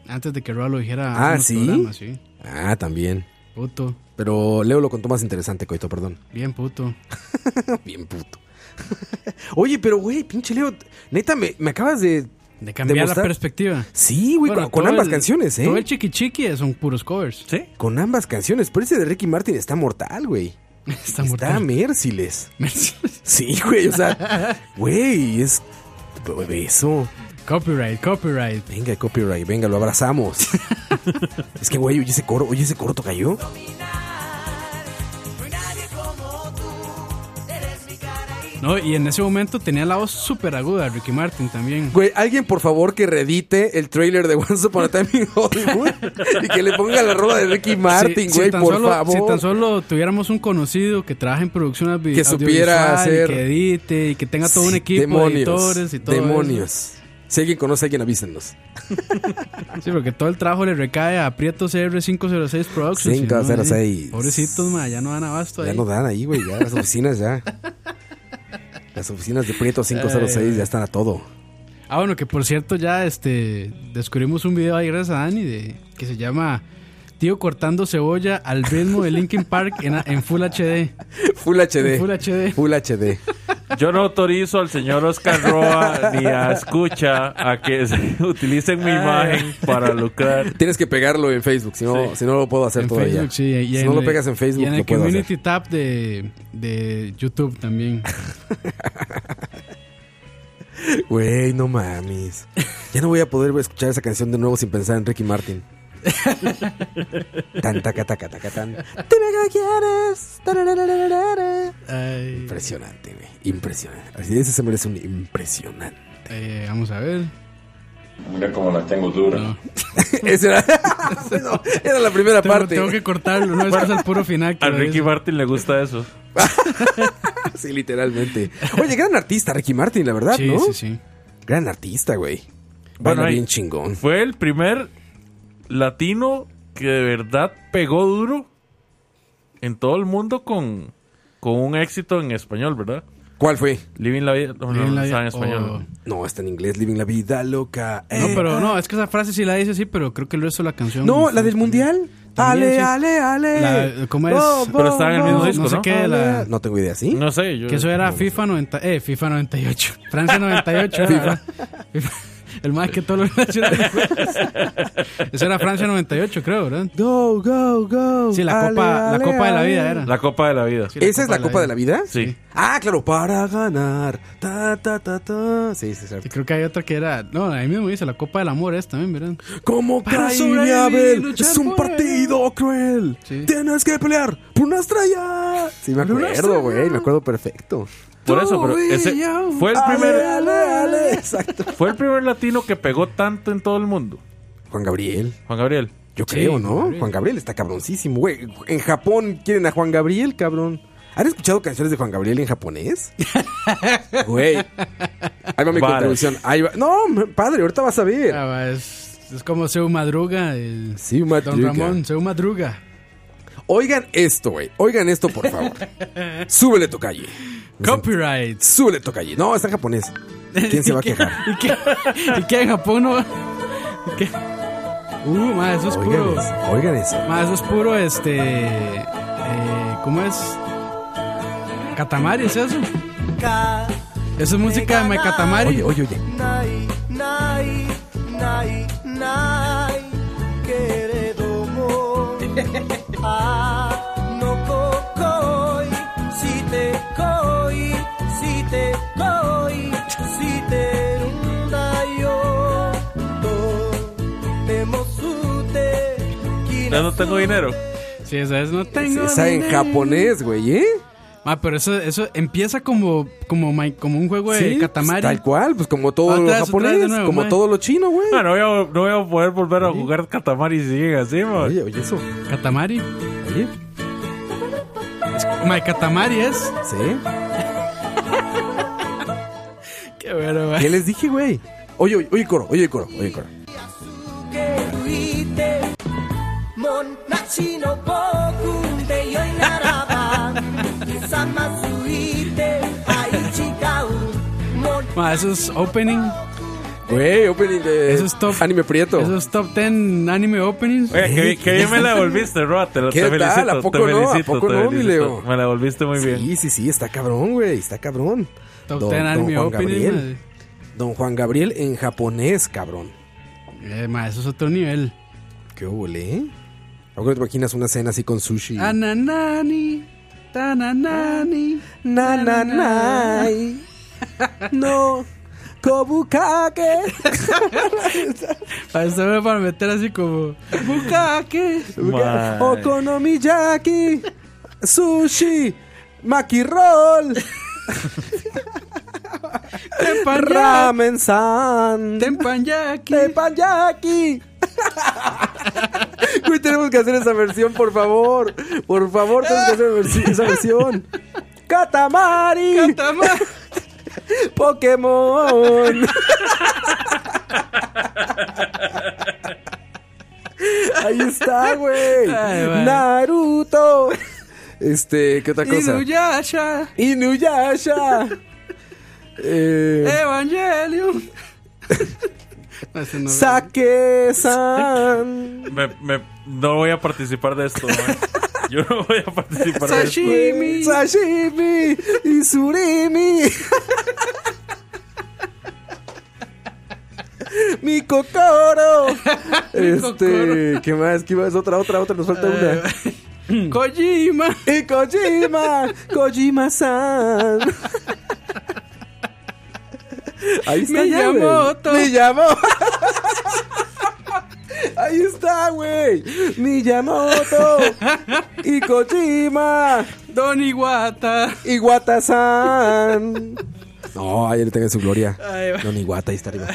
C: Antes de que Roa lo dijera. hace
B: Ah, ¿sí?
C: unos programas, sí.
B: Ah, también.
C: Puto,
B: Pero Leo lo contó más interesante, Coito, perdón.
C: bien puto.
B: Bien puto. Oye, pero güey, pinche Leo, neta, me, me acabas de.
C: De cambiar la
B: mostrar-
C: perspectiva.
B: Sí, güey,
C: Bueno,
B: con, con
C: todo
B: ambas
C: el-
B: canciones,
C: Todo
B: ¿eh?
C: el chiqui chiqui son puros covers.
E: ¿Sí?
B: Con ambas canciones. Pero ese de Ricky Martin está mortal, güey.
C: Está
B: Está,
C: mortal.
B: Mérciles. Sí, güey, o sea, güey, es. Eso.
C: copyright, copyright.
B: Venga, copyright, venga, lo abrazamos. es que, güey, oye ese coro, oye ese coro tocayó.
C: No, y en ese momento tenía la voz súper aguda, Ricky Martin también.
B: Güey, alguien por favor que reedite el trailer de Once Upon a Time in Hollywood y que le ponga la rola de Ricky Martin,
C: Si- si
B: güey,
C: tan
B: por
C: solo-
B: favor.
C: Si tan solo tuviéramos un conocido que trabaje en producción audio-
B: Que supiera
C: audiovisual,
B: hacer-
C: Que edite y que tenga todo un
B: Sí,
C: equipo
B: demonios,
C: de editores y todo.
B: Demonios.
C: eso.
B: Si alguien conoce a alguien, avísenos.
C: Sí, porque todo el trabajo le recae a Prieto CR506 Productions. y no,
B: 506.
C: eh, Pobrecitos, ma, ya no dan abasto ahí.
B: Ya no dan ahí, güey, ya las oficinas ya. Las oficinas de Prieto 506 ya están a todo.
C: Ah, bueno, que por cierto ya este descubrimos un video ahí gracias a Dani de, que se llama Tío cortando cebolla al ritmo de Linkin Park en, en Full HD.
B: Full HD.
C: Full HD.
B: Full HD.
E: Yo no autorizo al señor Oscar Roa ni a Escucha a que se- utilicen
C: Ah.
E: mi imagen para lucrar.
B: Tienes que pegarlo en Facebook, si no, si no lo puedo hacer
C: En
B: todavía.
C: Facebook, sí. y
B: si
C: en
B: no lo
C: el-
B: pegas en Facebook,
C: Y en el
B: lo puedo hacer.
C: Community Tab de, de YouTube también.
B: Güey, no mames. Ya no voy a poder escuchar esa canción de nuevo sin pensar en Ricky Martin. tan, taca, taca, taca, tan. Dime que me quieres. Tararararara.
C: Ay,
B: Impresionante, güey. Impresionante. Así de ese se merece un impresionante.
C: eh, vamos a ver.
H: Mira cómo la tengo dura.
C: No.
B: Esa era, Bueno, era la primera
C: Tengo,
B: parte.
C: tengo que cortarlo, no, es que es el puro final. que
E: A
C: lo
E: Ricky
C: dice.
E: Martin le gusta eso.
B: Sí, literalmente. Oye, gran artista, Ricky Martin, la verdad,
C: Sí,
B: ¿no?
C: sí, sí.
B: Gran artista, güey.
E: Bueno,
B: Bueno,
E: ahí-
B: bien chingón.
E: Fue el primer latino que de verdad pegó duro en todo el mundo con, con un éxito en español, ¿verdad?
B: ¿Cuál fue?
E: Living la vida. No, no,
C: Living la
E: no, estaba en
C: vida, o-
E: español.
B: No, está en inglés, Living la Vida Loca.
C: No,
B: eh.
C: pero no, es que esa frase sí la dice sí, pero creo que el resto de la canción.
B: No, la del mundial.
C: También,
B: ale, ale,
C: sí.
B: ale.
C: La- ¿cómo es?
E: Pero estaba en el mismo disco,
C: no sé
E: ¿no?
C: qué, la,
B: No tengo idea, ¿sí?
E: No sé, yo.
C: que eso era FIFA 90, eh, FIFA 98. Francia 98. era, ¿verdad? El más que todos los nacionales. Eso era Francia 98, creo, ¿verdad?
B: Go, go, go.
C: Sí, la
B: ale,
C: copa,
B: ale,
C: la copa de la
B: ale.
C: vida era.
E: La Copa de la Vida.
C: Sí,
B: ¿Esa es la copa de la vida?
E: Sí.
B: Ah, claro, para ganar. Ta, ta, ta, ta. Sí, sí, es
C: Y
B: cierto.
C: creo que hay otra que era, no, ahí mismo dice la copa del amor es también, ¿verdad?
B: Como
C: Para
B: Caín y
C: sobrevivir,
B: Abel,
C: luchar
B: es un
C: por él.
B: partido cruel.
C: Sí.
B: Tienes que pelear por una estrella. Sí, me
C: una
B: acuerdo,
C: estrella.
B: güey, me acuerdo perfecto.
E: Por eso, pero
C: Tú y
E: ese
C: yo.
E: fue el
B: Ale,
E: primer,
B: ale, ale. Exacto.
E: fue el primer latino que pegó tanto en todo el mundo.
B: Juan Gabriel.
E: Juan Gabriel.
B: Yo
C: Sí,
B: creo, ¿no?
C: Juan Gabriel.
B: Juan Gabriel está cabroncísimo, güey. En Japón quieren a Juan Gabriel, cabrón. ¿Han escuchado canciones de Juan Gabriel en japonés? Güey. Ahí va mi
E: Vale.
B: contribución. Ahí va- No, m- padre, ahorita vas a ver.
C: Ah, va, es, es como Seu Madruga, el
B: Sí, Madruga.
C: Don Ramón, Seu Madruga.
B: Oigan esto, güey. Oigan esto, por favor. Súbele tu calle.
C: Copyright.
B: Súbele tu calle. No, está en japonés. ¿Quién se va a quejar?
C: ¿Y qué, y qué en Japón no? ¿Y qué? Uh, ma, eso es
B: Oigan
C: puro.
B: eso. Oigan eso.
C: Ma, eso es puro, este. eh, ¿Cómo es? Katamari, ¿es eso? Eso es música de My Katamari.
B: Oye, oye, oye.
A: Ah,
E: Ya no tengo dinero.
C: Sí, esa es, no tengo.
B: Está en
C: dinero.
B: japonés, güey, ¿eh?
C: Ma, pero eso, eso empieza como, como, my- como un juego de
B: pues,
C: Katamari.
B: Tal cual, pues como todo
C: Otra
B: lo
C: vez, otra vez de
B: japonés,
C: nuevo,
B: como
C: mae.
B: todo lo chino, güey.
E: Ah, no, voy a, no voy a poder volver a jugar Katamari si siguen así, man.
B: Oye, oye, eso.
C: Katamari.
B: Oye.
C: My Katamari es.
B: Sí.
C: Qué bueno, ma.
B: ¿Qué les dije, güey? Oye, oye, oye, coro, oye, coro, oye, coro.
C: Ma, eso es opening.
B: Güey, opening de
C: Eso es top.
B: Anime Prieto.
C: Eso es top 10 anime openings.
E: Oye, que, bien- que bien me la devolviste, Roa. Te, lo-
B: ¿Qué
E: te
B: tal?
E: felicito.
B: ¿A poco
E: te
B: no? ¿A
E: felicito,
B: poco
E: te
B: no, mi
E: felicito.
B: Leo?
E: Me la devolviste muy bien.
B: Sí, sí, sí, está cabrón, güey, está cabrón.
C: Top
B: Don-
C: 10
B: don
C: anime
B: Juan
C: opening.
B: Gabriel.
C: ma.
B: Don Juan Gabriel en japonés, cabrón.
C: Eh, ma, eso es otro nivel.
B: ¿Qué huele, eh? ¿A poco no te imaginas una cena así con sushi?
C: Ah, Ananani, tananani.
B: na, na, na. No. Kobukake.
C: A esto me para meter así como. Bukake.
E: Mae.
B: Okonomiyaki. Sushi. Maki roll.
C: Tempanya.
B: Ramen san.
C: Tempanyaki.
B: Tepanyaki. Güey, tenemos que hacer esa versión, por favor. Por favor, tenemos que hacer versi- esa versión. Katamari.
C: Tama-
B: Pokémon. Ahí está, güey.
I: Ay, güey.
B: Naruto. Este, ¿qué otra cosa?
I: Inuyasha,
B: Inuyasha. Eh,
I: Evangelion.
C: No, ese no-
B: Sake-san.
E: Me, me- no voy a participar de esto. mae. Yo no voy a participar de esto.
I: Sashimi.
B: Sashimi. Isurimi. Mi cocoro. Este, ¿qué más? ¿Qué más? Otra, otra, otra. Nos
I: É.
B: falta una.
I: Kojima.
B: Y Kojima, Kojima-san. Ahí está, ya, güey.
I: Miyamoto.
B: Miyamoto. Ahí está, güey. Miyamoto. Y Kojima.
I: Don Iwata.
B: Y Wata-san. No, ahí le tenga su gloria. No, ni Wata, ahí está arriba.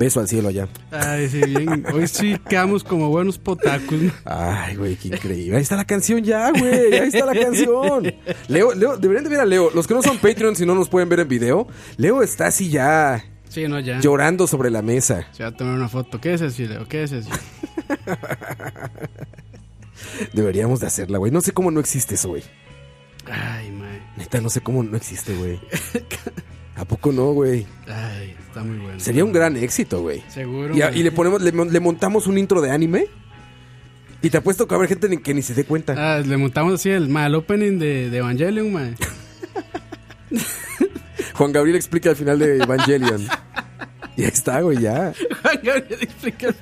B: Beso al cielo allá.
C: Ay, sí, bien. Hoy sí quedamos como buenos potacos. ¿no?
B: Ay, güey, qué increíble. Ahí está la canción ya, güey. Ahí está la canción. Leo, Leo, deberían de ver a Leo. Los que no son Patreon, si no nos pueden ver en video, Leo está así ya
C: Sí, no, ya.
B: llorando sobre la mesa.
C: Se va a tomar una foto. ¿Qué es eso, Leo? ¿Qué es eso?
B: Deberíamos de hacerla, güey. No sé cómo no existe eso, güey.
C: Ay, mae.
B: Neta, no sé cómo no existe, güey. ¿A poco no, güey?
C: Ay, está muy bueno.
B: Sería un gran éxito, güey.
C: Seguro.
B: Y, a-
C: mae.
B: y le ponemos, le, mon- le montamos un intro de anime. Y te apuesto que va a haber gente ni- que ni se dé cuenta.
C: Ah, le montamos así el mal opening de, de Evangelion, mae.
B: Juan Gabriel explica al final de Evangelion. y ahí está, güey, ya.
C: Ay, Gabriel, explícame.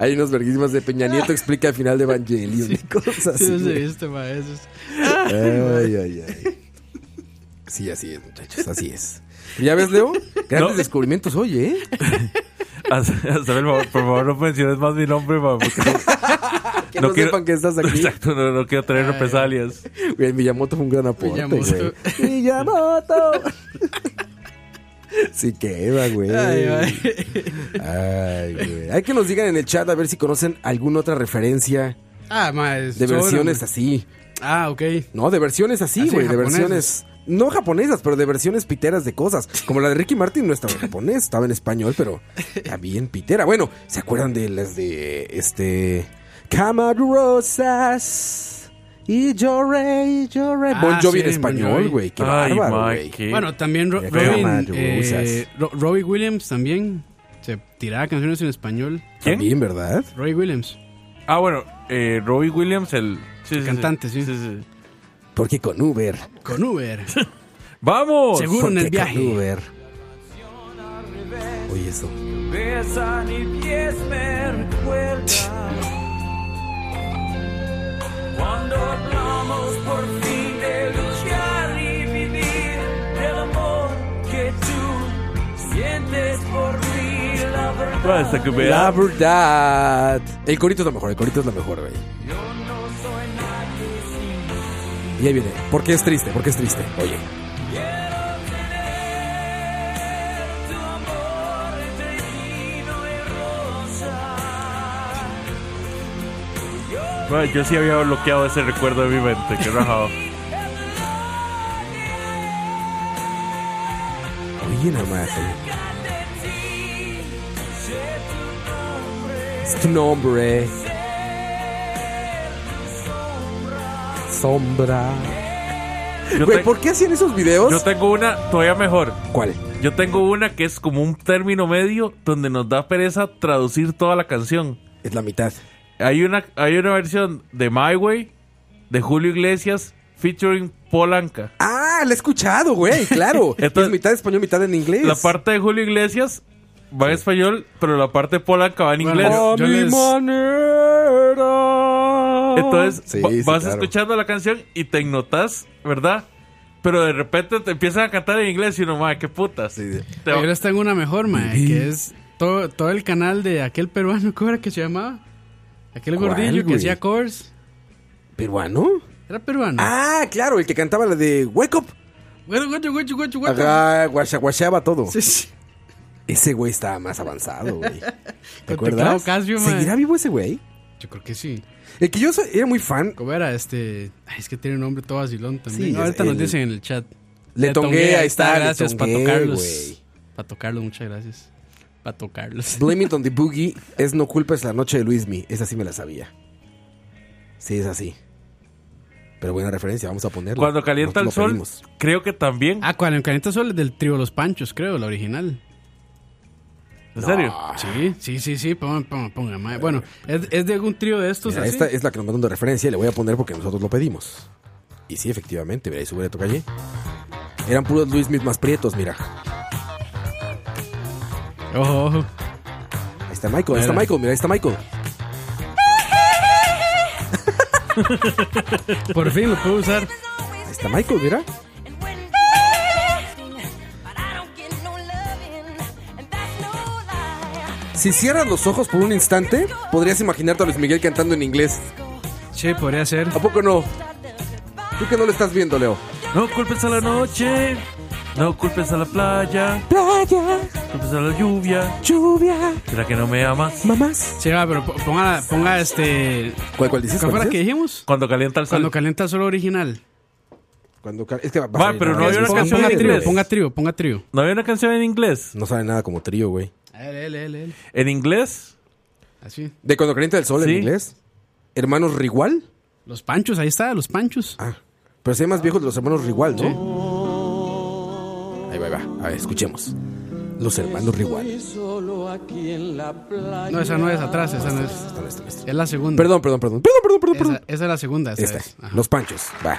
B: Hay unos verguísimas de Peña Nieto explica al final de Evangelion y cosas
C: Sí,
B: así.
C: no se
B: güey.
C: viste, mae. Eso es-
B: Ay, ay, ay. Sí, así es, muchachos, así es. ¿Ya ves, Leo? Grandes
E: No.
B: descubrimientos hoy, ¿eh?
E: Haz- hazme el favor, por favor, no menciones más mi nombre, mae, porque no-
B: Que no,
E: No quiero-
B: sepan que estás aquí.
E: Exacto, no, no quiero traer represalias.
B: Güey, Miyamoto fue un gran aporte,
C: Miyamoto.
B: güey. ¡Miyamoto! Sí queda, güey.
C: Ay,
B: Ay,
C: mae.
B: güey. Hay que nos digan en el chat a ver si conocen alguna otra referencia
C: Ah, mae.
B: de
C: sobra,
B: versiones
C: mae.
B: así.
C: Ah, ok.
B: No, de versiones así,
C: Así,
B: güey, de
C: japonesas.
B: versiones... No japonesas, pero de versiones piteras de cosas. Como la de Ricky Martin no estaba en japonés, estaba en español, pero también pitera. Bueno, ¿se acuerdan de las de este... Camarosas y lloré, lloré.
C: Ah,
B: bon Jovi
C: sí,
B: en
C: Bon Jovi.
B: español, güey. Qué
E: Ay,
B: bárbaro,
E: mae,
B: güey.
E: qué-
C: Bueno, también Ro-
B: Ya que
C: Robin,
B: llama
C: eh, Ro- Robbie Williams también se tiraba canciones en español.
E: ¿Quién?
B: También, ¿verdad?
C: Robbie Williams.
E: Ah, bueno, eh, Robbie Williams, el sí,
C: cantante, sí.
B: Porque con Uber.
C: Con Uber.
E: ¡Vamos!
C: Seguro en
B: porque
C: el
B: Con
C: viaje.
B: Uber. Oye, eso.
A: Besan y pies me recuerdan Cuando hablamos por fin de luchar y vivir Del amor que tú sientes por mí La verdad
E: Hasta que me
B: La
E: da-
B: verdad. El corito es lo mejor, el corito es lo mejor, güey. Y ahí viene. Porque es triste, porque es triste. Oye.
E: Mae, yo sí había bloqueado ese recuerdo de mi mente, qué rajado.
B: Oye, nada más. oye. Es tu nombre. Sombra.
E: Yo,
B: Güey,
E: te-
B: ¿por qué hacían esos
E: yo
B: videos?
E: tengo una todavía mejor.
B: ¿Cuál?
E: Yo tengo una que es como un término medio donde nos da pereza traducir toda la canción.
B: Es la mitad.
E: Hay una, hay una versión de My Way de Julio Iglesias featuring Polanca.
B: Ah, la he escuchado, güey, claro.
E: Entonces-
B: es mitad español, mitad en inglés.
E: La parte de Julio Iglesias va en español, pero la parte de Polanca va en
C: Bueno,
E: inglés.
B: Oh.
C: yo- yo les-
B: manera.
E: Entonces
B: Sí,
E: va-
B: sí,
E: vas
B: claro.
E: escuchando la canción y te notas, ¿verdad? Pero de repente te empiezan a cantar en inglés y uno, madre, qué putas.
B: Sí, sí.
E: Te-
C: Ahora está en una mejor, mae, que es todo, todo el canal de aquel peruano, ¿cómo era que se llamaba? Aquel
B: ¿Cuál,
C: gordillo que
B: güey?
C: hacía covers.
B: ¿Peruano?
C: Era peruano.
B: Ah, claro, el que cantaba la de Wake Up.
C: Bueno, guacho, guacho, guacho, guacho.
B: Ajá, guasha- guasheaba todo.
C: Sí, sí.
B: Ese güey estaba más avanzado, güey. ¿Te
C: Con teclado
B: acuerdas?
C: Casio, man.
B: ¿Seguirá vivo ese güey?
C: Yo creo que sí.
B: El que yo so- era muy fan.
C: ¿Cómo era? Este. Ay, es que tiene un nombre todo asilón también.
B: Sí, es
C: Ahorita nos
B: el-
C: dicen en el chat.
B: Le
C: Le
B: tongué,
C: tongué,
B: ahí está. le
C: gracias,
B: tongué,
C: Pato Carlos.
B: güey.
C: Pato Carlos, muchas gracias.
J: para tocarlos.
B: Blame It on the Boogie es No culpes la noche de Luismi. Esa sí me la sabía. Sí, es así. Pero buena referencia, vamos a ponerla.
E: Cuando calienta
B: Nos
E: el
B: lo
E: sol,
B: pedimos.
E: creo que también.
C: Ah, 40 soles del trío Los Panchos, creo, la original.
E: ¿En serio?
C: Sí, sí, sí, sí, ponga, ponga, ponga, mae. Bueno, es, es de algún trío de estos
B: Mira,
C: Pues así.
B: esta es la que nos mandan de referencia y le voy a poner porque nosotros lo pedimos. Y sí, efectivamente, mira, ahí sube tu calle. Eran puros Luis Mid más prietos, mira.
C: Ojo, ojo.
B: Ahí está Michael, ahí está Michael, mira, ahí está Michael.
C: Por fin lo puedo usar.
B: Ahí está Michael, mira. Si cierras los ojos por un instante, podrías imaginarte a Luis Miguel cantando en inglés.
C: Che, podría ser.
B: ¿A poco no? ¿Tú que no lo estás viendo, Leo?
E: No culpes a la noche, no culpes a la playa,
B: Playa,
E: culpes a la lluvia.
B: lluvia,
E: ¿Será que no me amas?
B: mamás.
C: Sí, va, pero po- ponga, ponga este.
B: ¿Cuál, cuál dices?
C: ¿Cuál fue
B: cuál
C: la que
B: dices?
C: dijimos?
E: Cuando calienta el sol.
C: Cuando calienta el sol original.
B: Cuando ca- es que va-
E: Va,
B: a
E: pero
B: salir
E: no
B: nada.
E: había una
B: Es-
C: Ponga,
E: canción
C: ponga
E: en
C: trío,
E: inglés.
C: ponga trío, ponga trío.
E: ¿No había una canción en inglés?
B: No sale nada como trío, güey.
C: Él, él, él, él.
E: ¿En inglés?
C: Así.
B: ¿De cuando calienta el sol
E: Sí.
B: en inglés? ¿Hermanos Rigual?
C: Los panchos, ahí está, los panchos.
B: Ah, pero se ve más viejo de los hermanos Rigual, ¿no? Ahí va, ahí va. A ver, escuchemos. Los hermanos Rigual.
I: Solo aquí en la playa.
C: No, esa no es atrás, esa no es.
B: Está listo, listo.
C: Es la segunda.
B: Perdón, perdón, perdón. Perdón, perdón, perdón, perdón.
C: Esa, esa es la segunda, Mm. esa
B: Esta,
C: es. Ajá.
B: Los Panchos, va.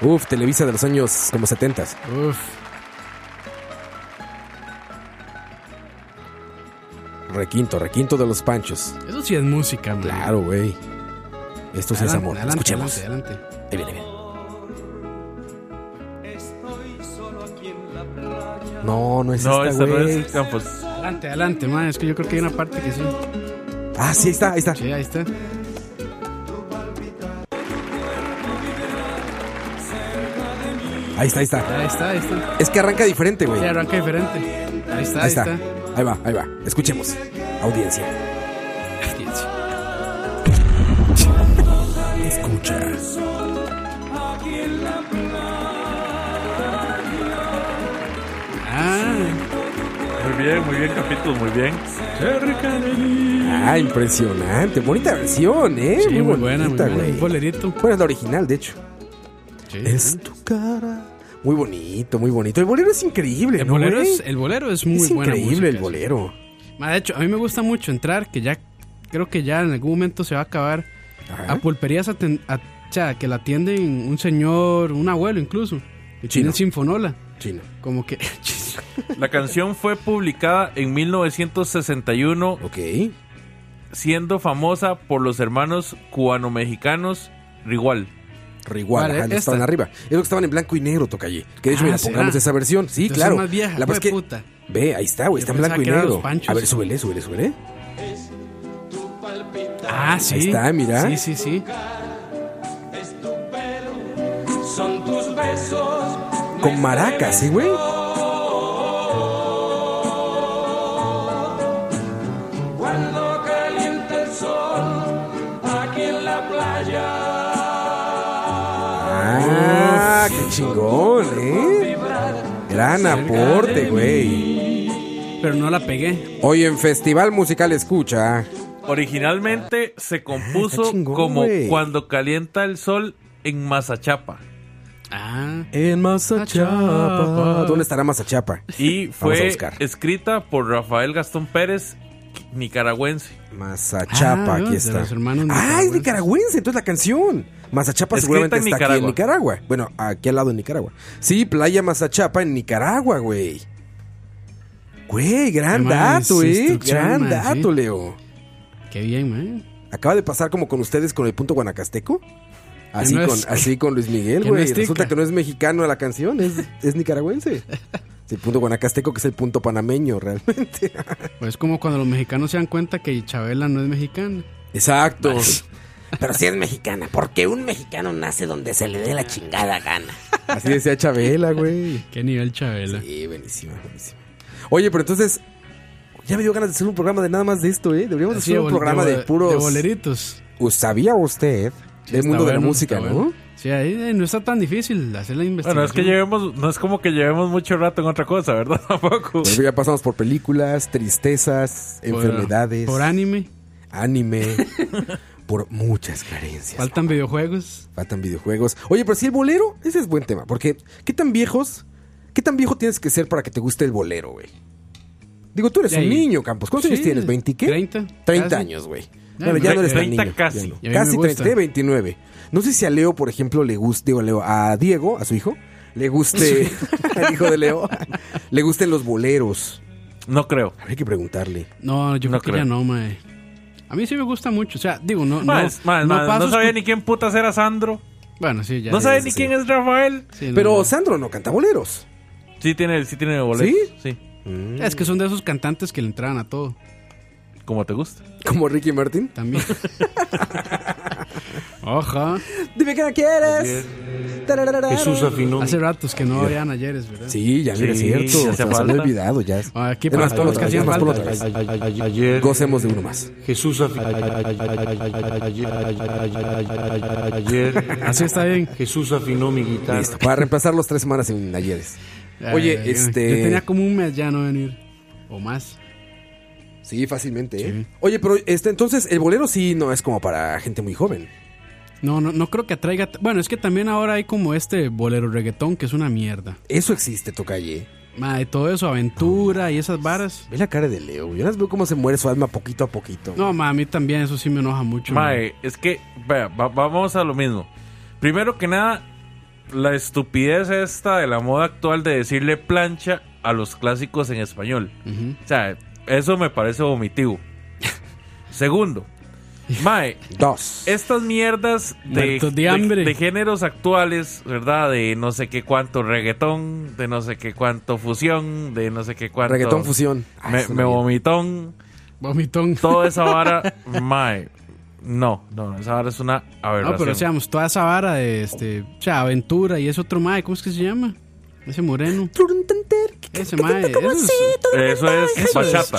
B: Uf, Televisa de los años como 70.
C: Uf.
B: Requinto, requinto de los Panchos.
C: Eso sí es música, man.
B: Claro, güey. Esto sí es amor.
C: Adelante,
B: Pues Escuchemos.
C: Adelante, adelante.
B: Ahí viene, ahí viene. No, no es
E: No,
B: esta,
E: esa no
B: güey.
E: es Campos.
C: Adelante, adelante, man. Es que yo creo que hay una parte que sí.
B: Ah, sí, ahí está, ahí está.
C: Sí, ahí está.
B: Ahí está, ahí está.
C: Ahí está, ahí está.
B: Es que arranca diferente, güey.
C: Sí, arranca diferente. Ahí está,
B: Ahí
C: ahí
B: está.
C: está.
B: Ahí va, ahí va. Escuchemos. Audiencia. Escucha.
C: Ah,
E: Muy bien, muy bien, Capitos, muy bien.
B: Ah, impresionante. Bonita versión, ¿eh?
C: sí, muy, buena, muy
B: bonita,
C: buena.
B: güey.
C: Un bolerito.
B: Bueno, es la original, de hecho.
C: Sí.
B: Es tu cara. Muy bonito, muy bonito. El bolero es increíble,
C: El
B: ¿no,
C: bolero,
B: güey?
C: es, el bolero es muy
B: Es
C: buena
B: increíble
C: música,
B: el
C: sí.
B: bolero.
C: Ma, de hecho, a mí me gusta mucho entrar, que ya creo que ya en algún momento se va a acabar.
B: Ajá.
C: A pulperías aten- a- o sea, que la atienden un señor, un abuelo incluso. Que
B: Chino.
C: tienen sinfonola.
B: Chino.
C: Como que.
E: La canción fue publicada en 1961,
B: Ok.
E: siendo famosa por los hermanos cubano-mexicanos Rigual.
B: Rigual,
C: Vale,
B: ajá, los que
C: esta.
B: estaban arriba. Es lo que estaban en blanco y negro, Tocalle. Que de hecho,
C: Ah,
B: mira,
C: ¿será?
B: pongamos esa versión. Sí,
C: Entonces
B: claro.
C: es más vieja,
B: la verdad es que.
C: jueputa.
B: Ve, ahí está, güey.
C: Yo
B: Está en
C: pensaba
B: blanco y
C: que eran
B: negro.
C: los Panchos.
B: A ver, súbele, súbele, súbele.
C: ah, sí.
B: está, mira.
C: Sí, sí, sí.
I: Son tus besos.
B: Con maracas, ¿sí, güey?
I: Cuando calienta el sol. Aquí en la playa.
B: Ah, qué chingón, ¿eh? Gran aporte, güey.
C: Pero no la pegué.
B: Hoy en Festival Musical Escucha.
E: Originalmente se compuso
B: Ah, está chingón,
E: como
B: güey.
E: Cuando calienta el sol en Mazachapa
C: Ah.
B: En
C: Mazachapa.
B: Ah, ¿Dónde estará Mazachapa?
E: y
B: Vamos a
E: fue
B: buscar.
E: escrita por Rafael Gastón Pérez, nicaragüense.
B: Mazachapa,
C: Ah,
B: aquí
C: de
B: está.
C: los hermanos
B: ah, es
C: nicaragüenses.
B: nicaragüense, entonces la canción. Mazachapa
E: Escrita
B: seguramente
E: en
B: está aquí en
E: Nicaragua.
B: Nicaragua. Bueno, aquí al lado en Nicaragua. Sí, Playa Mazachapa en Nicaragua, güey. Güey, gran
C: Qué mames,
B: dato, eh.
C: instrucción,
B: Gran
C: man, sí.
B: dato, Leo.
C: Qué bien, man.
B: Acaba de pasar como con ustedes con el punto guanacasteco. Así,
C: no es-
B: con, así con Luis Miguel,
C: que no
B: güey.
C: es tica.
B: Resulta que no es mexicano la canción, es, es nicaragüense. Es el punto guanacasteco que es el punto panameño, realmente.
C: Pues es como cuando los mexicanos se dan cuenta que Chabela no es mexicana.
B: Exacto.
K: Pero si es mexicana, porque un mexicano nace donde se le dé la chingada gana.
B: Así decía Chabela, güey.
C: Qué nivel Chabela.
B: Sí, buenísima, buenísima. Oye, pero entonces, ya me dio ganas de hacer un programa de nada más de esto, ¿eh? Deberíamos
C: Así
B: hacer un
C: bol-
B: programa de,
C: bo-
B: puros...
C: De boleritos.
B: ¿Sabía usted del
C: está
B: mundo de la
C: bueno,
B: música,
C: está
B: no?
C: bueno. Sí, ahí eh, no está tan difícil hacer la investigación.
E: Bueno, es que llevemos, no es como que llevemos mucho rato en otra cosa, ¿verdad? Tampoco.
B: Pues ya pasamos por películas, tristezas,
C: Por-
B: enfermedades,
C: Por anime,
B: anime, por muchas carencias.
C: faltan videojuegos.
B: Faltan videojuegos. Oye, pero si el bolero, ese es buen tema. Porque, ¿qué tan viejos? ¿Qué tan viejo tienes que ser para que te guste el bolero, güey? Digo, tú eres
C: Ya,
B: un
C: y-
B: niño, Campos. ¿Cuántos
C: Sí,
B: años tienes? ¿20 qué?
C: 30,
B: 30
C: casi.
B: años, güey.
C: Ya,
B: Bueno, ya no eres tan
E: 30
B: niño.
E: casi.
B: ya no.
C: Y a mí
B: Casi
C: me gusta.
B: 30, tiene 29. No sé si a Leo, por ejemplo, le guste, digo, a Leo, a Diego, a su hijo, le guste, al hijo de Leo, le gusten los boleros.
E: No creo.
B: Habría que preguntarle.
C: No, yo
E: No
C: creo que
E: creo.
C: ya no, mae. A mí sí me gusta mucho. O sea, digo, no.
E: Más,
C: no,
E: más,
C: no
E: más, no,
C: paso
E: sabía
C: escu-
E: ni quién putas era Sandro.
C: Bueno, sí, ya.
E: No
C: sí,
E: sabía
B: sí,
E: ni
B: sí.
E: quién es Rafael.
C: sí, no,
B: Pero
C: no.
B: Sandro no canta boleros.
E: Sí tiene, sí tiene boletos. ¿Sí?
C: Es que son de esos cantantes que le entraban a todo.
E: Como te gusta.
B: Como Ricky Martin.
C: También. Oja.
B: Dime qué quieres. Tararara.
J: Jesús afinó.
C: Hace ratos que no habían ayeres, ¿verdad?
B: Sí, ya mira, es
E: Sí,
B: cierto.
E: ya
B: Se,
E: hace
B: se me
E: falta.
B: había olvidado ya.
C: Ah, Aquí
B: Es
C: para
B: más, ponlo
C: todos los
B: otra
C: que
B: vez,
C: hacían
B: es más, ponlo
C: falta.
B: otra vez.
J: A- a- a- Ayer
B: Gocemos de uno más.
J: Jesús afi- a- a- a- a- a- a- a- ayer
C: Así está bien.
J: Jesús afinó mi guitarra.
B: Listo, para reemplazar los tres semanas en ayeres.
C: Ya,
B: Oye,
C: ya, ya.
B: este-
C: Eh, Yo tenía como un mes ya no venir. O más.
B: Sí, fácilmente. ¿eh? Oye, pero este, entonces el bolero sí no es como para gente muy joven.
C: No, no, no creo que atraiga. t- Bueno, es que también ahora hay como este bolero reggaetón que es una mierda.
B: Eso existe, Tocalle.
C: Madre, todo eso, aventura y esas varas.
B: Ve la cara de Leo. Yo las veo cómo se muere su alma poquito a poquito.
C: No, ma, a mí también eso sí me enoja mucho. ma.
E: Mae, es que vea, va- vamos a lo mismo. Primero que nada, la estupidez esta de la moda actual de decirle plancha a los clásicos en español. O sea, eso me parece vomitivo. Segundo, Mae,
B: Dos.
E: estas mierdas de,
C: Muertos de hambre.
E: de géneros actuales, ¿verdad? De no sé qué cuánto reggaetón, de no sé qué cuánto fusión, de no sé qué cuánto...
B: Reggaetón fusión. Ah,
E: Me,
B: eso no
E: me
B: bien.
E: vomitón
C: Vomitón.
E: toda esa vara, mae. No, no, esa vara es una aberración.
C: No, pero seamos, toda esa vara de este. O sea, aventura y ese otro mae, ¿cómo es que se llama? Ese moreno.
B: Turun, tan, ter.
C: Ese mae. Eso es,
E: Eso es bachata.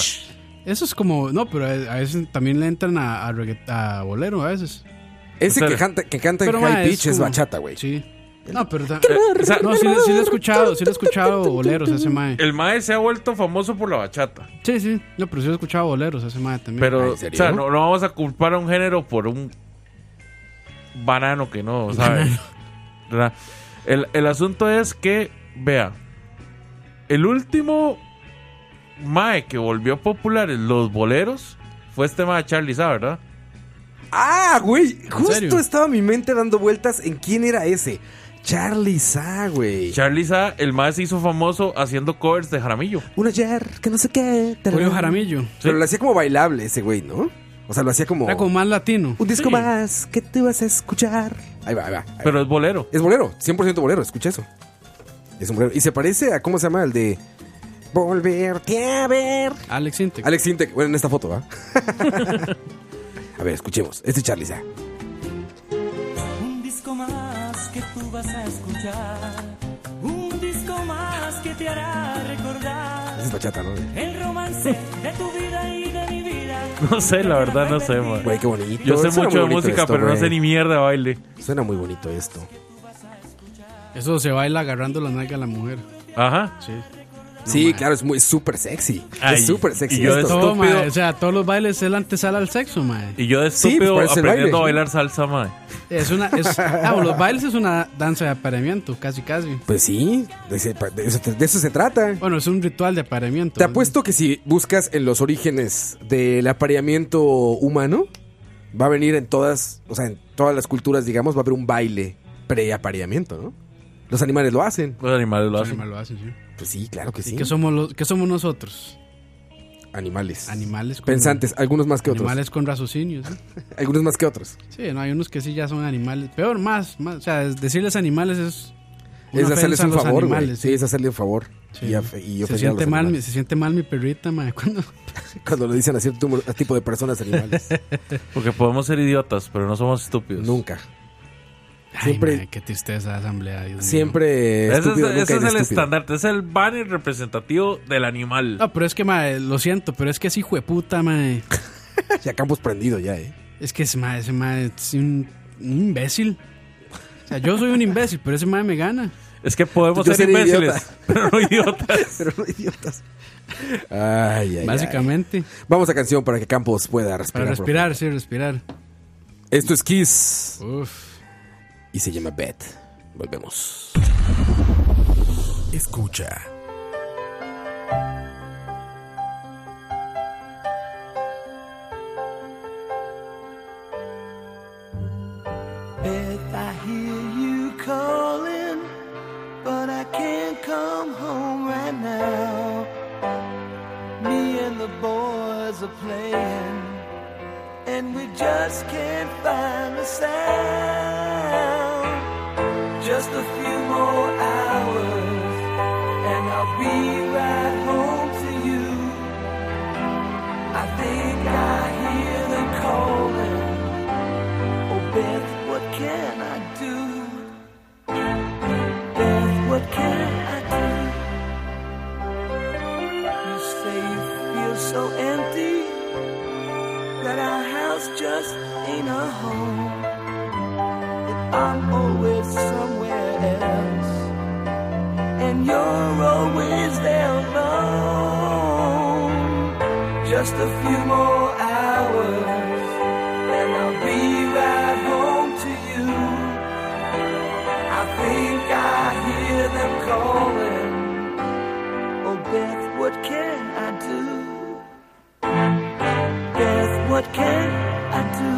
C: eso es como. No, pero a a veces también le entran a, a, regga- a bolero a veces.
B: Ese
E: O sea,
B: que canta, que canta en
C: Pero
B: high
C: mae,
B: pitch es
C: como-
B: bachata, güey.
C: Sí. No, pero. ta- eh,
E: Eh, O sea,
C: No, sí, le- sí lo he escuchado, sí lo he escuchado boleros a ese mae.
E: el mae se ha vuelto famoso por la bachata.
C: Sí, sí. No, pero sí lo he escuchado boleros a ese mae también.
E: Pero,
B: ¿en
E: o
B: serio?
E: sea, no, no vamos a culpar a un género por un banano que no, ¿sabes? ¿Verdad? El, el asunto es que, vea, el último mae que volvió populares los boleros fue este mae Charlie, Sa, ¿verdad?
B: Ah, güey. Justo
C: serio?
B: estaba mi mente dando vueltas en quién era ese. Charlie Sa, güey.
E: Charlie Sa, el mae se hizo famoso haciendo covers de Jaramillo.
B: Un ayer, que no sé qué.
C: Julio
B: tararara.
C: Jaramillo.
B: Pero lo hacía como bailable ese güey, ¿no? O sea, lo hacía como.
C: Era como más latino.
B: Un disco
E: Sí.
B: más que te vas a escuchar. Ahí va, ahí va. ahí va.
E: Pero es bolero.
B: Es bolero, 100% bolero, escucha eso. Es un bolero. Y se parece a, ¿cómo se llama? El de. Volverte a ver.
C: Alex Intec.
B: Alex Intec, bueno, en esta foto, ¿va? a ver, escuchemos. Este es Charlie Sa.
A: Un disco más que tú vas a escuchar. Un disco más que te hará recordar
B: Esa es bachata, ¿no?
A: el romance de tu vida y de mi vida.
E: No sé, la verdad no sé, mae.
B: Güey, qué bonito.
E: Yo sé
B: Suena
E: mucho
B: muy
E: de
B: bonito
E: música,
B: esto,
E: pero no
B: güey.
E: sé ni mierda de baile.
B: Suena muy bonito esto.
C: Eso se baila agarrando la nalga a la mujer.
E: Ajá.
C: Sí.
B: sí, claro, es muy súper sexy.
E: Ay,
B: es súper sexy
E: y yo de
B: esto.
E: todo-
C: Todo, mae,
E: Estúpido.
C: o sea, todos los bailes es la antesala al sexo, mae.
E: Y yo de
B: Sí,
E: estúpido
B: pues, parece el
E: aprendiendo a
B: baile.
E: bailar salsa, mae.
C: Es una, es, ah, bueno, los bailes es una danza de apareamiento, casi casi.
B: Pues sí, de, ese- de eso, de eso se trata.
C: Bueno, es un ritual de apareamiento.
B: Te apuesto que si buscas en los orígenes del apareamiento humano, va a venir en todas, o sea, en todas las culturas, digamos, va a haber un baile preapareamiento, ¿no? Los animales lo hacen.
E: Los animales lo
C: Sí, me
E: hacen.
C: lo hacen, sí.
B: Pues sí, claro que sí.
C: ¿Y qué somos, los, qué somos nosotros?
B: Animales.
C: Animales con-
B: Pensantes, algunos más que otros.
C: Animales con raciocinio, ¿sí?
B: Algunos más que otros.
C: Sí, no, hay unos que sí ya son animales. Peor, más, más. O sea, es- decirles animales es. una
B: es hacerles
C: ofensa a
B: un
C: los
B: favor, güey.
C: animales,
B: Sí, es hacerle un favor.
C: Sí.
B: Y, af- y ofender
C: se
B: a
C: siente
B: los
C: mal, mi-
B: animales.
C: se siente mal mi perrita, madre. Cuando
B: Cuando lo dicen a cierto tumor- a tipo de personas animales.
E: Porque podemos ser idiotas, pero no somos estúpidos.
B: nunca.
C: Ay,
B: Siempre-
C: mae, qué tristeza asamblea. Dios mío.
B: Siempre
E: Ese es,
B: estúpido,
E: ese
B: nunca
E: es el
B: inestúpido.
E: estandarte, es el banner representativo del animal.
C: No, pero es que, mae, lo siento, pero es que es hijo de puta, mae.
B: Ya campos prendido ya, eh.
C: Es que ese mae, ese mae es un, un imbécil. sea, yo soy un imbécil, pero ese madre me gana.
E: Es que podemos
C: Yo
E: ser
C: sería
E: imbéciles,
C: idiota.
E: pero no idiotas.
B: pero no idiotas. Ay, ay,
C: Básicamente.
B: ay. Vamos a canción para que Campos pueda respirar.
C: Para respirar, sí, respirar.
B: profundo. Esto es Kiss.
C: Uf.
B: Y se llama Bet. Volvemos.
F: Escucha.
A: Beth, I hear you calling, but I can't come home right now. Me and the boys are playing, and we just can't find the sound. Just a few more hours, and I'll be right home to you. I think I hear them calling. Oh, Beth, what can I do? Beth, what can I do? You say you feel so empty that our house just ain't a home. That I'm always somewhere else, and you're always there alone. Just a few more hours and I'll be right home to you. I think I hear them calling. Oh, Beth, what can I do? Beth, what can I do?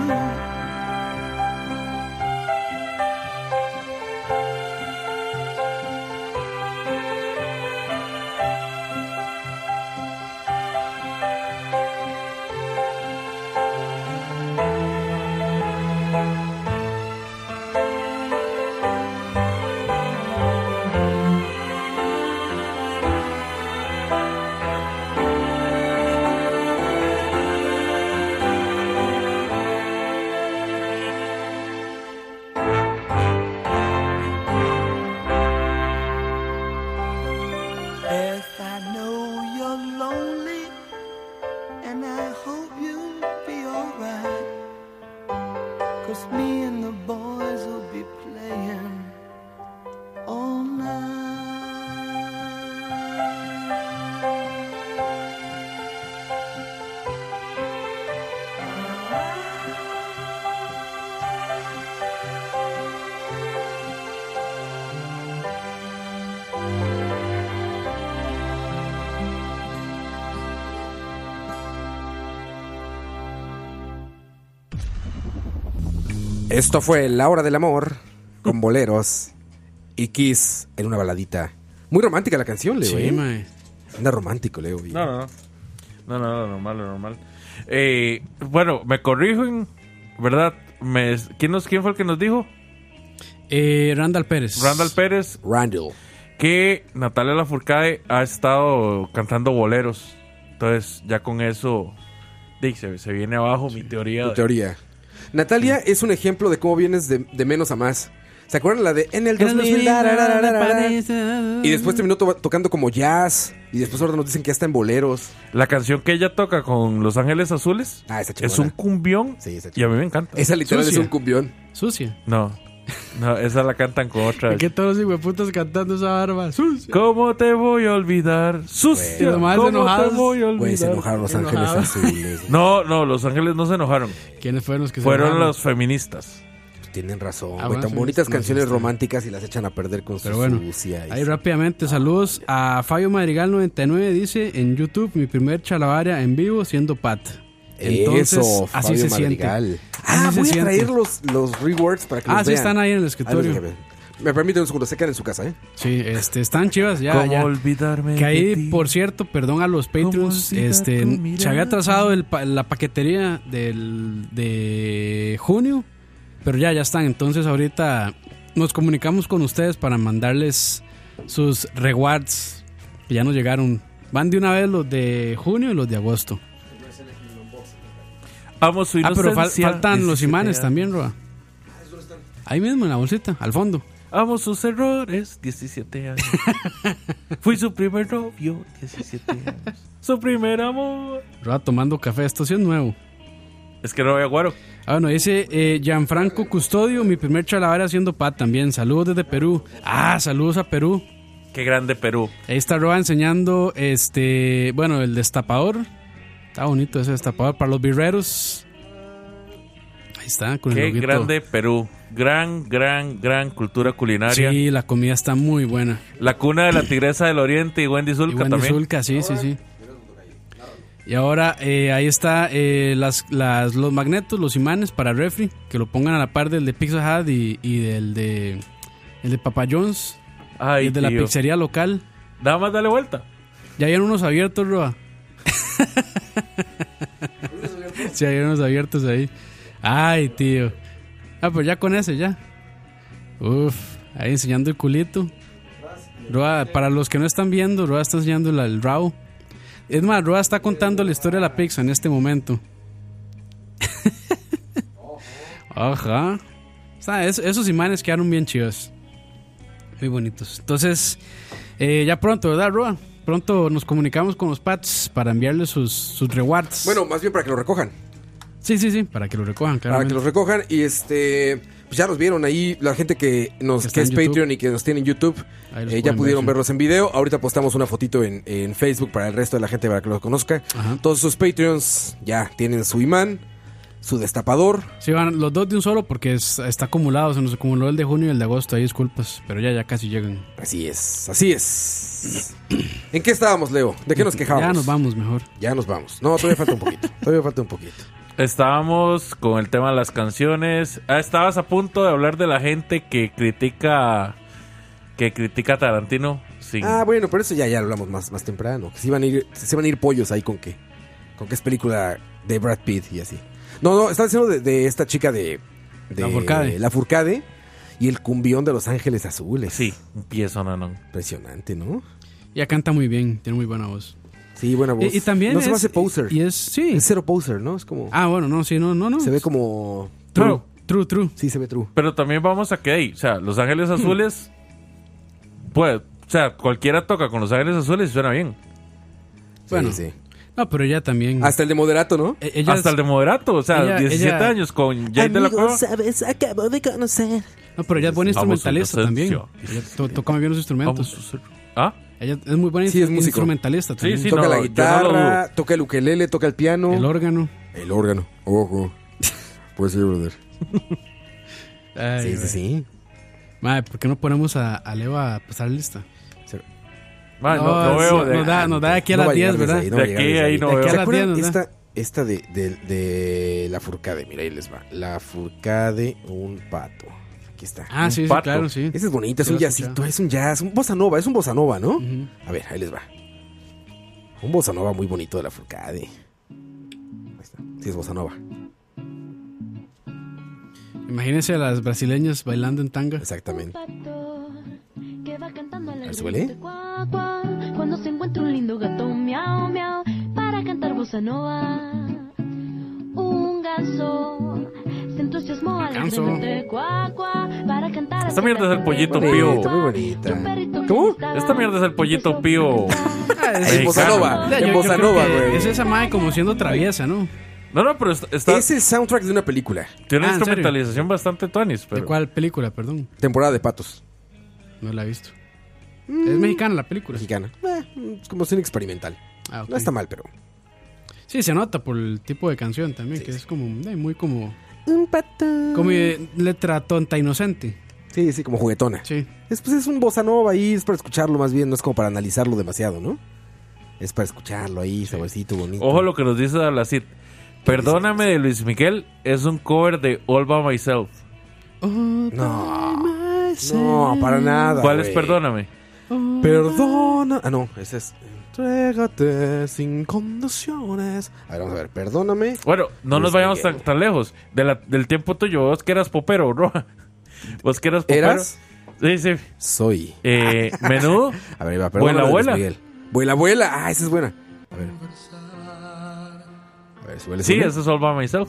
A: Beth, I know you're lonely, and I hope you'll be alright. Cause me and the boys will be playing all night.
B: Esto fue La Hora del Amor con boleros y Kiss en una baladita. Muy romántica la canción, Leo.
C: Sí,
B: ¿eh?
C: mae.
B: Anda romántico, Leo. y-
E: No, no, no. No, no, lo normal, lo normal. Eh, bueno, me corrigen, ¿verdad? Me- ¿quién, nos, ¿Quién fue el que nos dijo?
C: Eh, Randall Pérez.
E: Randall Pérez.
B: Randall.
E: Que Natalia Lafourcade ha estado cantando boleros. Entonces, ya con eso, di, se, se viene abajo mi teoría.
B: Tu
E: de-
B: teoría. Natalia es un ejemplo de cómo vienes de, de menos a más. ¿Se acuerdan la de En el 2000? dararararara? Y después terminó to- tocando como jazz. Y después ahora nos dicen que ya está en boleros.
E: La canción que ella toca con Los Ángeles Azules
B: Ah, esa chingona.
E: es un cumbión
B: Sí, esa
E: y a
B: chingona.
E: mí me encanta.
B: Esa literal
C: Sucia.
B: es un cumbión.
C: Sucia.
E: No, no, esa la cantan con otra.
C: ¿Y que todos los hijueputas cantando esa barba? Sucia.
E: ¿Cómo te voy a olvidar?
C: Y
E: Sucio.
C: los más
E: ¿Cómo
C: enojados.
E: te voy a olvidar?
B: Güey, se enojaron los ángeles
C: Enojado.
B: azules.
E: No, no, Los Ángeles no se enojaron.
C: ¿Quiénes fueron los que se
E: Fueron
C: enojaron?
E: los feministas.
B: Tienen razón.
C: Ah,
B: güey,
C: bueno,
B: tan
C: sí,
B: bonitas
C: sí,
B: canciones
C: sí, sí.
B: románticas y las echan a perder con su
C: Pero bueno,
B: sucia. y-
C: Ahí rápidamente, saludos a Fabio Madrigal 99, dice en YouTube, mi primer chalabaria en vivo siendo Pat. Entonces,
B: Eso,
C: así
B: Fabio
C: se
B: Madrigal.
C: siente.
B: Ah,
C: Así se
B: voy a
C: siente.
B: traer los, los rewards para que
C: Ah,
B: los
C: sí,
B: vean.
C: están ahí en el
B: Ahí los
C: escritorio.
B: dejé ver. Me permiten un segundo, se quedan en su casa, ¿eh?
C: Sí, este, están chivas, ya,
E: ¿Cómo
C: ya.
E: olvidarme?
C: Que
E: de
C: ahí,
E: ti?
C: por cierto, perdón a los Patreons,
E: olvidar
C: este,
E: tu mirada?
C: se había atrasado el pa- la paquetería del, de junio, pero ya, ya están. Entonces ahorita nos comunicamos con ustedes para mandarles sus rewards que ya nos llegaron. Van de una vez los de junio y los de agosto.
E: Amo su
C: Ah, pero fal-
E: inocencia.
C: faltan los
E: 17
C: imanes
E: años.
C: también, Roa. Ahí mismo, en la bolsita, al fondo.
E: Amo sus errores, 17 años. Fui su primer novio, 17 años. Su primer amor.
C: Roa tomando café, esto sí es nuevo.
E: Es que no veo güero.
C: Ah, bueno, dice eh, Gianfranco Custodio, mi primer chalavera haciendo pat también. Saludos desde Perú. Ah, saludos a Perú.
E: Qué grande Perú.
C: Ahí está Roa enseñando este, bueno, el destapador. Está bonito ese destapador para los birreros. Ahí está, con el
E: Qué
C: loguito.
E: grande Perú. Gran, gran, gran cultura culinaria.
C: Sí, la comida está muy buena.
E: La cuna de la tigresa del oriente y Wendy Zulka
C: Y Wendy
E: también.
C: Zulka, sí, sí, sí. Y ahora eh, ahí está eh, las, las, los magnetos, los imanes para refri, que lo pongan a la par del de Pizza Hut y, y del de el de Papa John's,
E: Ay,
C: y el de la
E: tío.
C: pizzería local.
E: Nada más dale vuelta.
C: Ya habían unos abiertos, Roa. sí, habían unos abiertos ahí. Ay, tío. Ah, pues ya con ese, ya. Uf, ahí enseñando el culito. Roa, para los que no están viendo, Roa está enseñando la- el RAW. Es más, Roa está contando la historia de la pizza en este momento. Ajá. O sea, es- esos imanes quedaron bien chidos. Muy bonitos. Entonces, eh, ya pronto, ¿verdad, Roa? Pronto nos comunicamos con los Pats para enviarles sus, sus rewards.
B: Bueno, más bien para que lo recojan.
C: Sí, sí, sí, para que lo recojan,
B: Para
C: claramente.
B: que los recojan y este pues ya los vieron ahí la gente que nos
C: Que
B: que,
C: está
B: es
C: en YouTube.
B: Patreon y que nos tiene en YouTube
C: Ahí los
B: eh, ya
C: pueden
B: pudieron
C: ver,
B: verlos en video ahorita postamos una fotito en, en Facebook para el resto de la gente para que los conozca todos sus Patreons ya tienen su imán su destapador
C: Sí, van los dos de un solo porque es- está acumulado, se nos acumuló el de junio y el de agosto, ahí disculpas, pero ya, ya casi llegan.
B: así es así es en qué estábamos Leo de qué nos quejábamos
C: Ya nos vamos mejor.
B: ya nos vamos no todavía falta un poquito todavía falta un poquito
E: Estábamos con el tema de las canciones. Ah, estabas a punto de hablar de la gente que critica que critica a Tarantino. sin-
B: ah bueno pero eso ya ya lo hablamos más más temprano que se van a ir se van a ir pollos ahí con qué con qué es película de Brad Pitt y así No, no, está diciendo de, de esta chica de, de
C: La Furcade.
B: La Furcade y el cumbión de Los Ángeles Azules.
E: Sí, un pie sonanón.
B: Impresionante, ¿no?
C: Ya canta muy bien, tiene muy buena voz.
B: Sí, buena voz.
C: Y, y también
B: No se me
C: es-
B: hace poser.
C: Y es, sí.
B: Es cero poser, ¿no? Es como.
C: Ah, bueno, no, sí, no, no, no.
B: se ve como.
C: True, true, true.
B: Sí, se ve true.
E: Pero también vamos a que ahí, o sea, Los Ángeles
C: Hmm.
E: Azules pues, o sea, cualquiera toca con Los Ángeles Azules y suena bien.
C: Bueno. Mm.
B: Sí, sí.
C: No, pero ella también.
B: Hasta el de moderato, ¿no?
C: e- ella
E: Hasta
C: es-
E: el de moderato, o sea,
C: ella-
E: 17
C: ella-
E: años con Jay de la Cueva.
K: ¿sabes? Acabo de conocer.
C: No, pero ella es buena
E: Vamos,
C: instrumentalista también.
E: entonces,
C: Ella to- toca muy bien los
E: Vamos a
C: instrumentos.
E: hacer- ¿Ah?
C: Ella es muy buena
B: Sí, es
C: instru-
B: músico.
C: instrumentalista también.
E: sí,
B: toca
E: no,
B: la
E: yo no lo
B: guitarra, toca el ukelele, toca el piano.
C: El órgano.
B: El órgano. Ojo. Pues sí, brother.
C: Ay,
B: Sí, sí,
C: güey.
B: sí.
C: Madre, ¿por qué no ponemos a, a Leo a pasar lista?
E: Ah, no,
C: sí,
E: no veo.
C: Ah, nos,
E: de-
C: da, nos da aquí a
B: No va
C: las 10,
B: llegar desde
C: ¿verdad?
B: ahí, no va
E: De
B: llegar
E: aquí
B: desde
E: ahí no
C: De aquí
E: veo.
C: a
B: ¿Se
C: las
B: acuerdan
C: 10, ¿verdad?
B: esta, esta de, de- de la furcade? Mira, ahí les va. La furcade, un pato. Aquí está.
C: Ah, sí, sí,
E: pato.
C: claro, sí.
B: Esa es bonita, es
C: Yo
B: un
C: la he escuchado.
B: jazzito, es un jazz, un bossa nova, es un bossa nova, ¿no?
C: Ujú.
B: A ver, ahí les va. Un bossa nova muy bonito de la furcade. Ahí está. Sí, es bossa nova.
C: Imagínense a las brasileñas bailando en tanga.
B: Exactamente.
L: que va cantando
B: ver,
L: alegremente
B: súbele.
L: cuac, cuac, cuando se encuentra un lindo gato miau miau para cantar bossa nova un ganso se entusiasmó
C: Ganso.
L: alegremente cuac, cuac, para cantar
E: Esta mierda es el pollito pío.
B: Bonita, muy bonita.
L: ¿Cómo?
E: Esta mierda es el pollito pío.
B: Ah, En bossa
E: Mexicano.
B: nova,
C: Ya, Ah, yo-
B: en
C: yo
B: bossa
C: creo
B: nova,
C: que Es
B: güey.
C: esa madre como siendo traviesa, ¿no?
E: No, no, pero está, está-
B: Es el soundtrack de una película,
E: tiene
C: Ah,
E: una
C: ¿en serio?
E: instrumentalización bastante tuanis.
C: ¿De
E: Pero...
C: cuál película? Perdón,
B: temporada de patos,
C: no la he visto. Es mexicana la película.
B: Mm. mexicana. Eh, es como cine experimental.
C: Ah, ok.
B: No está mal, pero.
C: Sí, se nota por el tipo de canción también, que es como eh, muy como
B: Un pato.
C: como eh, letra tonta inocente.
B: Sí, sí, como juguetona.
C: Sí.
B: Es, pues, es un bossa nova ahí, es para escucharlo más bien, no es como para analizarlo demasiado, ¿no? Es para escucharlo ahí, saborcito, bonito.
E: Ojo lo que nos dice Dablacid. Perdóname de Luis Miguel, es un cover de All By Myself.
B: No, no, para nada.
E: ¿Cuál
B: güey.
E: es Perdóname?
B: Perdona. Ah, no, ese es. Entrégate sin condiciones. A ver, vamos a ver, perdóname.
E: Bueno, no
B: Luis
E: nos vayamos
B: Miguel.
E: tan, tan lejos. De la- del tiempo tuyo, vos que eras popero, Roja. Vos que eras popero.
B: ¿Eras?
E: Sí, sí.
B: Soy.
E: Eh, menudo.
B: A ver, ahí va,
E: Vuela,
B: perdóname.
E: vuela.
B: Vuela, abuela. Ah, esa es buena. A ver. A ver, suele
E: Sí, ese es All By Myself.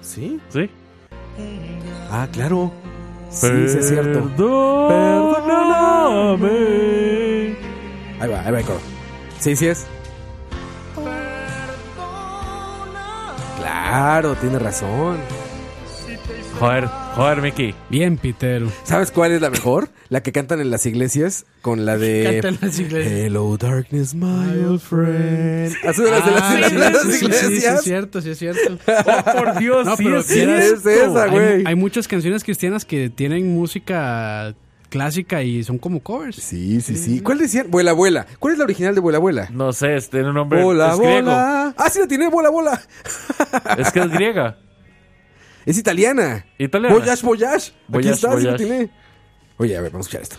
B: Sí.
E: Sí.
B: Ah, claro. Sí, sí, es cierto.
E: Perdóname.
B: Ahí va, ahí va el coro. Sí, sí es. Claro, tiene razón.
E: Joder, joder, Mickey.
C: Bien, Pitero.
B: ¿Sabes cuál es la mejor? La que cantan en las iglesias con la de.
C: Cantan en las iglesias.
B: Hello, darkness, my old friend. Así de las de las-
C: Ah,
B: de las- de las
C: sí, sí, sí, sí, es
B: iglesias.
C: cierto, sí es cierto.
E: Oh, por Dios,
C: No,
E: sí
C: pero
E: es
C: sí es
E: cierto.
B: esa,
C: Hay-
B: güey.
C: Hay, muchas canciones cristianas que tienen música clásica y son como covers.
B: Sí, sí, sí. ¿Cuál decían? Vuela, abuela. ¿Cuál es la original de Vuela, abuela?
E: No sé, es- tiene un nombre.
B: Bola,
E: es griego.
B: bola. Ah, sí, la tiene, bola, bola.
E: Es que es griega.
B: Es italiana.
E: Italiana.
B: Voyage, voyage. Aquí
E: Voyage,
B: está, sí la
E: voyage.
B: tiene. Oye, a ver, vamos a escuchar esto.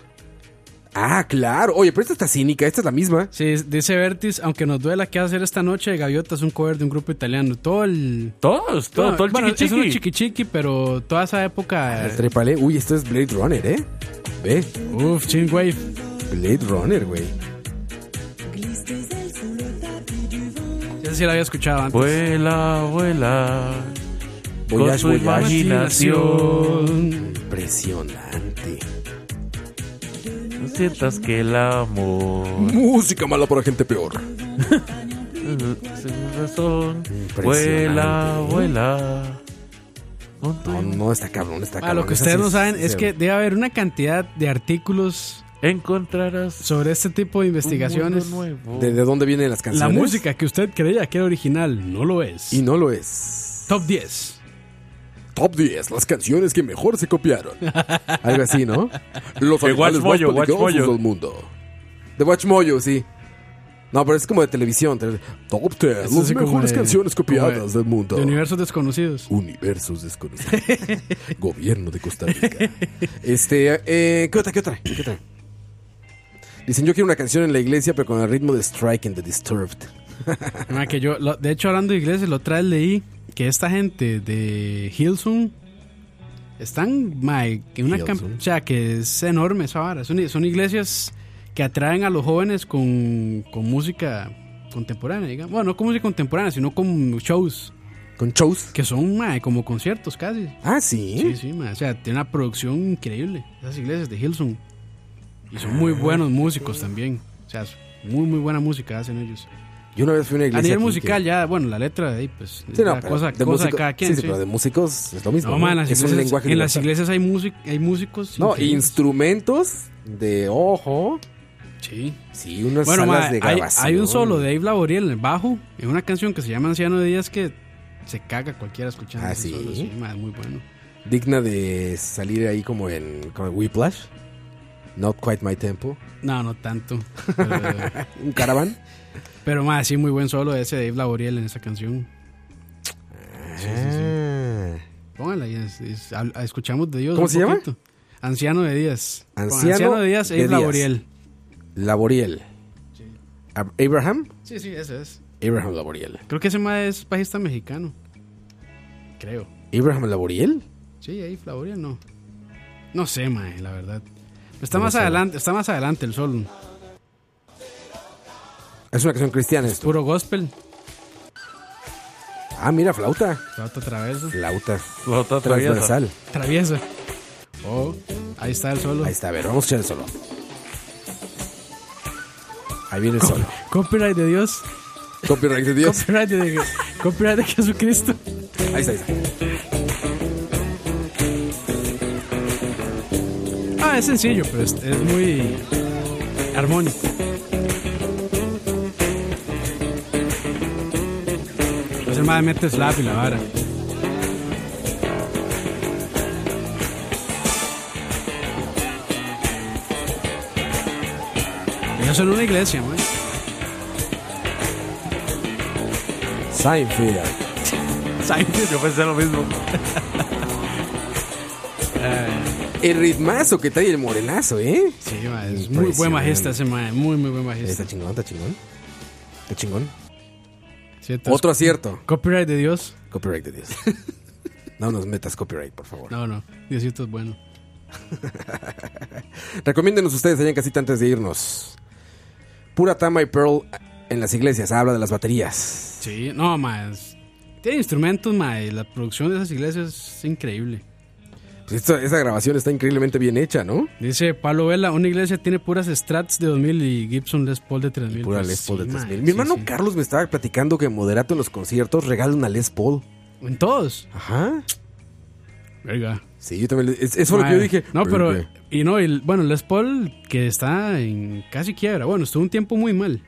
B: Ah, claro. Oye, pero esta está cínica, esta es la misma.
C: Sí, es- dice Vertis, aunque nos duela qué hacer esta noche de Gaviota es un cover de un grupo italiano. Todo el...
E: Todos, todo, todo el Ah,
C: bueno,
E: chiqui
C: Es un
E: chiqui.
C: chiqui chiqui, pero toda esa época...
B: El trépale. Uy, esto es Blade Runner, ¿eh? Ve,
C: Uf, Chin Wave.
B: Blade Runner, güey.
C: Esa sí la había escuchado antes.
E: Vuela, vuela. Con
B: Voyage,
E: su
B: voyage.
E: imaginación.
B: Impresionante.
E: No sientas que el amor.
B: Música mala para gente peor.
E: Sin razón.
B: Impresionante.
E: Vuela, vuela. Con tu-
B: No, no, está cabrón, está
C: Ah,
B: cabrón.
C: lo que
B: Esa
C: ustedes
B: sí
C: no
B: es-
C: saben
B: sí
C: es
B: se-
C: que debe haber una cantidad de artículos
E: Encontrarás.
C: sobre este tipo de investigaciones.
E: un mundo nuevo.
B: ¿De, de dónde vienen las
C: La
B: canciones?
C: música que usted creía que era original no lo es.
B: Y no lo es.
C: Top 10.
B: Top 10, las canciones que mejor se copiaron. Algo así, ¿no? Los
E: De
B: animales
E: Watch
B: más
E: Mojo, Watch
B: peligrosos
E: Mojo.
B: del mundo. De Watch Mojo, sí. No, pero es como de televisión. tele- Top 10,
C: Eso
B: las
C: sí como
B: mejores
C: de-
B: canciones
C: como
B: copiadas
C: de-
B: del mundo.
C: De universos desconocidos.
B: Universos desconocidos. Gobierno de Costa Rica. Este, eh, ¿qué otra? ¿Qué otra? ¿Qué otra? Dicen, yo quiero una canción en la iglesia, pero con el ritmo de Strike and the Disturbed.
C: Ma, que yo, lo- de hecho, hablando de iglesias, la otra vez leí que esta gente de Hillsong están, ma, que una cam-
B: Hillsong.
C: o sea, que es enorme esa vara. Son, son iglesias que atraen a los jóvenes con, con música contemporánea, digamos. Bueno, no con música contemporánea, sino con shows,
B: Con shows.
C: que son, ma, como conciertos casi.
B: Ah, sí.
C: Sí, sí, ma, o sea, tiene una producción increíble, esas iglesias de Hillsong. Y son muy buenos músicos también. O sea, muy, muy buena música hacen ellos.
B: Yo una vez fui a una
C: A
B: iglesia.
C: nivel
B: aquí
C: musical,
B: que-
C: ya, bueno, la letra de ahí, pues.
B: Sí, no,
C: la
B: pero
C: cosa,
B: de
C: cosa de
B: músico-
C: cada quien.
B: Sí,
C: Sí,
B: sí, pero de músicos es lo mismo.
C: No, ma, en
B: ¿no?
C: las
B: es un
C: iglesias,
B: lenguaje
C: en las
B: universal.
C: iglesias hay, músic- hay músicos.
B: No,
C: increíbles.
B: instrumentos de ojo.
C: Sí.
B: Sí, unas
C: Bueno,
B: salas
C: ma,
B: de
C: hay,
B: grabación.
C: hay un solo de Dave Laboriel en el bajo, en una canción que se llama Anciano de Días que se caga cualquiera escuchando.
B: Ah,
C: ese
B: ¿sí?
C: solo, ma, es muy bueno.
B: Digna de salir ahí como en, como en Whiplash. Not quite my tempo.
C: No, no tanto. Pero,
B: Un caravan.
C: pero más, sí, muy buen solo ese Dave Laboriel en esa canción.
B: Ah.
C: Póngala ahí, es- es- hab- escuchamos de Dios.
B: ¿Cómo
C: un
B: se llama?
C: poquito. Anciano de Días. Ponga
B: Anciano
C: de Días,
B: de
C: Dave
B: Días.
C: Laboriel.
B: Laboriel. Ab- Abraham.
C: Sí, sí, ese es.
B: Abraham Laboriel.
C: Creo que ese mae es bajista mexicano. Creo.
B: Abraham Laboriel.
C: Sí, ahí Flavoria no. No sé, mae, la verdad. Pero Está
B: No
C: más
B: sé.
C: adelante, está más adelante el sol.
B: Es una canción cristiana esto.
C: Puro gospel.
B: Ah, mira, flauta.
C: Flauta traversa.
B: Flauta.
E: Flauta traviesa.
B: Transversal.
C: Traviesa. Oh, ahí está el solo.
B: Ahí está, a ver, vamos a echar el solo. Ahí viene el solo.
C: Copyright de Dios.
B: Copyright de Dios.
C: Copyright de, copyright de Jesucristo.
B: Ahí está, ahí está.
C: Ah, es sencillo, pero es, es muy armónico. Entonces el mae mete slap y la vara. Ellos son una iglesia, man.
B: Seinfeld.
E: Yo pensé lo mismo.
B: El ritmazo que trae el morenazo, ¿eh?
C: Sí, mae, es Este, muy buen majesta ese mae, muy muy buen majesta.
B: Está chingón, está chingón. Está chingón.
C: Sí, entonces,
B: Otro acierto.
C: copyright de Dios.
B: Copyright de Dios. No nos metas copyright, por favor.
C: No, no, Diosito es bueno.
B: Recomiéndenos ustedes allá en casita antes de irnos. Pura Tama y Pearl en las iglesias. Habla de las baterías.
C: Sí, no, más. Tiene instrumentos, mae. La producción de esas iglesias es increíble.
B: Pues esto- esa grabación está increíblemente bien hecha, ¿no?
C: Dice Pablo Vela, una iglesia tiene puras Strats de 2000 y Gibson Les Paul de 3000.
B: Pura
C: Pues
B: Les Paul
C: sí,
B: de 3000.
C: mae,
B: Mi
C: sí,
B: hermano
C: sí.
B: Carlos me estaba platicando que moderato en los conciertos regala una Les Paul.
C: ¿En todos?
B: Ajá.
C: Verga.
B: Sí, yo también. le- es- Eso es lo que yo
C: Madre.
B: dije.
C: No, pero.
B: Verga.
C: Y no, el, bueno, Les Paul, que está en casi quiebra. Bueno, estuvo un tiempo muy mal.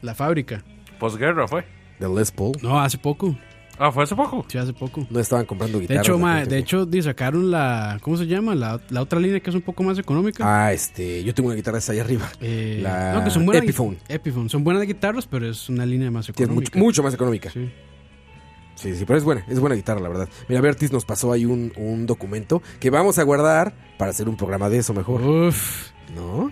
C: La fábrica.
E: Posguerra fue.
B: De Les Paul.
C: No, hace poco.
E: Ah, fue hace poco.
C: Sí, hace poco.
B: No estaban comprando
C: De
B: guitarras.
C: hecho, ma,
B: aparte,
C: de
B: güey.
C: hecho, di, sacaron la. ¿Cómo se llama? La, la otra línea que es un poco más económica.
B: Ah, este. Yo tengo una guitarra esa allá arriba.
C: Eh,
B: la
C: no, que son buenas.
B: Epiphone.
C: Epiphone. Son buenas guitarras, pero es una línea más
B: Que es
C: económica.
B: mucho, mucho más económica.
C: Sí.
B: Sí, sí, pero es buena, es buena guitarra, la verdad. Mira, Vertis nos pasó ahí un, un documento que vamos a guardar para hacer un programa de eso mejor.
C: Uf.
B: ¿No?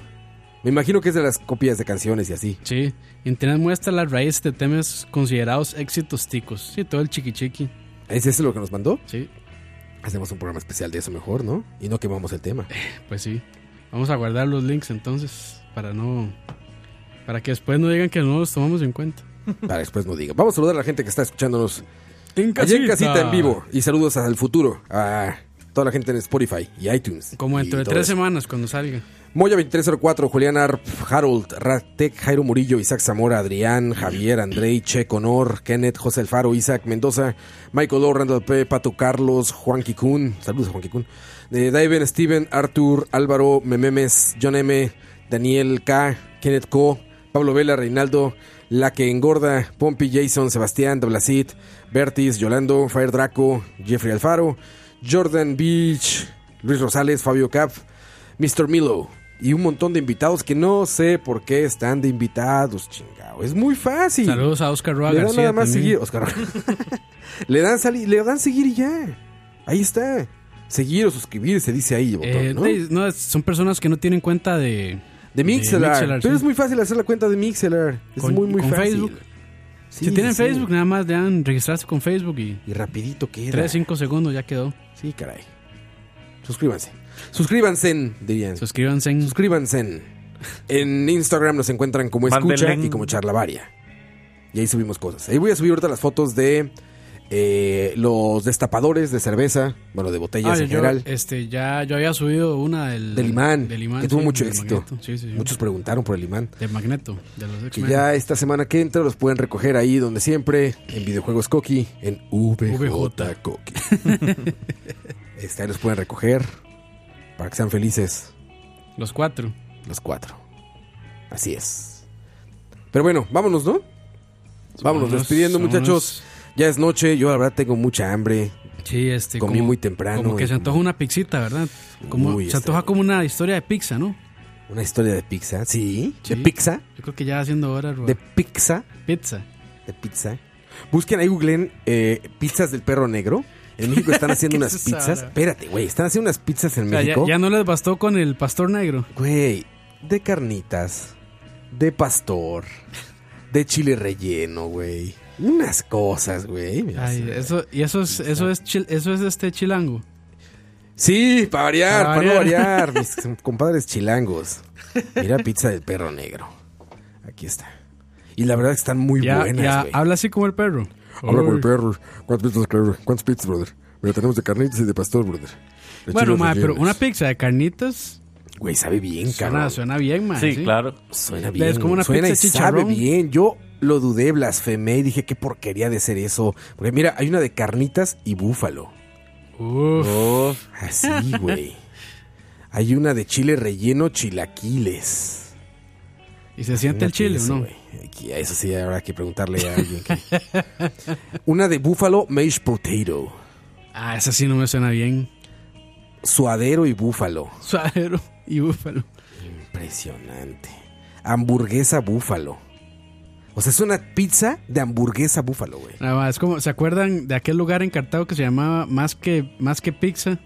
B: Me imagino que es de las copias de canciones y así.
C: Sí, internet muestra las raíces de temas considerados éxitos ticos. Sí, todo el chiqui chiqui.
B: ¿Es eso lo que nos mandó?
C: Sí.
B: Hacemos un programa especial de eso mejor, ¿no? Y no quemamos el tema.
C: Pues sí. Vamos a guardar los links entonces para no. Para que después no digan que no los tomamos en cuenta.
B: Para después no diga. Vamos a saludar a la gente que está escuchándonos allá en casita en vivo. Y saludos al futuro, a toda la gente en Spotify y iTunes.
C: Como dentro
B: y
C: de
B: todo
C: tres
B: eso.
C: semanas cuando salga.
B: Moya 2304, Julián Arp, Harold, Ratek, Jairo Murillo, Isaac Zamora, Adrián, Javier, Andrei, Che, Conor, Kenneth, José Alfaro, Isaac Mendoza, Michael O, Randall P, Pato Carlos, Juan Kikun, saludos a Juan Kikun, eh, Daven, Steven, Arthur, Álvaro, Mememes, John M, Daniel K, Kenneth Co, Pablo Vela, Reinaldo, La que engorda, Pompi, Jason, Sebastián, Dablasit, Bertis, Yolando, Fire Draco, Jeffrey Alfaro, Jordan Beach, Luis Rosales, Fabio Cap, Mr. Milo y un montón de invitados que no sé por qué están de invitados, chingado. Es muy fácil.
C: Saludos a Oscar Roa
B: le dan
C: García.
B: nada más
C: también.
B: seguir, Oscar. le dan salir, le dan seguir y ya. Ahí está. Seguir o suscribir se dice ahí, botón,
C: Eh,
B: ¿no?
C: de- no, es- son personas que no tienen cuenta de.
B: De Mixelar. Pero
C: sí.
B: es muy fácil hacer la cuenta de Mixelar. Es
C: Con-
B: muy muy
C: con
B: fácil.
C: Facebook.
B: Sí,
C: si tienen
B: sí.
C: Facebook, nada más le dan registrarse con Facebook y.
B: Y rapidito queda.
C: 3, 5 segundos ya quedó.
B: Sí, caray. Suscríbanse. Suscríbanse, dirían.
C: Suscríbanse.
B: Suscríbanse. En Instagram nos encuentran como escucha
E: Mándenle.
B: y como charlavaria. Y ahí subimos cosas. Ahí voy a subir ahorita las fotos de eh, los destapadores de cerveza, bueno, de botellas
C: Ah,
B: en
C: yo,
B: general.
C: este, ya yo había subido una del,
B: Del imán,
C: del imán,
B: que tuvo
C: sí,
B: mucho
C: del
B: éxito.
C: Magneto. Sí, sí, sí.
B: Muchos preguntaron por el imán.
C: Del magneto, de los
B: Que
C: X-Men.
B: ya esta semana que entra los pueden recoger ahí donde siempre, en Videojuegos Coqui, en VJ Coqui. Este, ahí los pueden recoger para que sean felices.
C: Los cuatro.
B: Los cuatro. Así es. Pero bueno, vámonos, ¿no? Vámonos,
C: Vámonos,
B: despidiendo,
C: vámonos.
B: muchachos. Ya es noche, yo la verdad tengo mucha hambre.
C: Sí, este.
B: Comí muy temprano
C: Como que
B: y
C: se
B: como-
C: antoja una pixita, ¿verdad? Como,
B: Uy,
C: se antoja
B: este-
C: como una historia de pizza, ¿no?
B: Una historia de pizza. Sí,
C: Sí.
B: de pizza.
C: Yo creo que ya haciendo hora, Rua.
B: De pizza.
C: pizza.
B: De pizza. Busquen ahí, googleen eh, pizzas del perro negro. En México están haciendo
C: ¿Qué
B: unas
C: es esa
B: pizzas.
C: hora?
B: Espérate, güey. Están haciendo unas pizzas en
C: O sea, ya,
B: México.
C: ya no les bastó con el pastor negro.
B: Güey, de carnitas, de pastor, de chile relleno, güey. Unas cosas, güey. Mira,
C: Ay,
B: sí.
C: eso, y eso es, eso es, chil- eso es este chilango.
B: Sí, para variar, para,
C: Para
B: no
C: variar.
B: variar, mis compadres chilangos. Mira pizza del perro negro. Aquí está. Y la verdad es que están muy
C: Ya, ya
B: buenas, güey.
C: habla así como el perro.
M: Habla con
C: Uy.
M: el perro. ¿Cuántas pizzas, claro? ¿Cuántas pizzas, brother? Mira, tenemos de carnitas y de pastor, brother. De
C: Bueno,
M: chiles
C: ma, pero
M: rellenos.
C: una pizza de carnitas
B: Güey, sabe bien,
C: suena,
B: cabrón.
C: suena bien, ma.
E: Ah, Sí, claro.
B: Suena
C: Es
B: bien.
C: como una
B: suena
C: pizza
B: y sabe
C: chicharrón.
B: bien. Yo lo dudé, blasfemé y dije, qué porquería de ser eso. Porque mira, hay una de carnitas y búfalo.
C: Uf.
M: Oh.
E: Uf.
B: Así, güey. Hay una de chile relleno chilaquiles.
C: Y se siente el chile, ¿o
B: Eso,
C: ¿no?
B: güey. Aquí, a Eso sí, habrá que preguntarle a alguien. que- Una de búfalo mashed potato.
C: Ah, esa sí no me suena bien.
B: Suadero y búfalo.
C: Suadero y búfalo.
B: Impresionante. Hamburguesa búfalo. O sea, es una pizza de hamburguesa búfalo, güey.
C: Nada más, es como, ¿se acuerdan de aquel lugar en Cartago que se llamaba Más que, más que Pizza?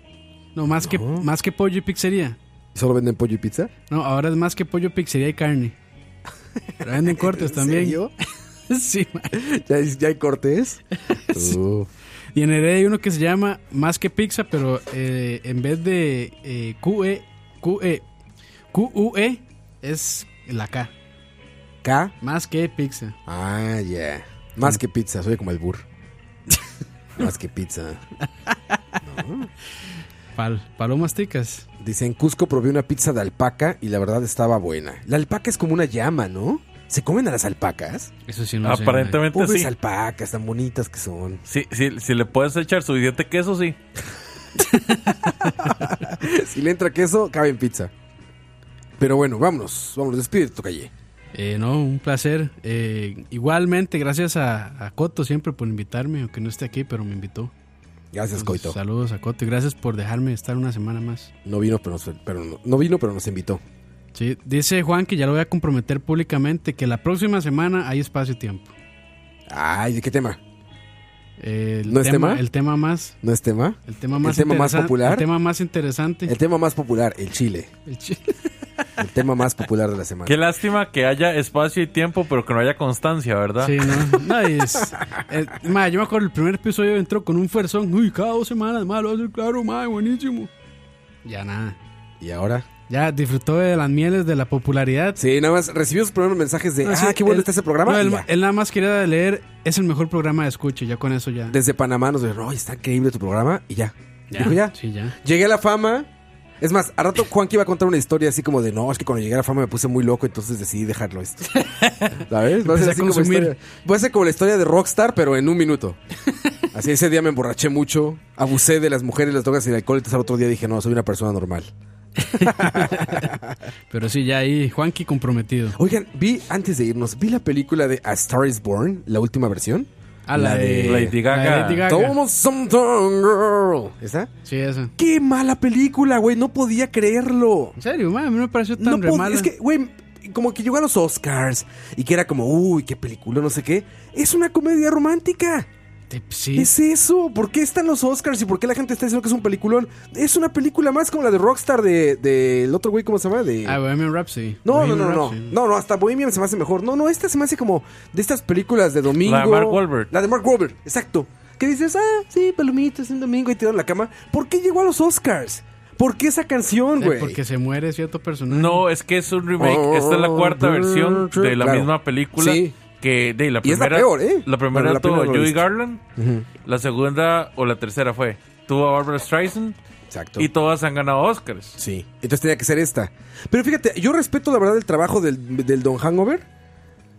C: No, más, Que, más que Pollo y Pizzería.
M: ¿Solo venden pollo y pizza?
C: No, ahora es Más que Pollo, Pizzería y Carne. Pero venden cortes también.
B: serio?
C: sí, ma.
M: ¿Ya, ya hay cortes? Uf.
C: Y en Heredia hay uno que se llama Más que Pizza, pero eh, en vez de eh, QE, QE, QUE E, es la K.
B: K.
C: Más que Pizza.
B: Ah, ya. Más que pizza, soy como el burro. Más que pizza.
C: Pal, palomas ticas.
B: Dice, en Cusco probé una pizza de alpaca y la verdad estaba buena. La alpaca es como una llama, ¿no? ¿Se comen a las alpacas?
C: Eso sí
E: no sé, Aparentemente
B: Pobres
E: sí.
B: alpacas, tan bonitas que son.
E: Si, si, si le puedes echar suficiente queso, sí.
B: si le entra queso, cabe en pizza. Pero bueno, vámonos, vámonos, despide tu calle.
C: Eh, no, un placer. Eh, igualmente, gracias a, a Coto siempre por invitarme, aunque no esté aquí, pero me invitó.
B: Gracias,
C: Entonces,
B: Coito.
C: Saludos a Coto y gracias por dejarme estar una semana más.
B: No vino, pero nos, pero no, no vino, pero nos invitó.
C: Sí, dice Juan que ya lo voy a comprometer públicamente, que la próxima semana hay espacio y tiempo.
B: Ay, ¿de qué tema?
C: Eh, El
B: ¿No es tema?
C: El tema más,
B: ¿No es tema?
C: el tema más,
B: ¿El tema más
C: interesa-
B: popular?
C: El tema más interesante.
B: El tema más popular, el chile.
C: El chile.
B: El tema más popular de la semana.
E: Qué lástima que haya espacio y tiempo, pero que no haya constancia,
B: ¿Ah?
E: ¿verdad?
C: Sí, no. no y es- el- ma, yo me acuerdo el primer episodio entró con un fuerzón. Uy, cada dos semanas, ma, lo va a hacer claro, ma, buenísimo. Ya nada.
B: ¿Y ahora?
C: Ya disfrutó de las mieles de la popularidad.
B: Sí, nada más recibió sus primeros mensajes de,
C: No,
B: ah,
C: sí,
B: qué bueno
C: él-
B: está ese programa.
C: no,
B: y
C: él,
B: ya.
C: él nada más quería leer, es el mejor programa de escucha, ya con eso ya.
B: Desde Panamá nos dijeron, "Ay, está increíble tu programa. Y ya.
C: Ya,
B: Dijo, ya.
C: Sí, ya.
B: Llegué a la fama. Es más, a rato Juan que iba a contar una historia así como de, no, es que cuando llegué a la fama me puse muy loco, entonces decidí dejarlo esto. ¿Sabes? Va a
C: Empecé
B: ser
C: a
B: así como
C: consumir.
B: historia- va a ser como la historia de Rockstar, pero en un minuto. Así ese día me emborraché mucho, abusé de las mujeres, las drogas y el alcohol, entonces al otro día dije, no, soy una persona normal.
C: Pero sí, ya ahí, Juanqui comprometido.
B: Oigan, vi, antes de irnos, vi la película de A Star Is Born, la última versión.
C: Ah, la de-
E: Lady
C: la de
E: Gaga.
C: Lady Gaga.
B: Somos Something Girl. ¿Esa?
C: Sí, eso.
B: ¡Qué mala película, güey! No podía creerlo.
C: En serio, ma, a mí no me pareció
B: No
C: tan re
B: pod-
C: mala.
B: Es que, güey, como que llegó a los Oscars y que era como, uy, qué película, no sé qué. Es una comedia romántica.
C: Te- Sí,
B: Es eso. ¿Por qué están los Oscars y por qué la gente está diciendo que es un peliculón? Es una película más como la de Rockstar del de, del otro güey, ¿cómo se llama? De...
C: Ah, Bohemian Rhapsody.
B: no, no,
C: Bohemian
B: no, no,
C: Rhapsody.
B: no, no, hasta Bohemian se me hace mejor. No, no, esta se me hace como de estas películas de domingo.
E: La de Mark Wahlberg.
B: La de Mark Wahlberg, exacto. Que dices, ah, sí, palomitas, un domingo y tirado en la cama. ¿Por qué llegó a los Oscars? ¿Por qué esa canción,
C: Eh,
B: güey?
C: Porque se muere cierto personaje.
E: No, es que es un remake. Esta es la cuarta
B: Oh,
E: versión
B: true,
E: de la
B: claro.
E: misma película.
B: Sí.
E: Que de la
B: Y es la
E: primera.
B: peor, ¿eh?
E: La
B: Bueno,
E: primera
B: la
E: tuvo
B: primera no la he
E: Judy
B: visto.
E: Garland.
B: Ujú.
E: La segunda o la tercera fue. Tuvo a Barbara Streisand.
B: Exacto.
E: Y todas han ganado Oscars.
B: Sí. Entonces tenía que ser esta. Pero fíjate, yo respeto la verdad el trabajo del, del Don Hangover.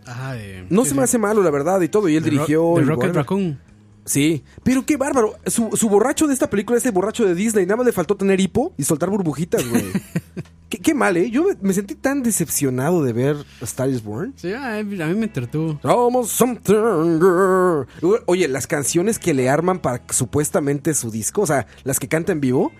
C: Ajá, de-
B: No
C: sí,
B: se me
C: sí.
B: hace malo, la verdad, y todo. Y él
C: De Ro-
B: dirigió.
C: de
B: y
C: Rocket
B: whatever.
C: Raccoon.
B: Sí. Pero qué bárbaro. Su, su borracho de esta película es el borracho de Disney. Nada más le faltó tener hipo y soltar burbujitas, güey. qué, qué mal, ¿eh? Yo me, me sentí tan decepcionado de ver A Star is Born.
C: Sí, ah, a mí me entretuvo.
B: Somos something. girl. Oye, las canciones que le arman para supuestamente su disco, o sea, las que canta en vivo,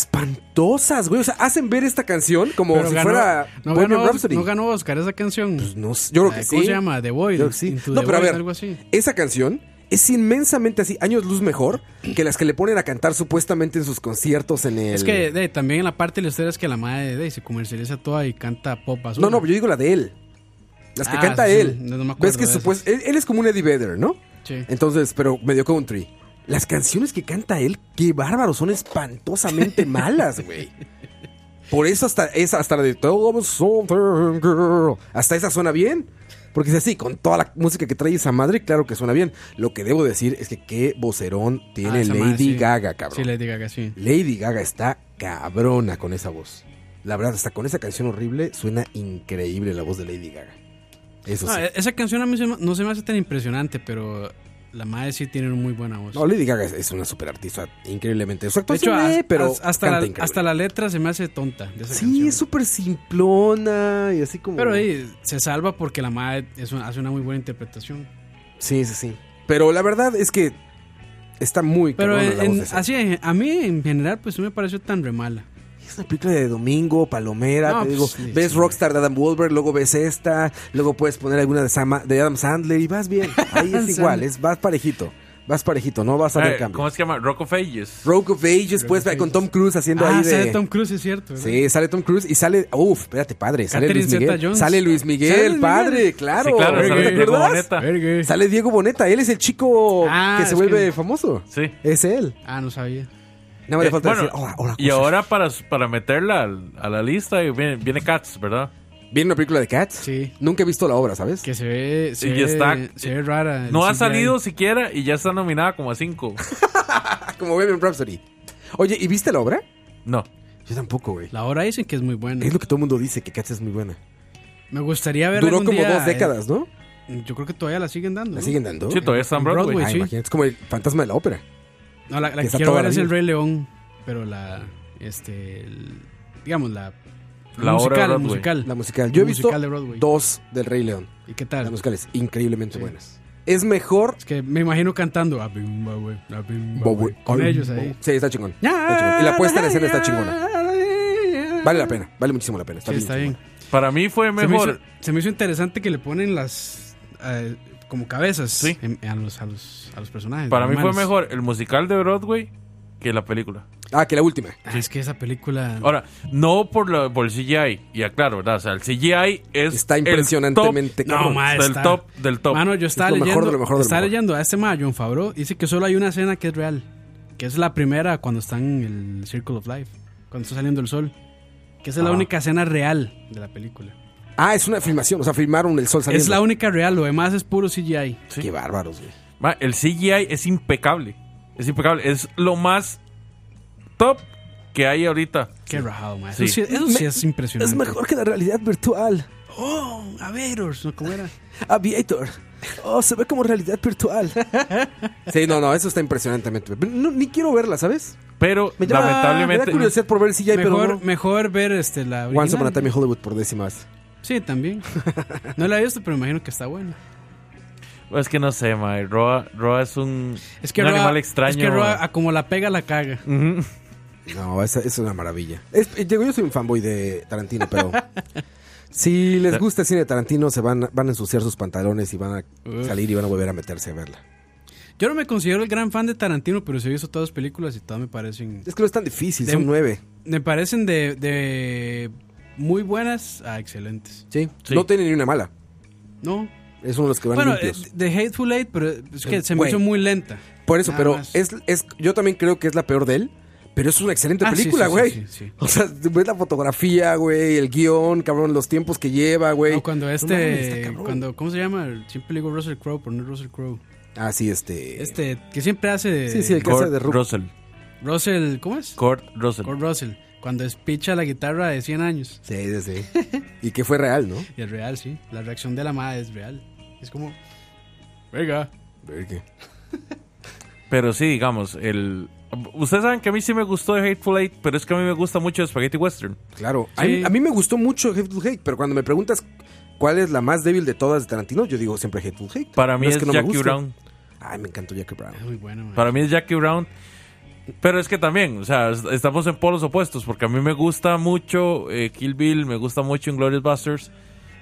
B: espantosas, güey. O sea, hacen ver esta canción como
C: Pero
B: si
C: ganó-
B: fuera
C: no
B: Bohemian
C: ganó,
B: Rhapsody.
C: no ganó Oscar esa canción.
B: Pues no sé, yo creo
C: La
B: que
C: de-
B: sí.
C: ¿Cómo se llama? The Void.
B: Yo creo que sí.
C: Into
B: No,
C: the
B: pero a
C: Void,
B: ver,
C: algo así.
B: esa canción es inmensamente así, años luz mejor que las que le ponen a cantar supuestamente en sus conciertos en el.
C: Es que de, también la parte de la historia es que la madre de, se comercializa toda y canta pop basura.
B: No, no, yo digo la de él. Las que
C: Ah,
B: canta
C: sí,
B: él.
C: no, no me acuerdo
B: Ves que
C: de esas.
B: supuest- él, él es como un Eddie Vedder, ¿no?
C: Sí.
B: Entonces, pero medio country. Las canciones que canta él, qué bárbaro, son espantosamente malas, güey. Por eso hasta esa, hasta la de Tell us Something Girl, hasta esa suena bien. Porque es así, con toda la música que trae esa madre, claro que suena bien. Lo que debo decir es que qué vocerón
C: Ah,
B: tiene
C: esa
B: Lady
C: madre, sí.
B: Gaga, cabrón.
C: Sí, Lady Gaga, sí.
B: Lady Gaga está cabrona con esa voz. La verdad, hasta con esa canción horrible suena increíble la voz de Lady Gaga. Eso
C: No,
B: sí.
C: e- Esa canción a mí se me- no se me hace tan impresionante, pero la madre sí tiene una muy buena voz.
B: No, Lady Gaga es, es una superartista increíblemente. Su
C: de hecho,
B: actuación, eh,
C: as-
B: pero
C: as- hasta,
B: canta
C: la,
B: increíble.
C: hasta la letra se me hace tonta. de esa
B: Sí,
C: canción.
B: es súper simplona y así como...
C: Pero eh, se salva porque la madre es una- hace una muy buena interpretación.
B: Sí, sí, sí. Pero la verdad es que está muy
C: Pero
B: cabrona la
C: en-
B: voz de esa.
C: así, en- a mí en general, pues no me pareció tan re mala.
B: Es una película de domingo, palomera,
C: No,
B: te
C: pues,
B: digo,
C: sí,
B: ves
C: sí.
B: Rockstar de Adam Wahlberg, luego ves esta, luego puedes poner alguna de, Sama- de Adam Sandler y vas bien. Ahí es igual, es, vas parejito, vas parejito, no vas a ver
E: Eh,
B: cambio.
E: ¿Cómo se llama? Rock of Ages.
B: Rogue of Ages,
C: Rogue
B: pues
C: of
B: va con
C: Ages.
B: Tom Cruise haciendo
C: Ah,
B: ahí de...
C: sale Tom Cruise, es cierto. ¿verdad?
B: Sí, sale Tom Cruise y sale. Uf, espérate, padre. Sale
C: Catherine
B: Luis Miguel.
C: Zeta-Jones.
B: Sale Luis
C: ¿Sale
B: Miguel,
C: Luis
B: padre,
C: Miguel?
B: claro.
E: Sí, claro,
C: sale
B: ¿Te
E: Diego
B: acuerdas?
E: Boneta.
C: Vergue.
B: Sale Diego Boneta. Él es el chico
C: Ah,
B: que se
C: es
B: vuelve
C: que-
B: famoso.
E: Sí.
B: Es él.
C: Ah, no sabía.
B: Nada más le
E: Eh,
B: falta
E: bueno,
B: decir. "Hola, hola,
E: y
B: cosas".
E: ahora para, para meterla al- a la lista eh, viene, viene Cats, ¿verdad?
B: Viene una película de Cats.
C: Sí.
B: Nunca he visto la obra, ¿sabes?
C: Que se ve, se
E: Y
C: ve,
E: está-
C: se ve rara. el
E: No ha
C: CGI.
E: salido siquiera y ya está nominada como a cinco.
B: Ah, como Bohemian Rhapsody. Oye, ¿y viste la obra?
E: No.
B: Yo tampoco, güey.
C: La hora dicen que es muy buena.
B: Es lo que todo el mundo dice, que Cats es muy buena.
C: Me gustaría ver.
B: Duró
C: algún
B: como
C: día,
B: dos décadas,
C: eh, Yo creo que todavía la siguen dando.
B: La
C: ¿no?
B: siguen dando.
E: Sí, todavía está en Broadway.
B: Ah,
C: sí.
B: imagínate, es como el fantasma de la ópera.
C: No, la, la
B: Que
C: que
B: está
C: quiero
B: toda
C: ver
B: la
C: es el
B: vida.
C: Rey León, pero la. Este. el- digamos, la.
B: La obra de
C: musical,
B: Broadway.
C: musical.
B: La musical. Yo he
C: Musical
B: visto
C: de Broadway.
B: Dos del Rey León.
C: ¿Y qué tal?
B: Las musicales, increíblemente
C: Sí.
B: buenas. Es mejor.
C: Es que me imagino cantando. "Ah, "Abimba, we, abimba, we", Con
B: Ay,
C: ellos ahí.
B: Sí, está chingón. Está chingón. Y la puesta en escena está chingona. Vale la pena, vale muchísimo la pena. Está
C: Sí,
B: bien.
C: está
B: chingona.
C: bien.
E: Para mí fue
C: Se me,
E: mejor.
C: hizo, se me hizo interesante que le ponen las. eh, como cabezas en- a, los, a, los, a los personajes.
E: Para
C: los
E: mí fue
C: humanos.
E: mejor el musical de Broadway que la película.
B: Ah, que la última.
C: Ah, Es que esa película.
E: Ahora, no por, la, por el CGI, y aclaro, ¿verdad? O sea, el CGI es. Está
B: impresionantemente
E: no,
B: cabrón.
E: ma, Del
C: está-
E: top, del top.
C: Mano, yo estaba
B: lo mejor
C: leyendo,
B: de lo mejor de lo
C: estaba
B: mejor.
C: leyendo a este ma, John Favreau, dice que solo hay una escena que es real, que es la primera cuando están en el Circle of Life, cuando está saliendo el sol, que esa es la
B: Ah.
C: única escena real de la película.
B: Ah, es una filmación. O sea, filmaron el sol saliendo.
C: Es la única real, lo demás es puro CGI.
B: Qué bárbaros, güey.
E: Ma, el CGI es impecable. Es impecable. Es lo más top que hay ahorita.
C: Qué rajado, ma.
E: Sí.
C: Eso, sí, eso sí es impresionante.
B: Es mejor que la realidad virtual.
C: Oh, Aviators, ¿no? ¿Cómo era?
B: Aviator. Oh, se ve como realidad virtual. Sí, no, no, eso está impresionantemente. No, ni quiero verla, ¿sabes?
E: Pero
B: Me llama-
E: lamentablemente.
B: me da curiosidad por ver el CGI, pero
C: mejor,
B: no.
C: mejor ver este, la original.
B: Once Upon a Time in Hollywood por décima vez.
C: Sí, también. No la he visto, pero me imagino que está buena.
E: Es que no sé, ma. Roa, Roa es un,
C: Es que
E: un
C: Roa-
E: animal extraño.
C: Es que Roa,
E: ma.
C: a como la pega, la caga.
B: No, esa, esa es una maravilla. Es- eh, digo, yo soy un fanboy de Tarantino, pero si les gusta el cine de Tarantino, se van, a- van a ensuciar sus pantalones y van a
C: Uf.
B: salir y van a volver a meterse a verla.
C: Yo no me considero el gran fan de Tarantino, pero sí he visto todas las películas y todas me parecen.
B: Es que no es tan difícil,
C: De-
B: son nueve.
C: Me parecen de, de muy buenas a excelentes.
B: Sí. No tiene ni una mala.
C: No.
B: Es uno de los que van
C: Bueno,
B: limpios.
C: eh, de Hateful Eight, pero es que
B: Eh,
C: se me
B: güey.
C: hizo muy lenta.
B: Por eso,
C: Nada
B: pero
C: más.
B: es, es, yo también creo que es la peor de él. Pero es una excelente
C: Ah, sí,
B: película,
C: sí,
B: güey.
C: sí, sí, sí.
B: O sea, ves la fotografía, güey, el guión, cabrón, los tiempos que lleva, güey.
C: No, cuando este.
B: No mames, está cabrón.
C: cuando, ¿Cómo se llama? Siempre le digo Russell Crowe, pero no es Russell Crowe.
B: Ah, sí, este.
C: Este, que siempre hace.
B: Sí, sí, el que hace
E: Kurt
B: de Ru-
E: Russell.
C: Russell, ¿cómo es?
E: Kurt Russell.
C: Kurt Russell. Cuando espicha la guitarra de 100 años.
B: Sí, sí, sí. Y que fue real, ¿no?
C: Y es real, sí. La reacción de la madre es real. Es como. Venga.
B: Verga.
E: Pero sí, digamos, el. Ustedes saben que a mí sí me gustó de Hateful Eight, pero es que a mí me gusta mucho Spaghetti Western.
B: Claro. A, mí, a mí me gustó mucho Hateful Hate, pero cuando me preguntas cuál es la más débil de todas de Tarantino, yo digo siempre Hateful Hate.
E: Para mí
B: No
E: es
B: que no me
E: Jackie
B: guste.
E: Brown.
B: Ay, me encantó Jackie Brown.
C: Muy bueno, man.
E: Para mí es Jackie Brown. Pero es que también, o sea, es- estamos en polos opuestos, porque a mí me gusta mucho eh, Kill Bill, me gusta mucho Inglourious Basterds,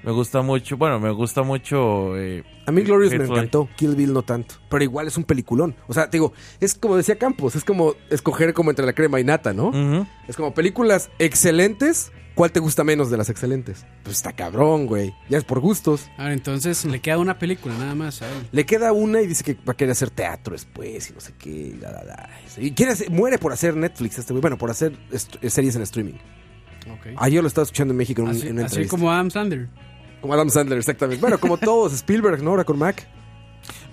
E: me gusta mucho, bueno, me gusta mucho... eh,
B: A mí Glorious me
E: Hateful Eight.
B: encantó, Kill Bill no tanto, pero igual es un peliculón. O sea, te digo, es como decía Campos, es como escoger como entre la crema y nata, ¿no?
E: Mm.
B: Es como películas excelentes, ¿cuál te gusta menos de las excelentes? Pues está cabrón, güey. Ya es por gustos.
C: Ahora, entonces le queda una película nada más a él.
B: Le queda una y dice que va a querer hacer teatro después y no sé qué. Y, la, la, la. y quiere hacer- muere por hacer Netflix este güey, bueno, por hacer est- eh, series en streaming.
C: Ok.
B: Ayer lo estaba escuchando en México Ah, en, un-
C: así,
B: en una
C: así
B: entrevista.
C: como Adam Sandler.
B: Como Adam Sandler, exactamente. Bueno, como todos, Spielberg, ¿no? Ahora con Mac.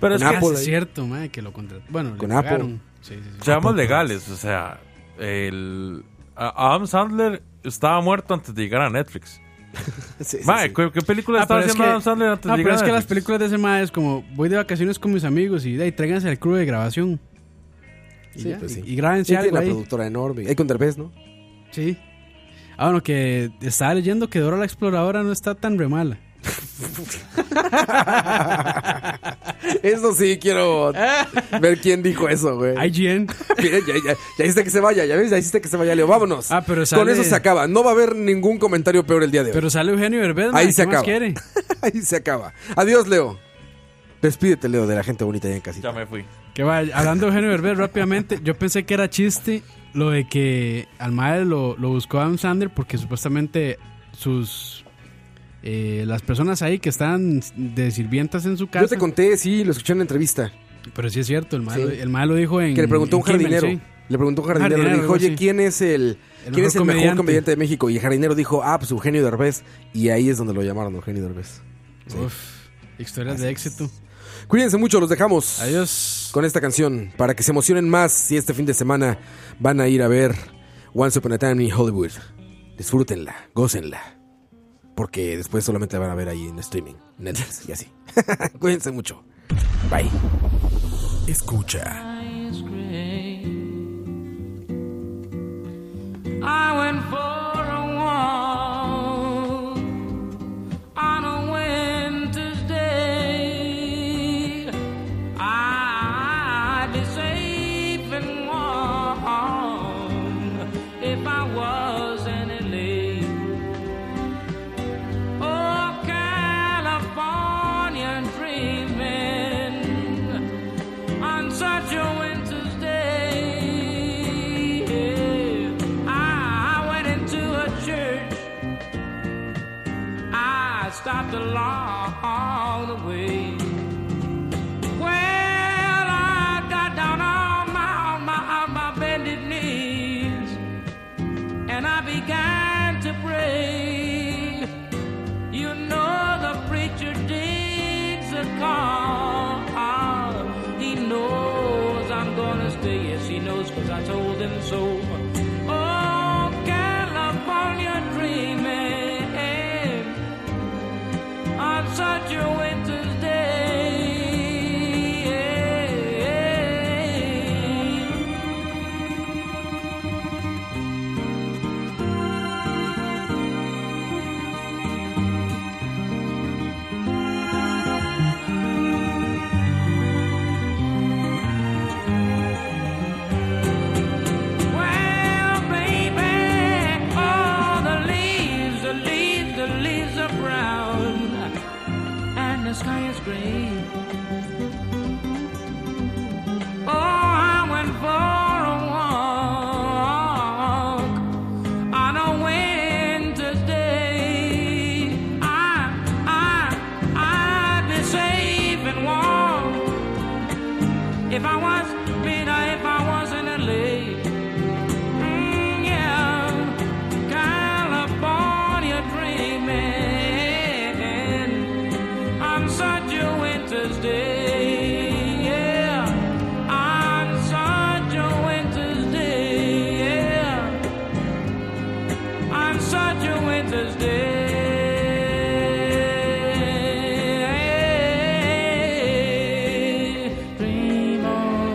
E: Pero
B: con
E: es que
B: Apple,
C: es
B: ahí.
C: Ah, cierto, madre, que lo contrató. Bueno,
B: Con
C: le
B: Apple.
C: pagaron. Sí, sí, sí.
E: Seamos legales, o sea, el... a- Adam Sandler estaba muerto antes de llegar a Netflix.
B: Sí, sí,
E: Mae,
B: sí.
E: ¿qué, qué película
C: Ah,
E: estaba
C: pero es
E: haciendo
C: que-
E: Adam Sandler antes
C: no,
E: de
C: pero
E: llegar
C: es
E: a
C: que las
E: Netflix?
C: películas de ese ma es como voy de vacaciones con mis amigos y de ahí tráiganse al crew de grabación. Y,
B: Sí,
C: ya,
B: pues sí.
C: y, y grábense
B: Sí,
C: algo
B: tiene una
C: ahí.
B: productora enorme. Ahí con Derbez, ¿no?
C: Sí. Ah, bueno, que estaba leyendo que Dora la Exploradora no está tan re mala.
B: Eso sí, quiero ver quién dijo eso, güey.
C: IGN.
B: Mira, ya, ya, ya hiciste que se vaya, ya ves, ya hiciste que se vaya, Leo. Vámonos.
C: Ah, pero sale-
B: Con eso se acaba. No va a haber ningún comentario peor el día de hoy.
C: Pero sale Eugenio Derbez, ma,
B: Ahí se
C: ¿qué más
B: acaba.
C: quiere?
B: Ahí se acaba. Adiós, Leo. Despídete, Leo, de la gente bonita allá en casita.
E: Ya me fui.
C: Que va, hablando de Eugenio Derbez rápidamente, yo pensé que era chiste lo de que al madre lo, lo buscó Adam Sandler porque supuestamente sus eh, las personas ahí que están de sirvientas en su casa.
B: Yo te conté, sí, lo escuché en la entrevista.
C: Pero sí es cierto, el malo,
B: Sí.
C: el malo dijo en.
B: Que le preguntó a
C: en
B: un jardinero.
C: Kimmel, sí.
B: Le preguntó a un jardinero,
C: Jardinero,
B: le dijo,
C: algo
B: oye,
C: así.
B: ¿quién es el,
C: El
B: ¿quién es el mejor
C: mejor comediante".
B: comediante de México? Y el jardinero dijo, ah, pues Eugenio Derbez. Y ahí es donde lo llamaron, Eugenio Derbez. Sí.
C: Uf, historias de éxito.
B: Cuídense mucho, los dejamos.
C: Adiós.
B: Con esta canción, para que se emocionen más si este fin de semana van a ir a ver Once Upon a Time in Hollywood. Disfrútenla, gócenla. Porque después solamente la van a ver ahí en streaming, Netflix y así. Cuídense mucho. Bye.
F: Escucha.
G: ice cream. I went for a walk on a winter's day. I'd be safe and warm if I wasn't in LA. Oh, California dreaming on such a winter's day. I went into a church. I stopped along the way. Well, I got down on my, on my, on my bended knees and I began to pray. You know the preacher digs a call. He knows I'm gonna stay. Yes, he knows cause I told him so. Oh, California dreaming on such a winter's day. Well, baby, all the leaves, the leaves, the leaves are brown, and the sky is gray. Oh, I went for a walk on a winter's day. I, I, I'd be safe and warm if I was, Peter, if I wasn't a lady. Yeah, California dreaming on such a winter's day. Yeah, on such a winter's day. Yeah, on such a winter's day. Dream on,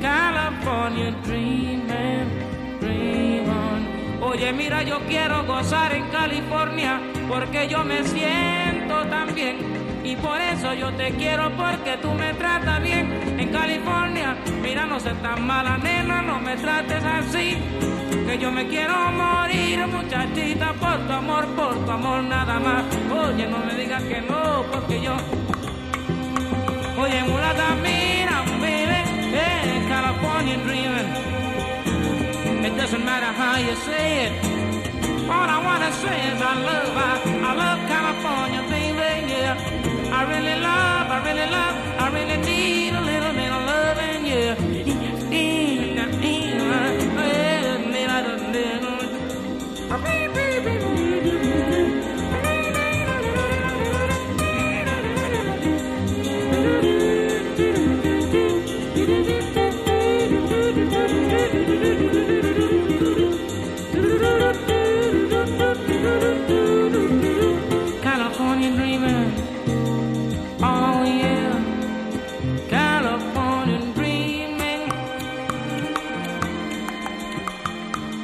G: California dreaming. Dream on. Oye, mira, yo quiero gozar en California porque yo me siento tan bien. Y por eso yo te quiero porque tú me tratas bien en California. Mira, no seas tan mala, nena, no me trates así. Que yo me quiero morir, muchachita, por tu amor, por tu amor nada más. Oye, no me digas que no, porque yo Oye, mulata, mira, baby, hey, California dreaming. It doesn't matter how you say it. All I wanna say is I love, I, I love California, baby, yeah. I really love, I really love, I really need a little bit of loving, yeah. California dreaming. Oh yeah, California dreaming.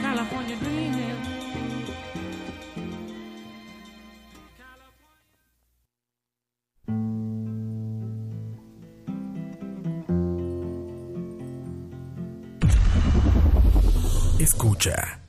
G: California dreaming.
F: Escucha.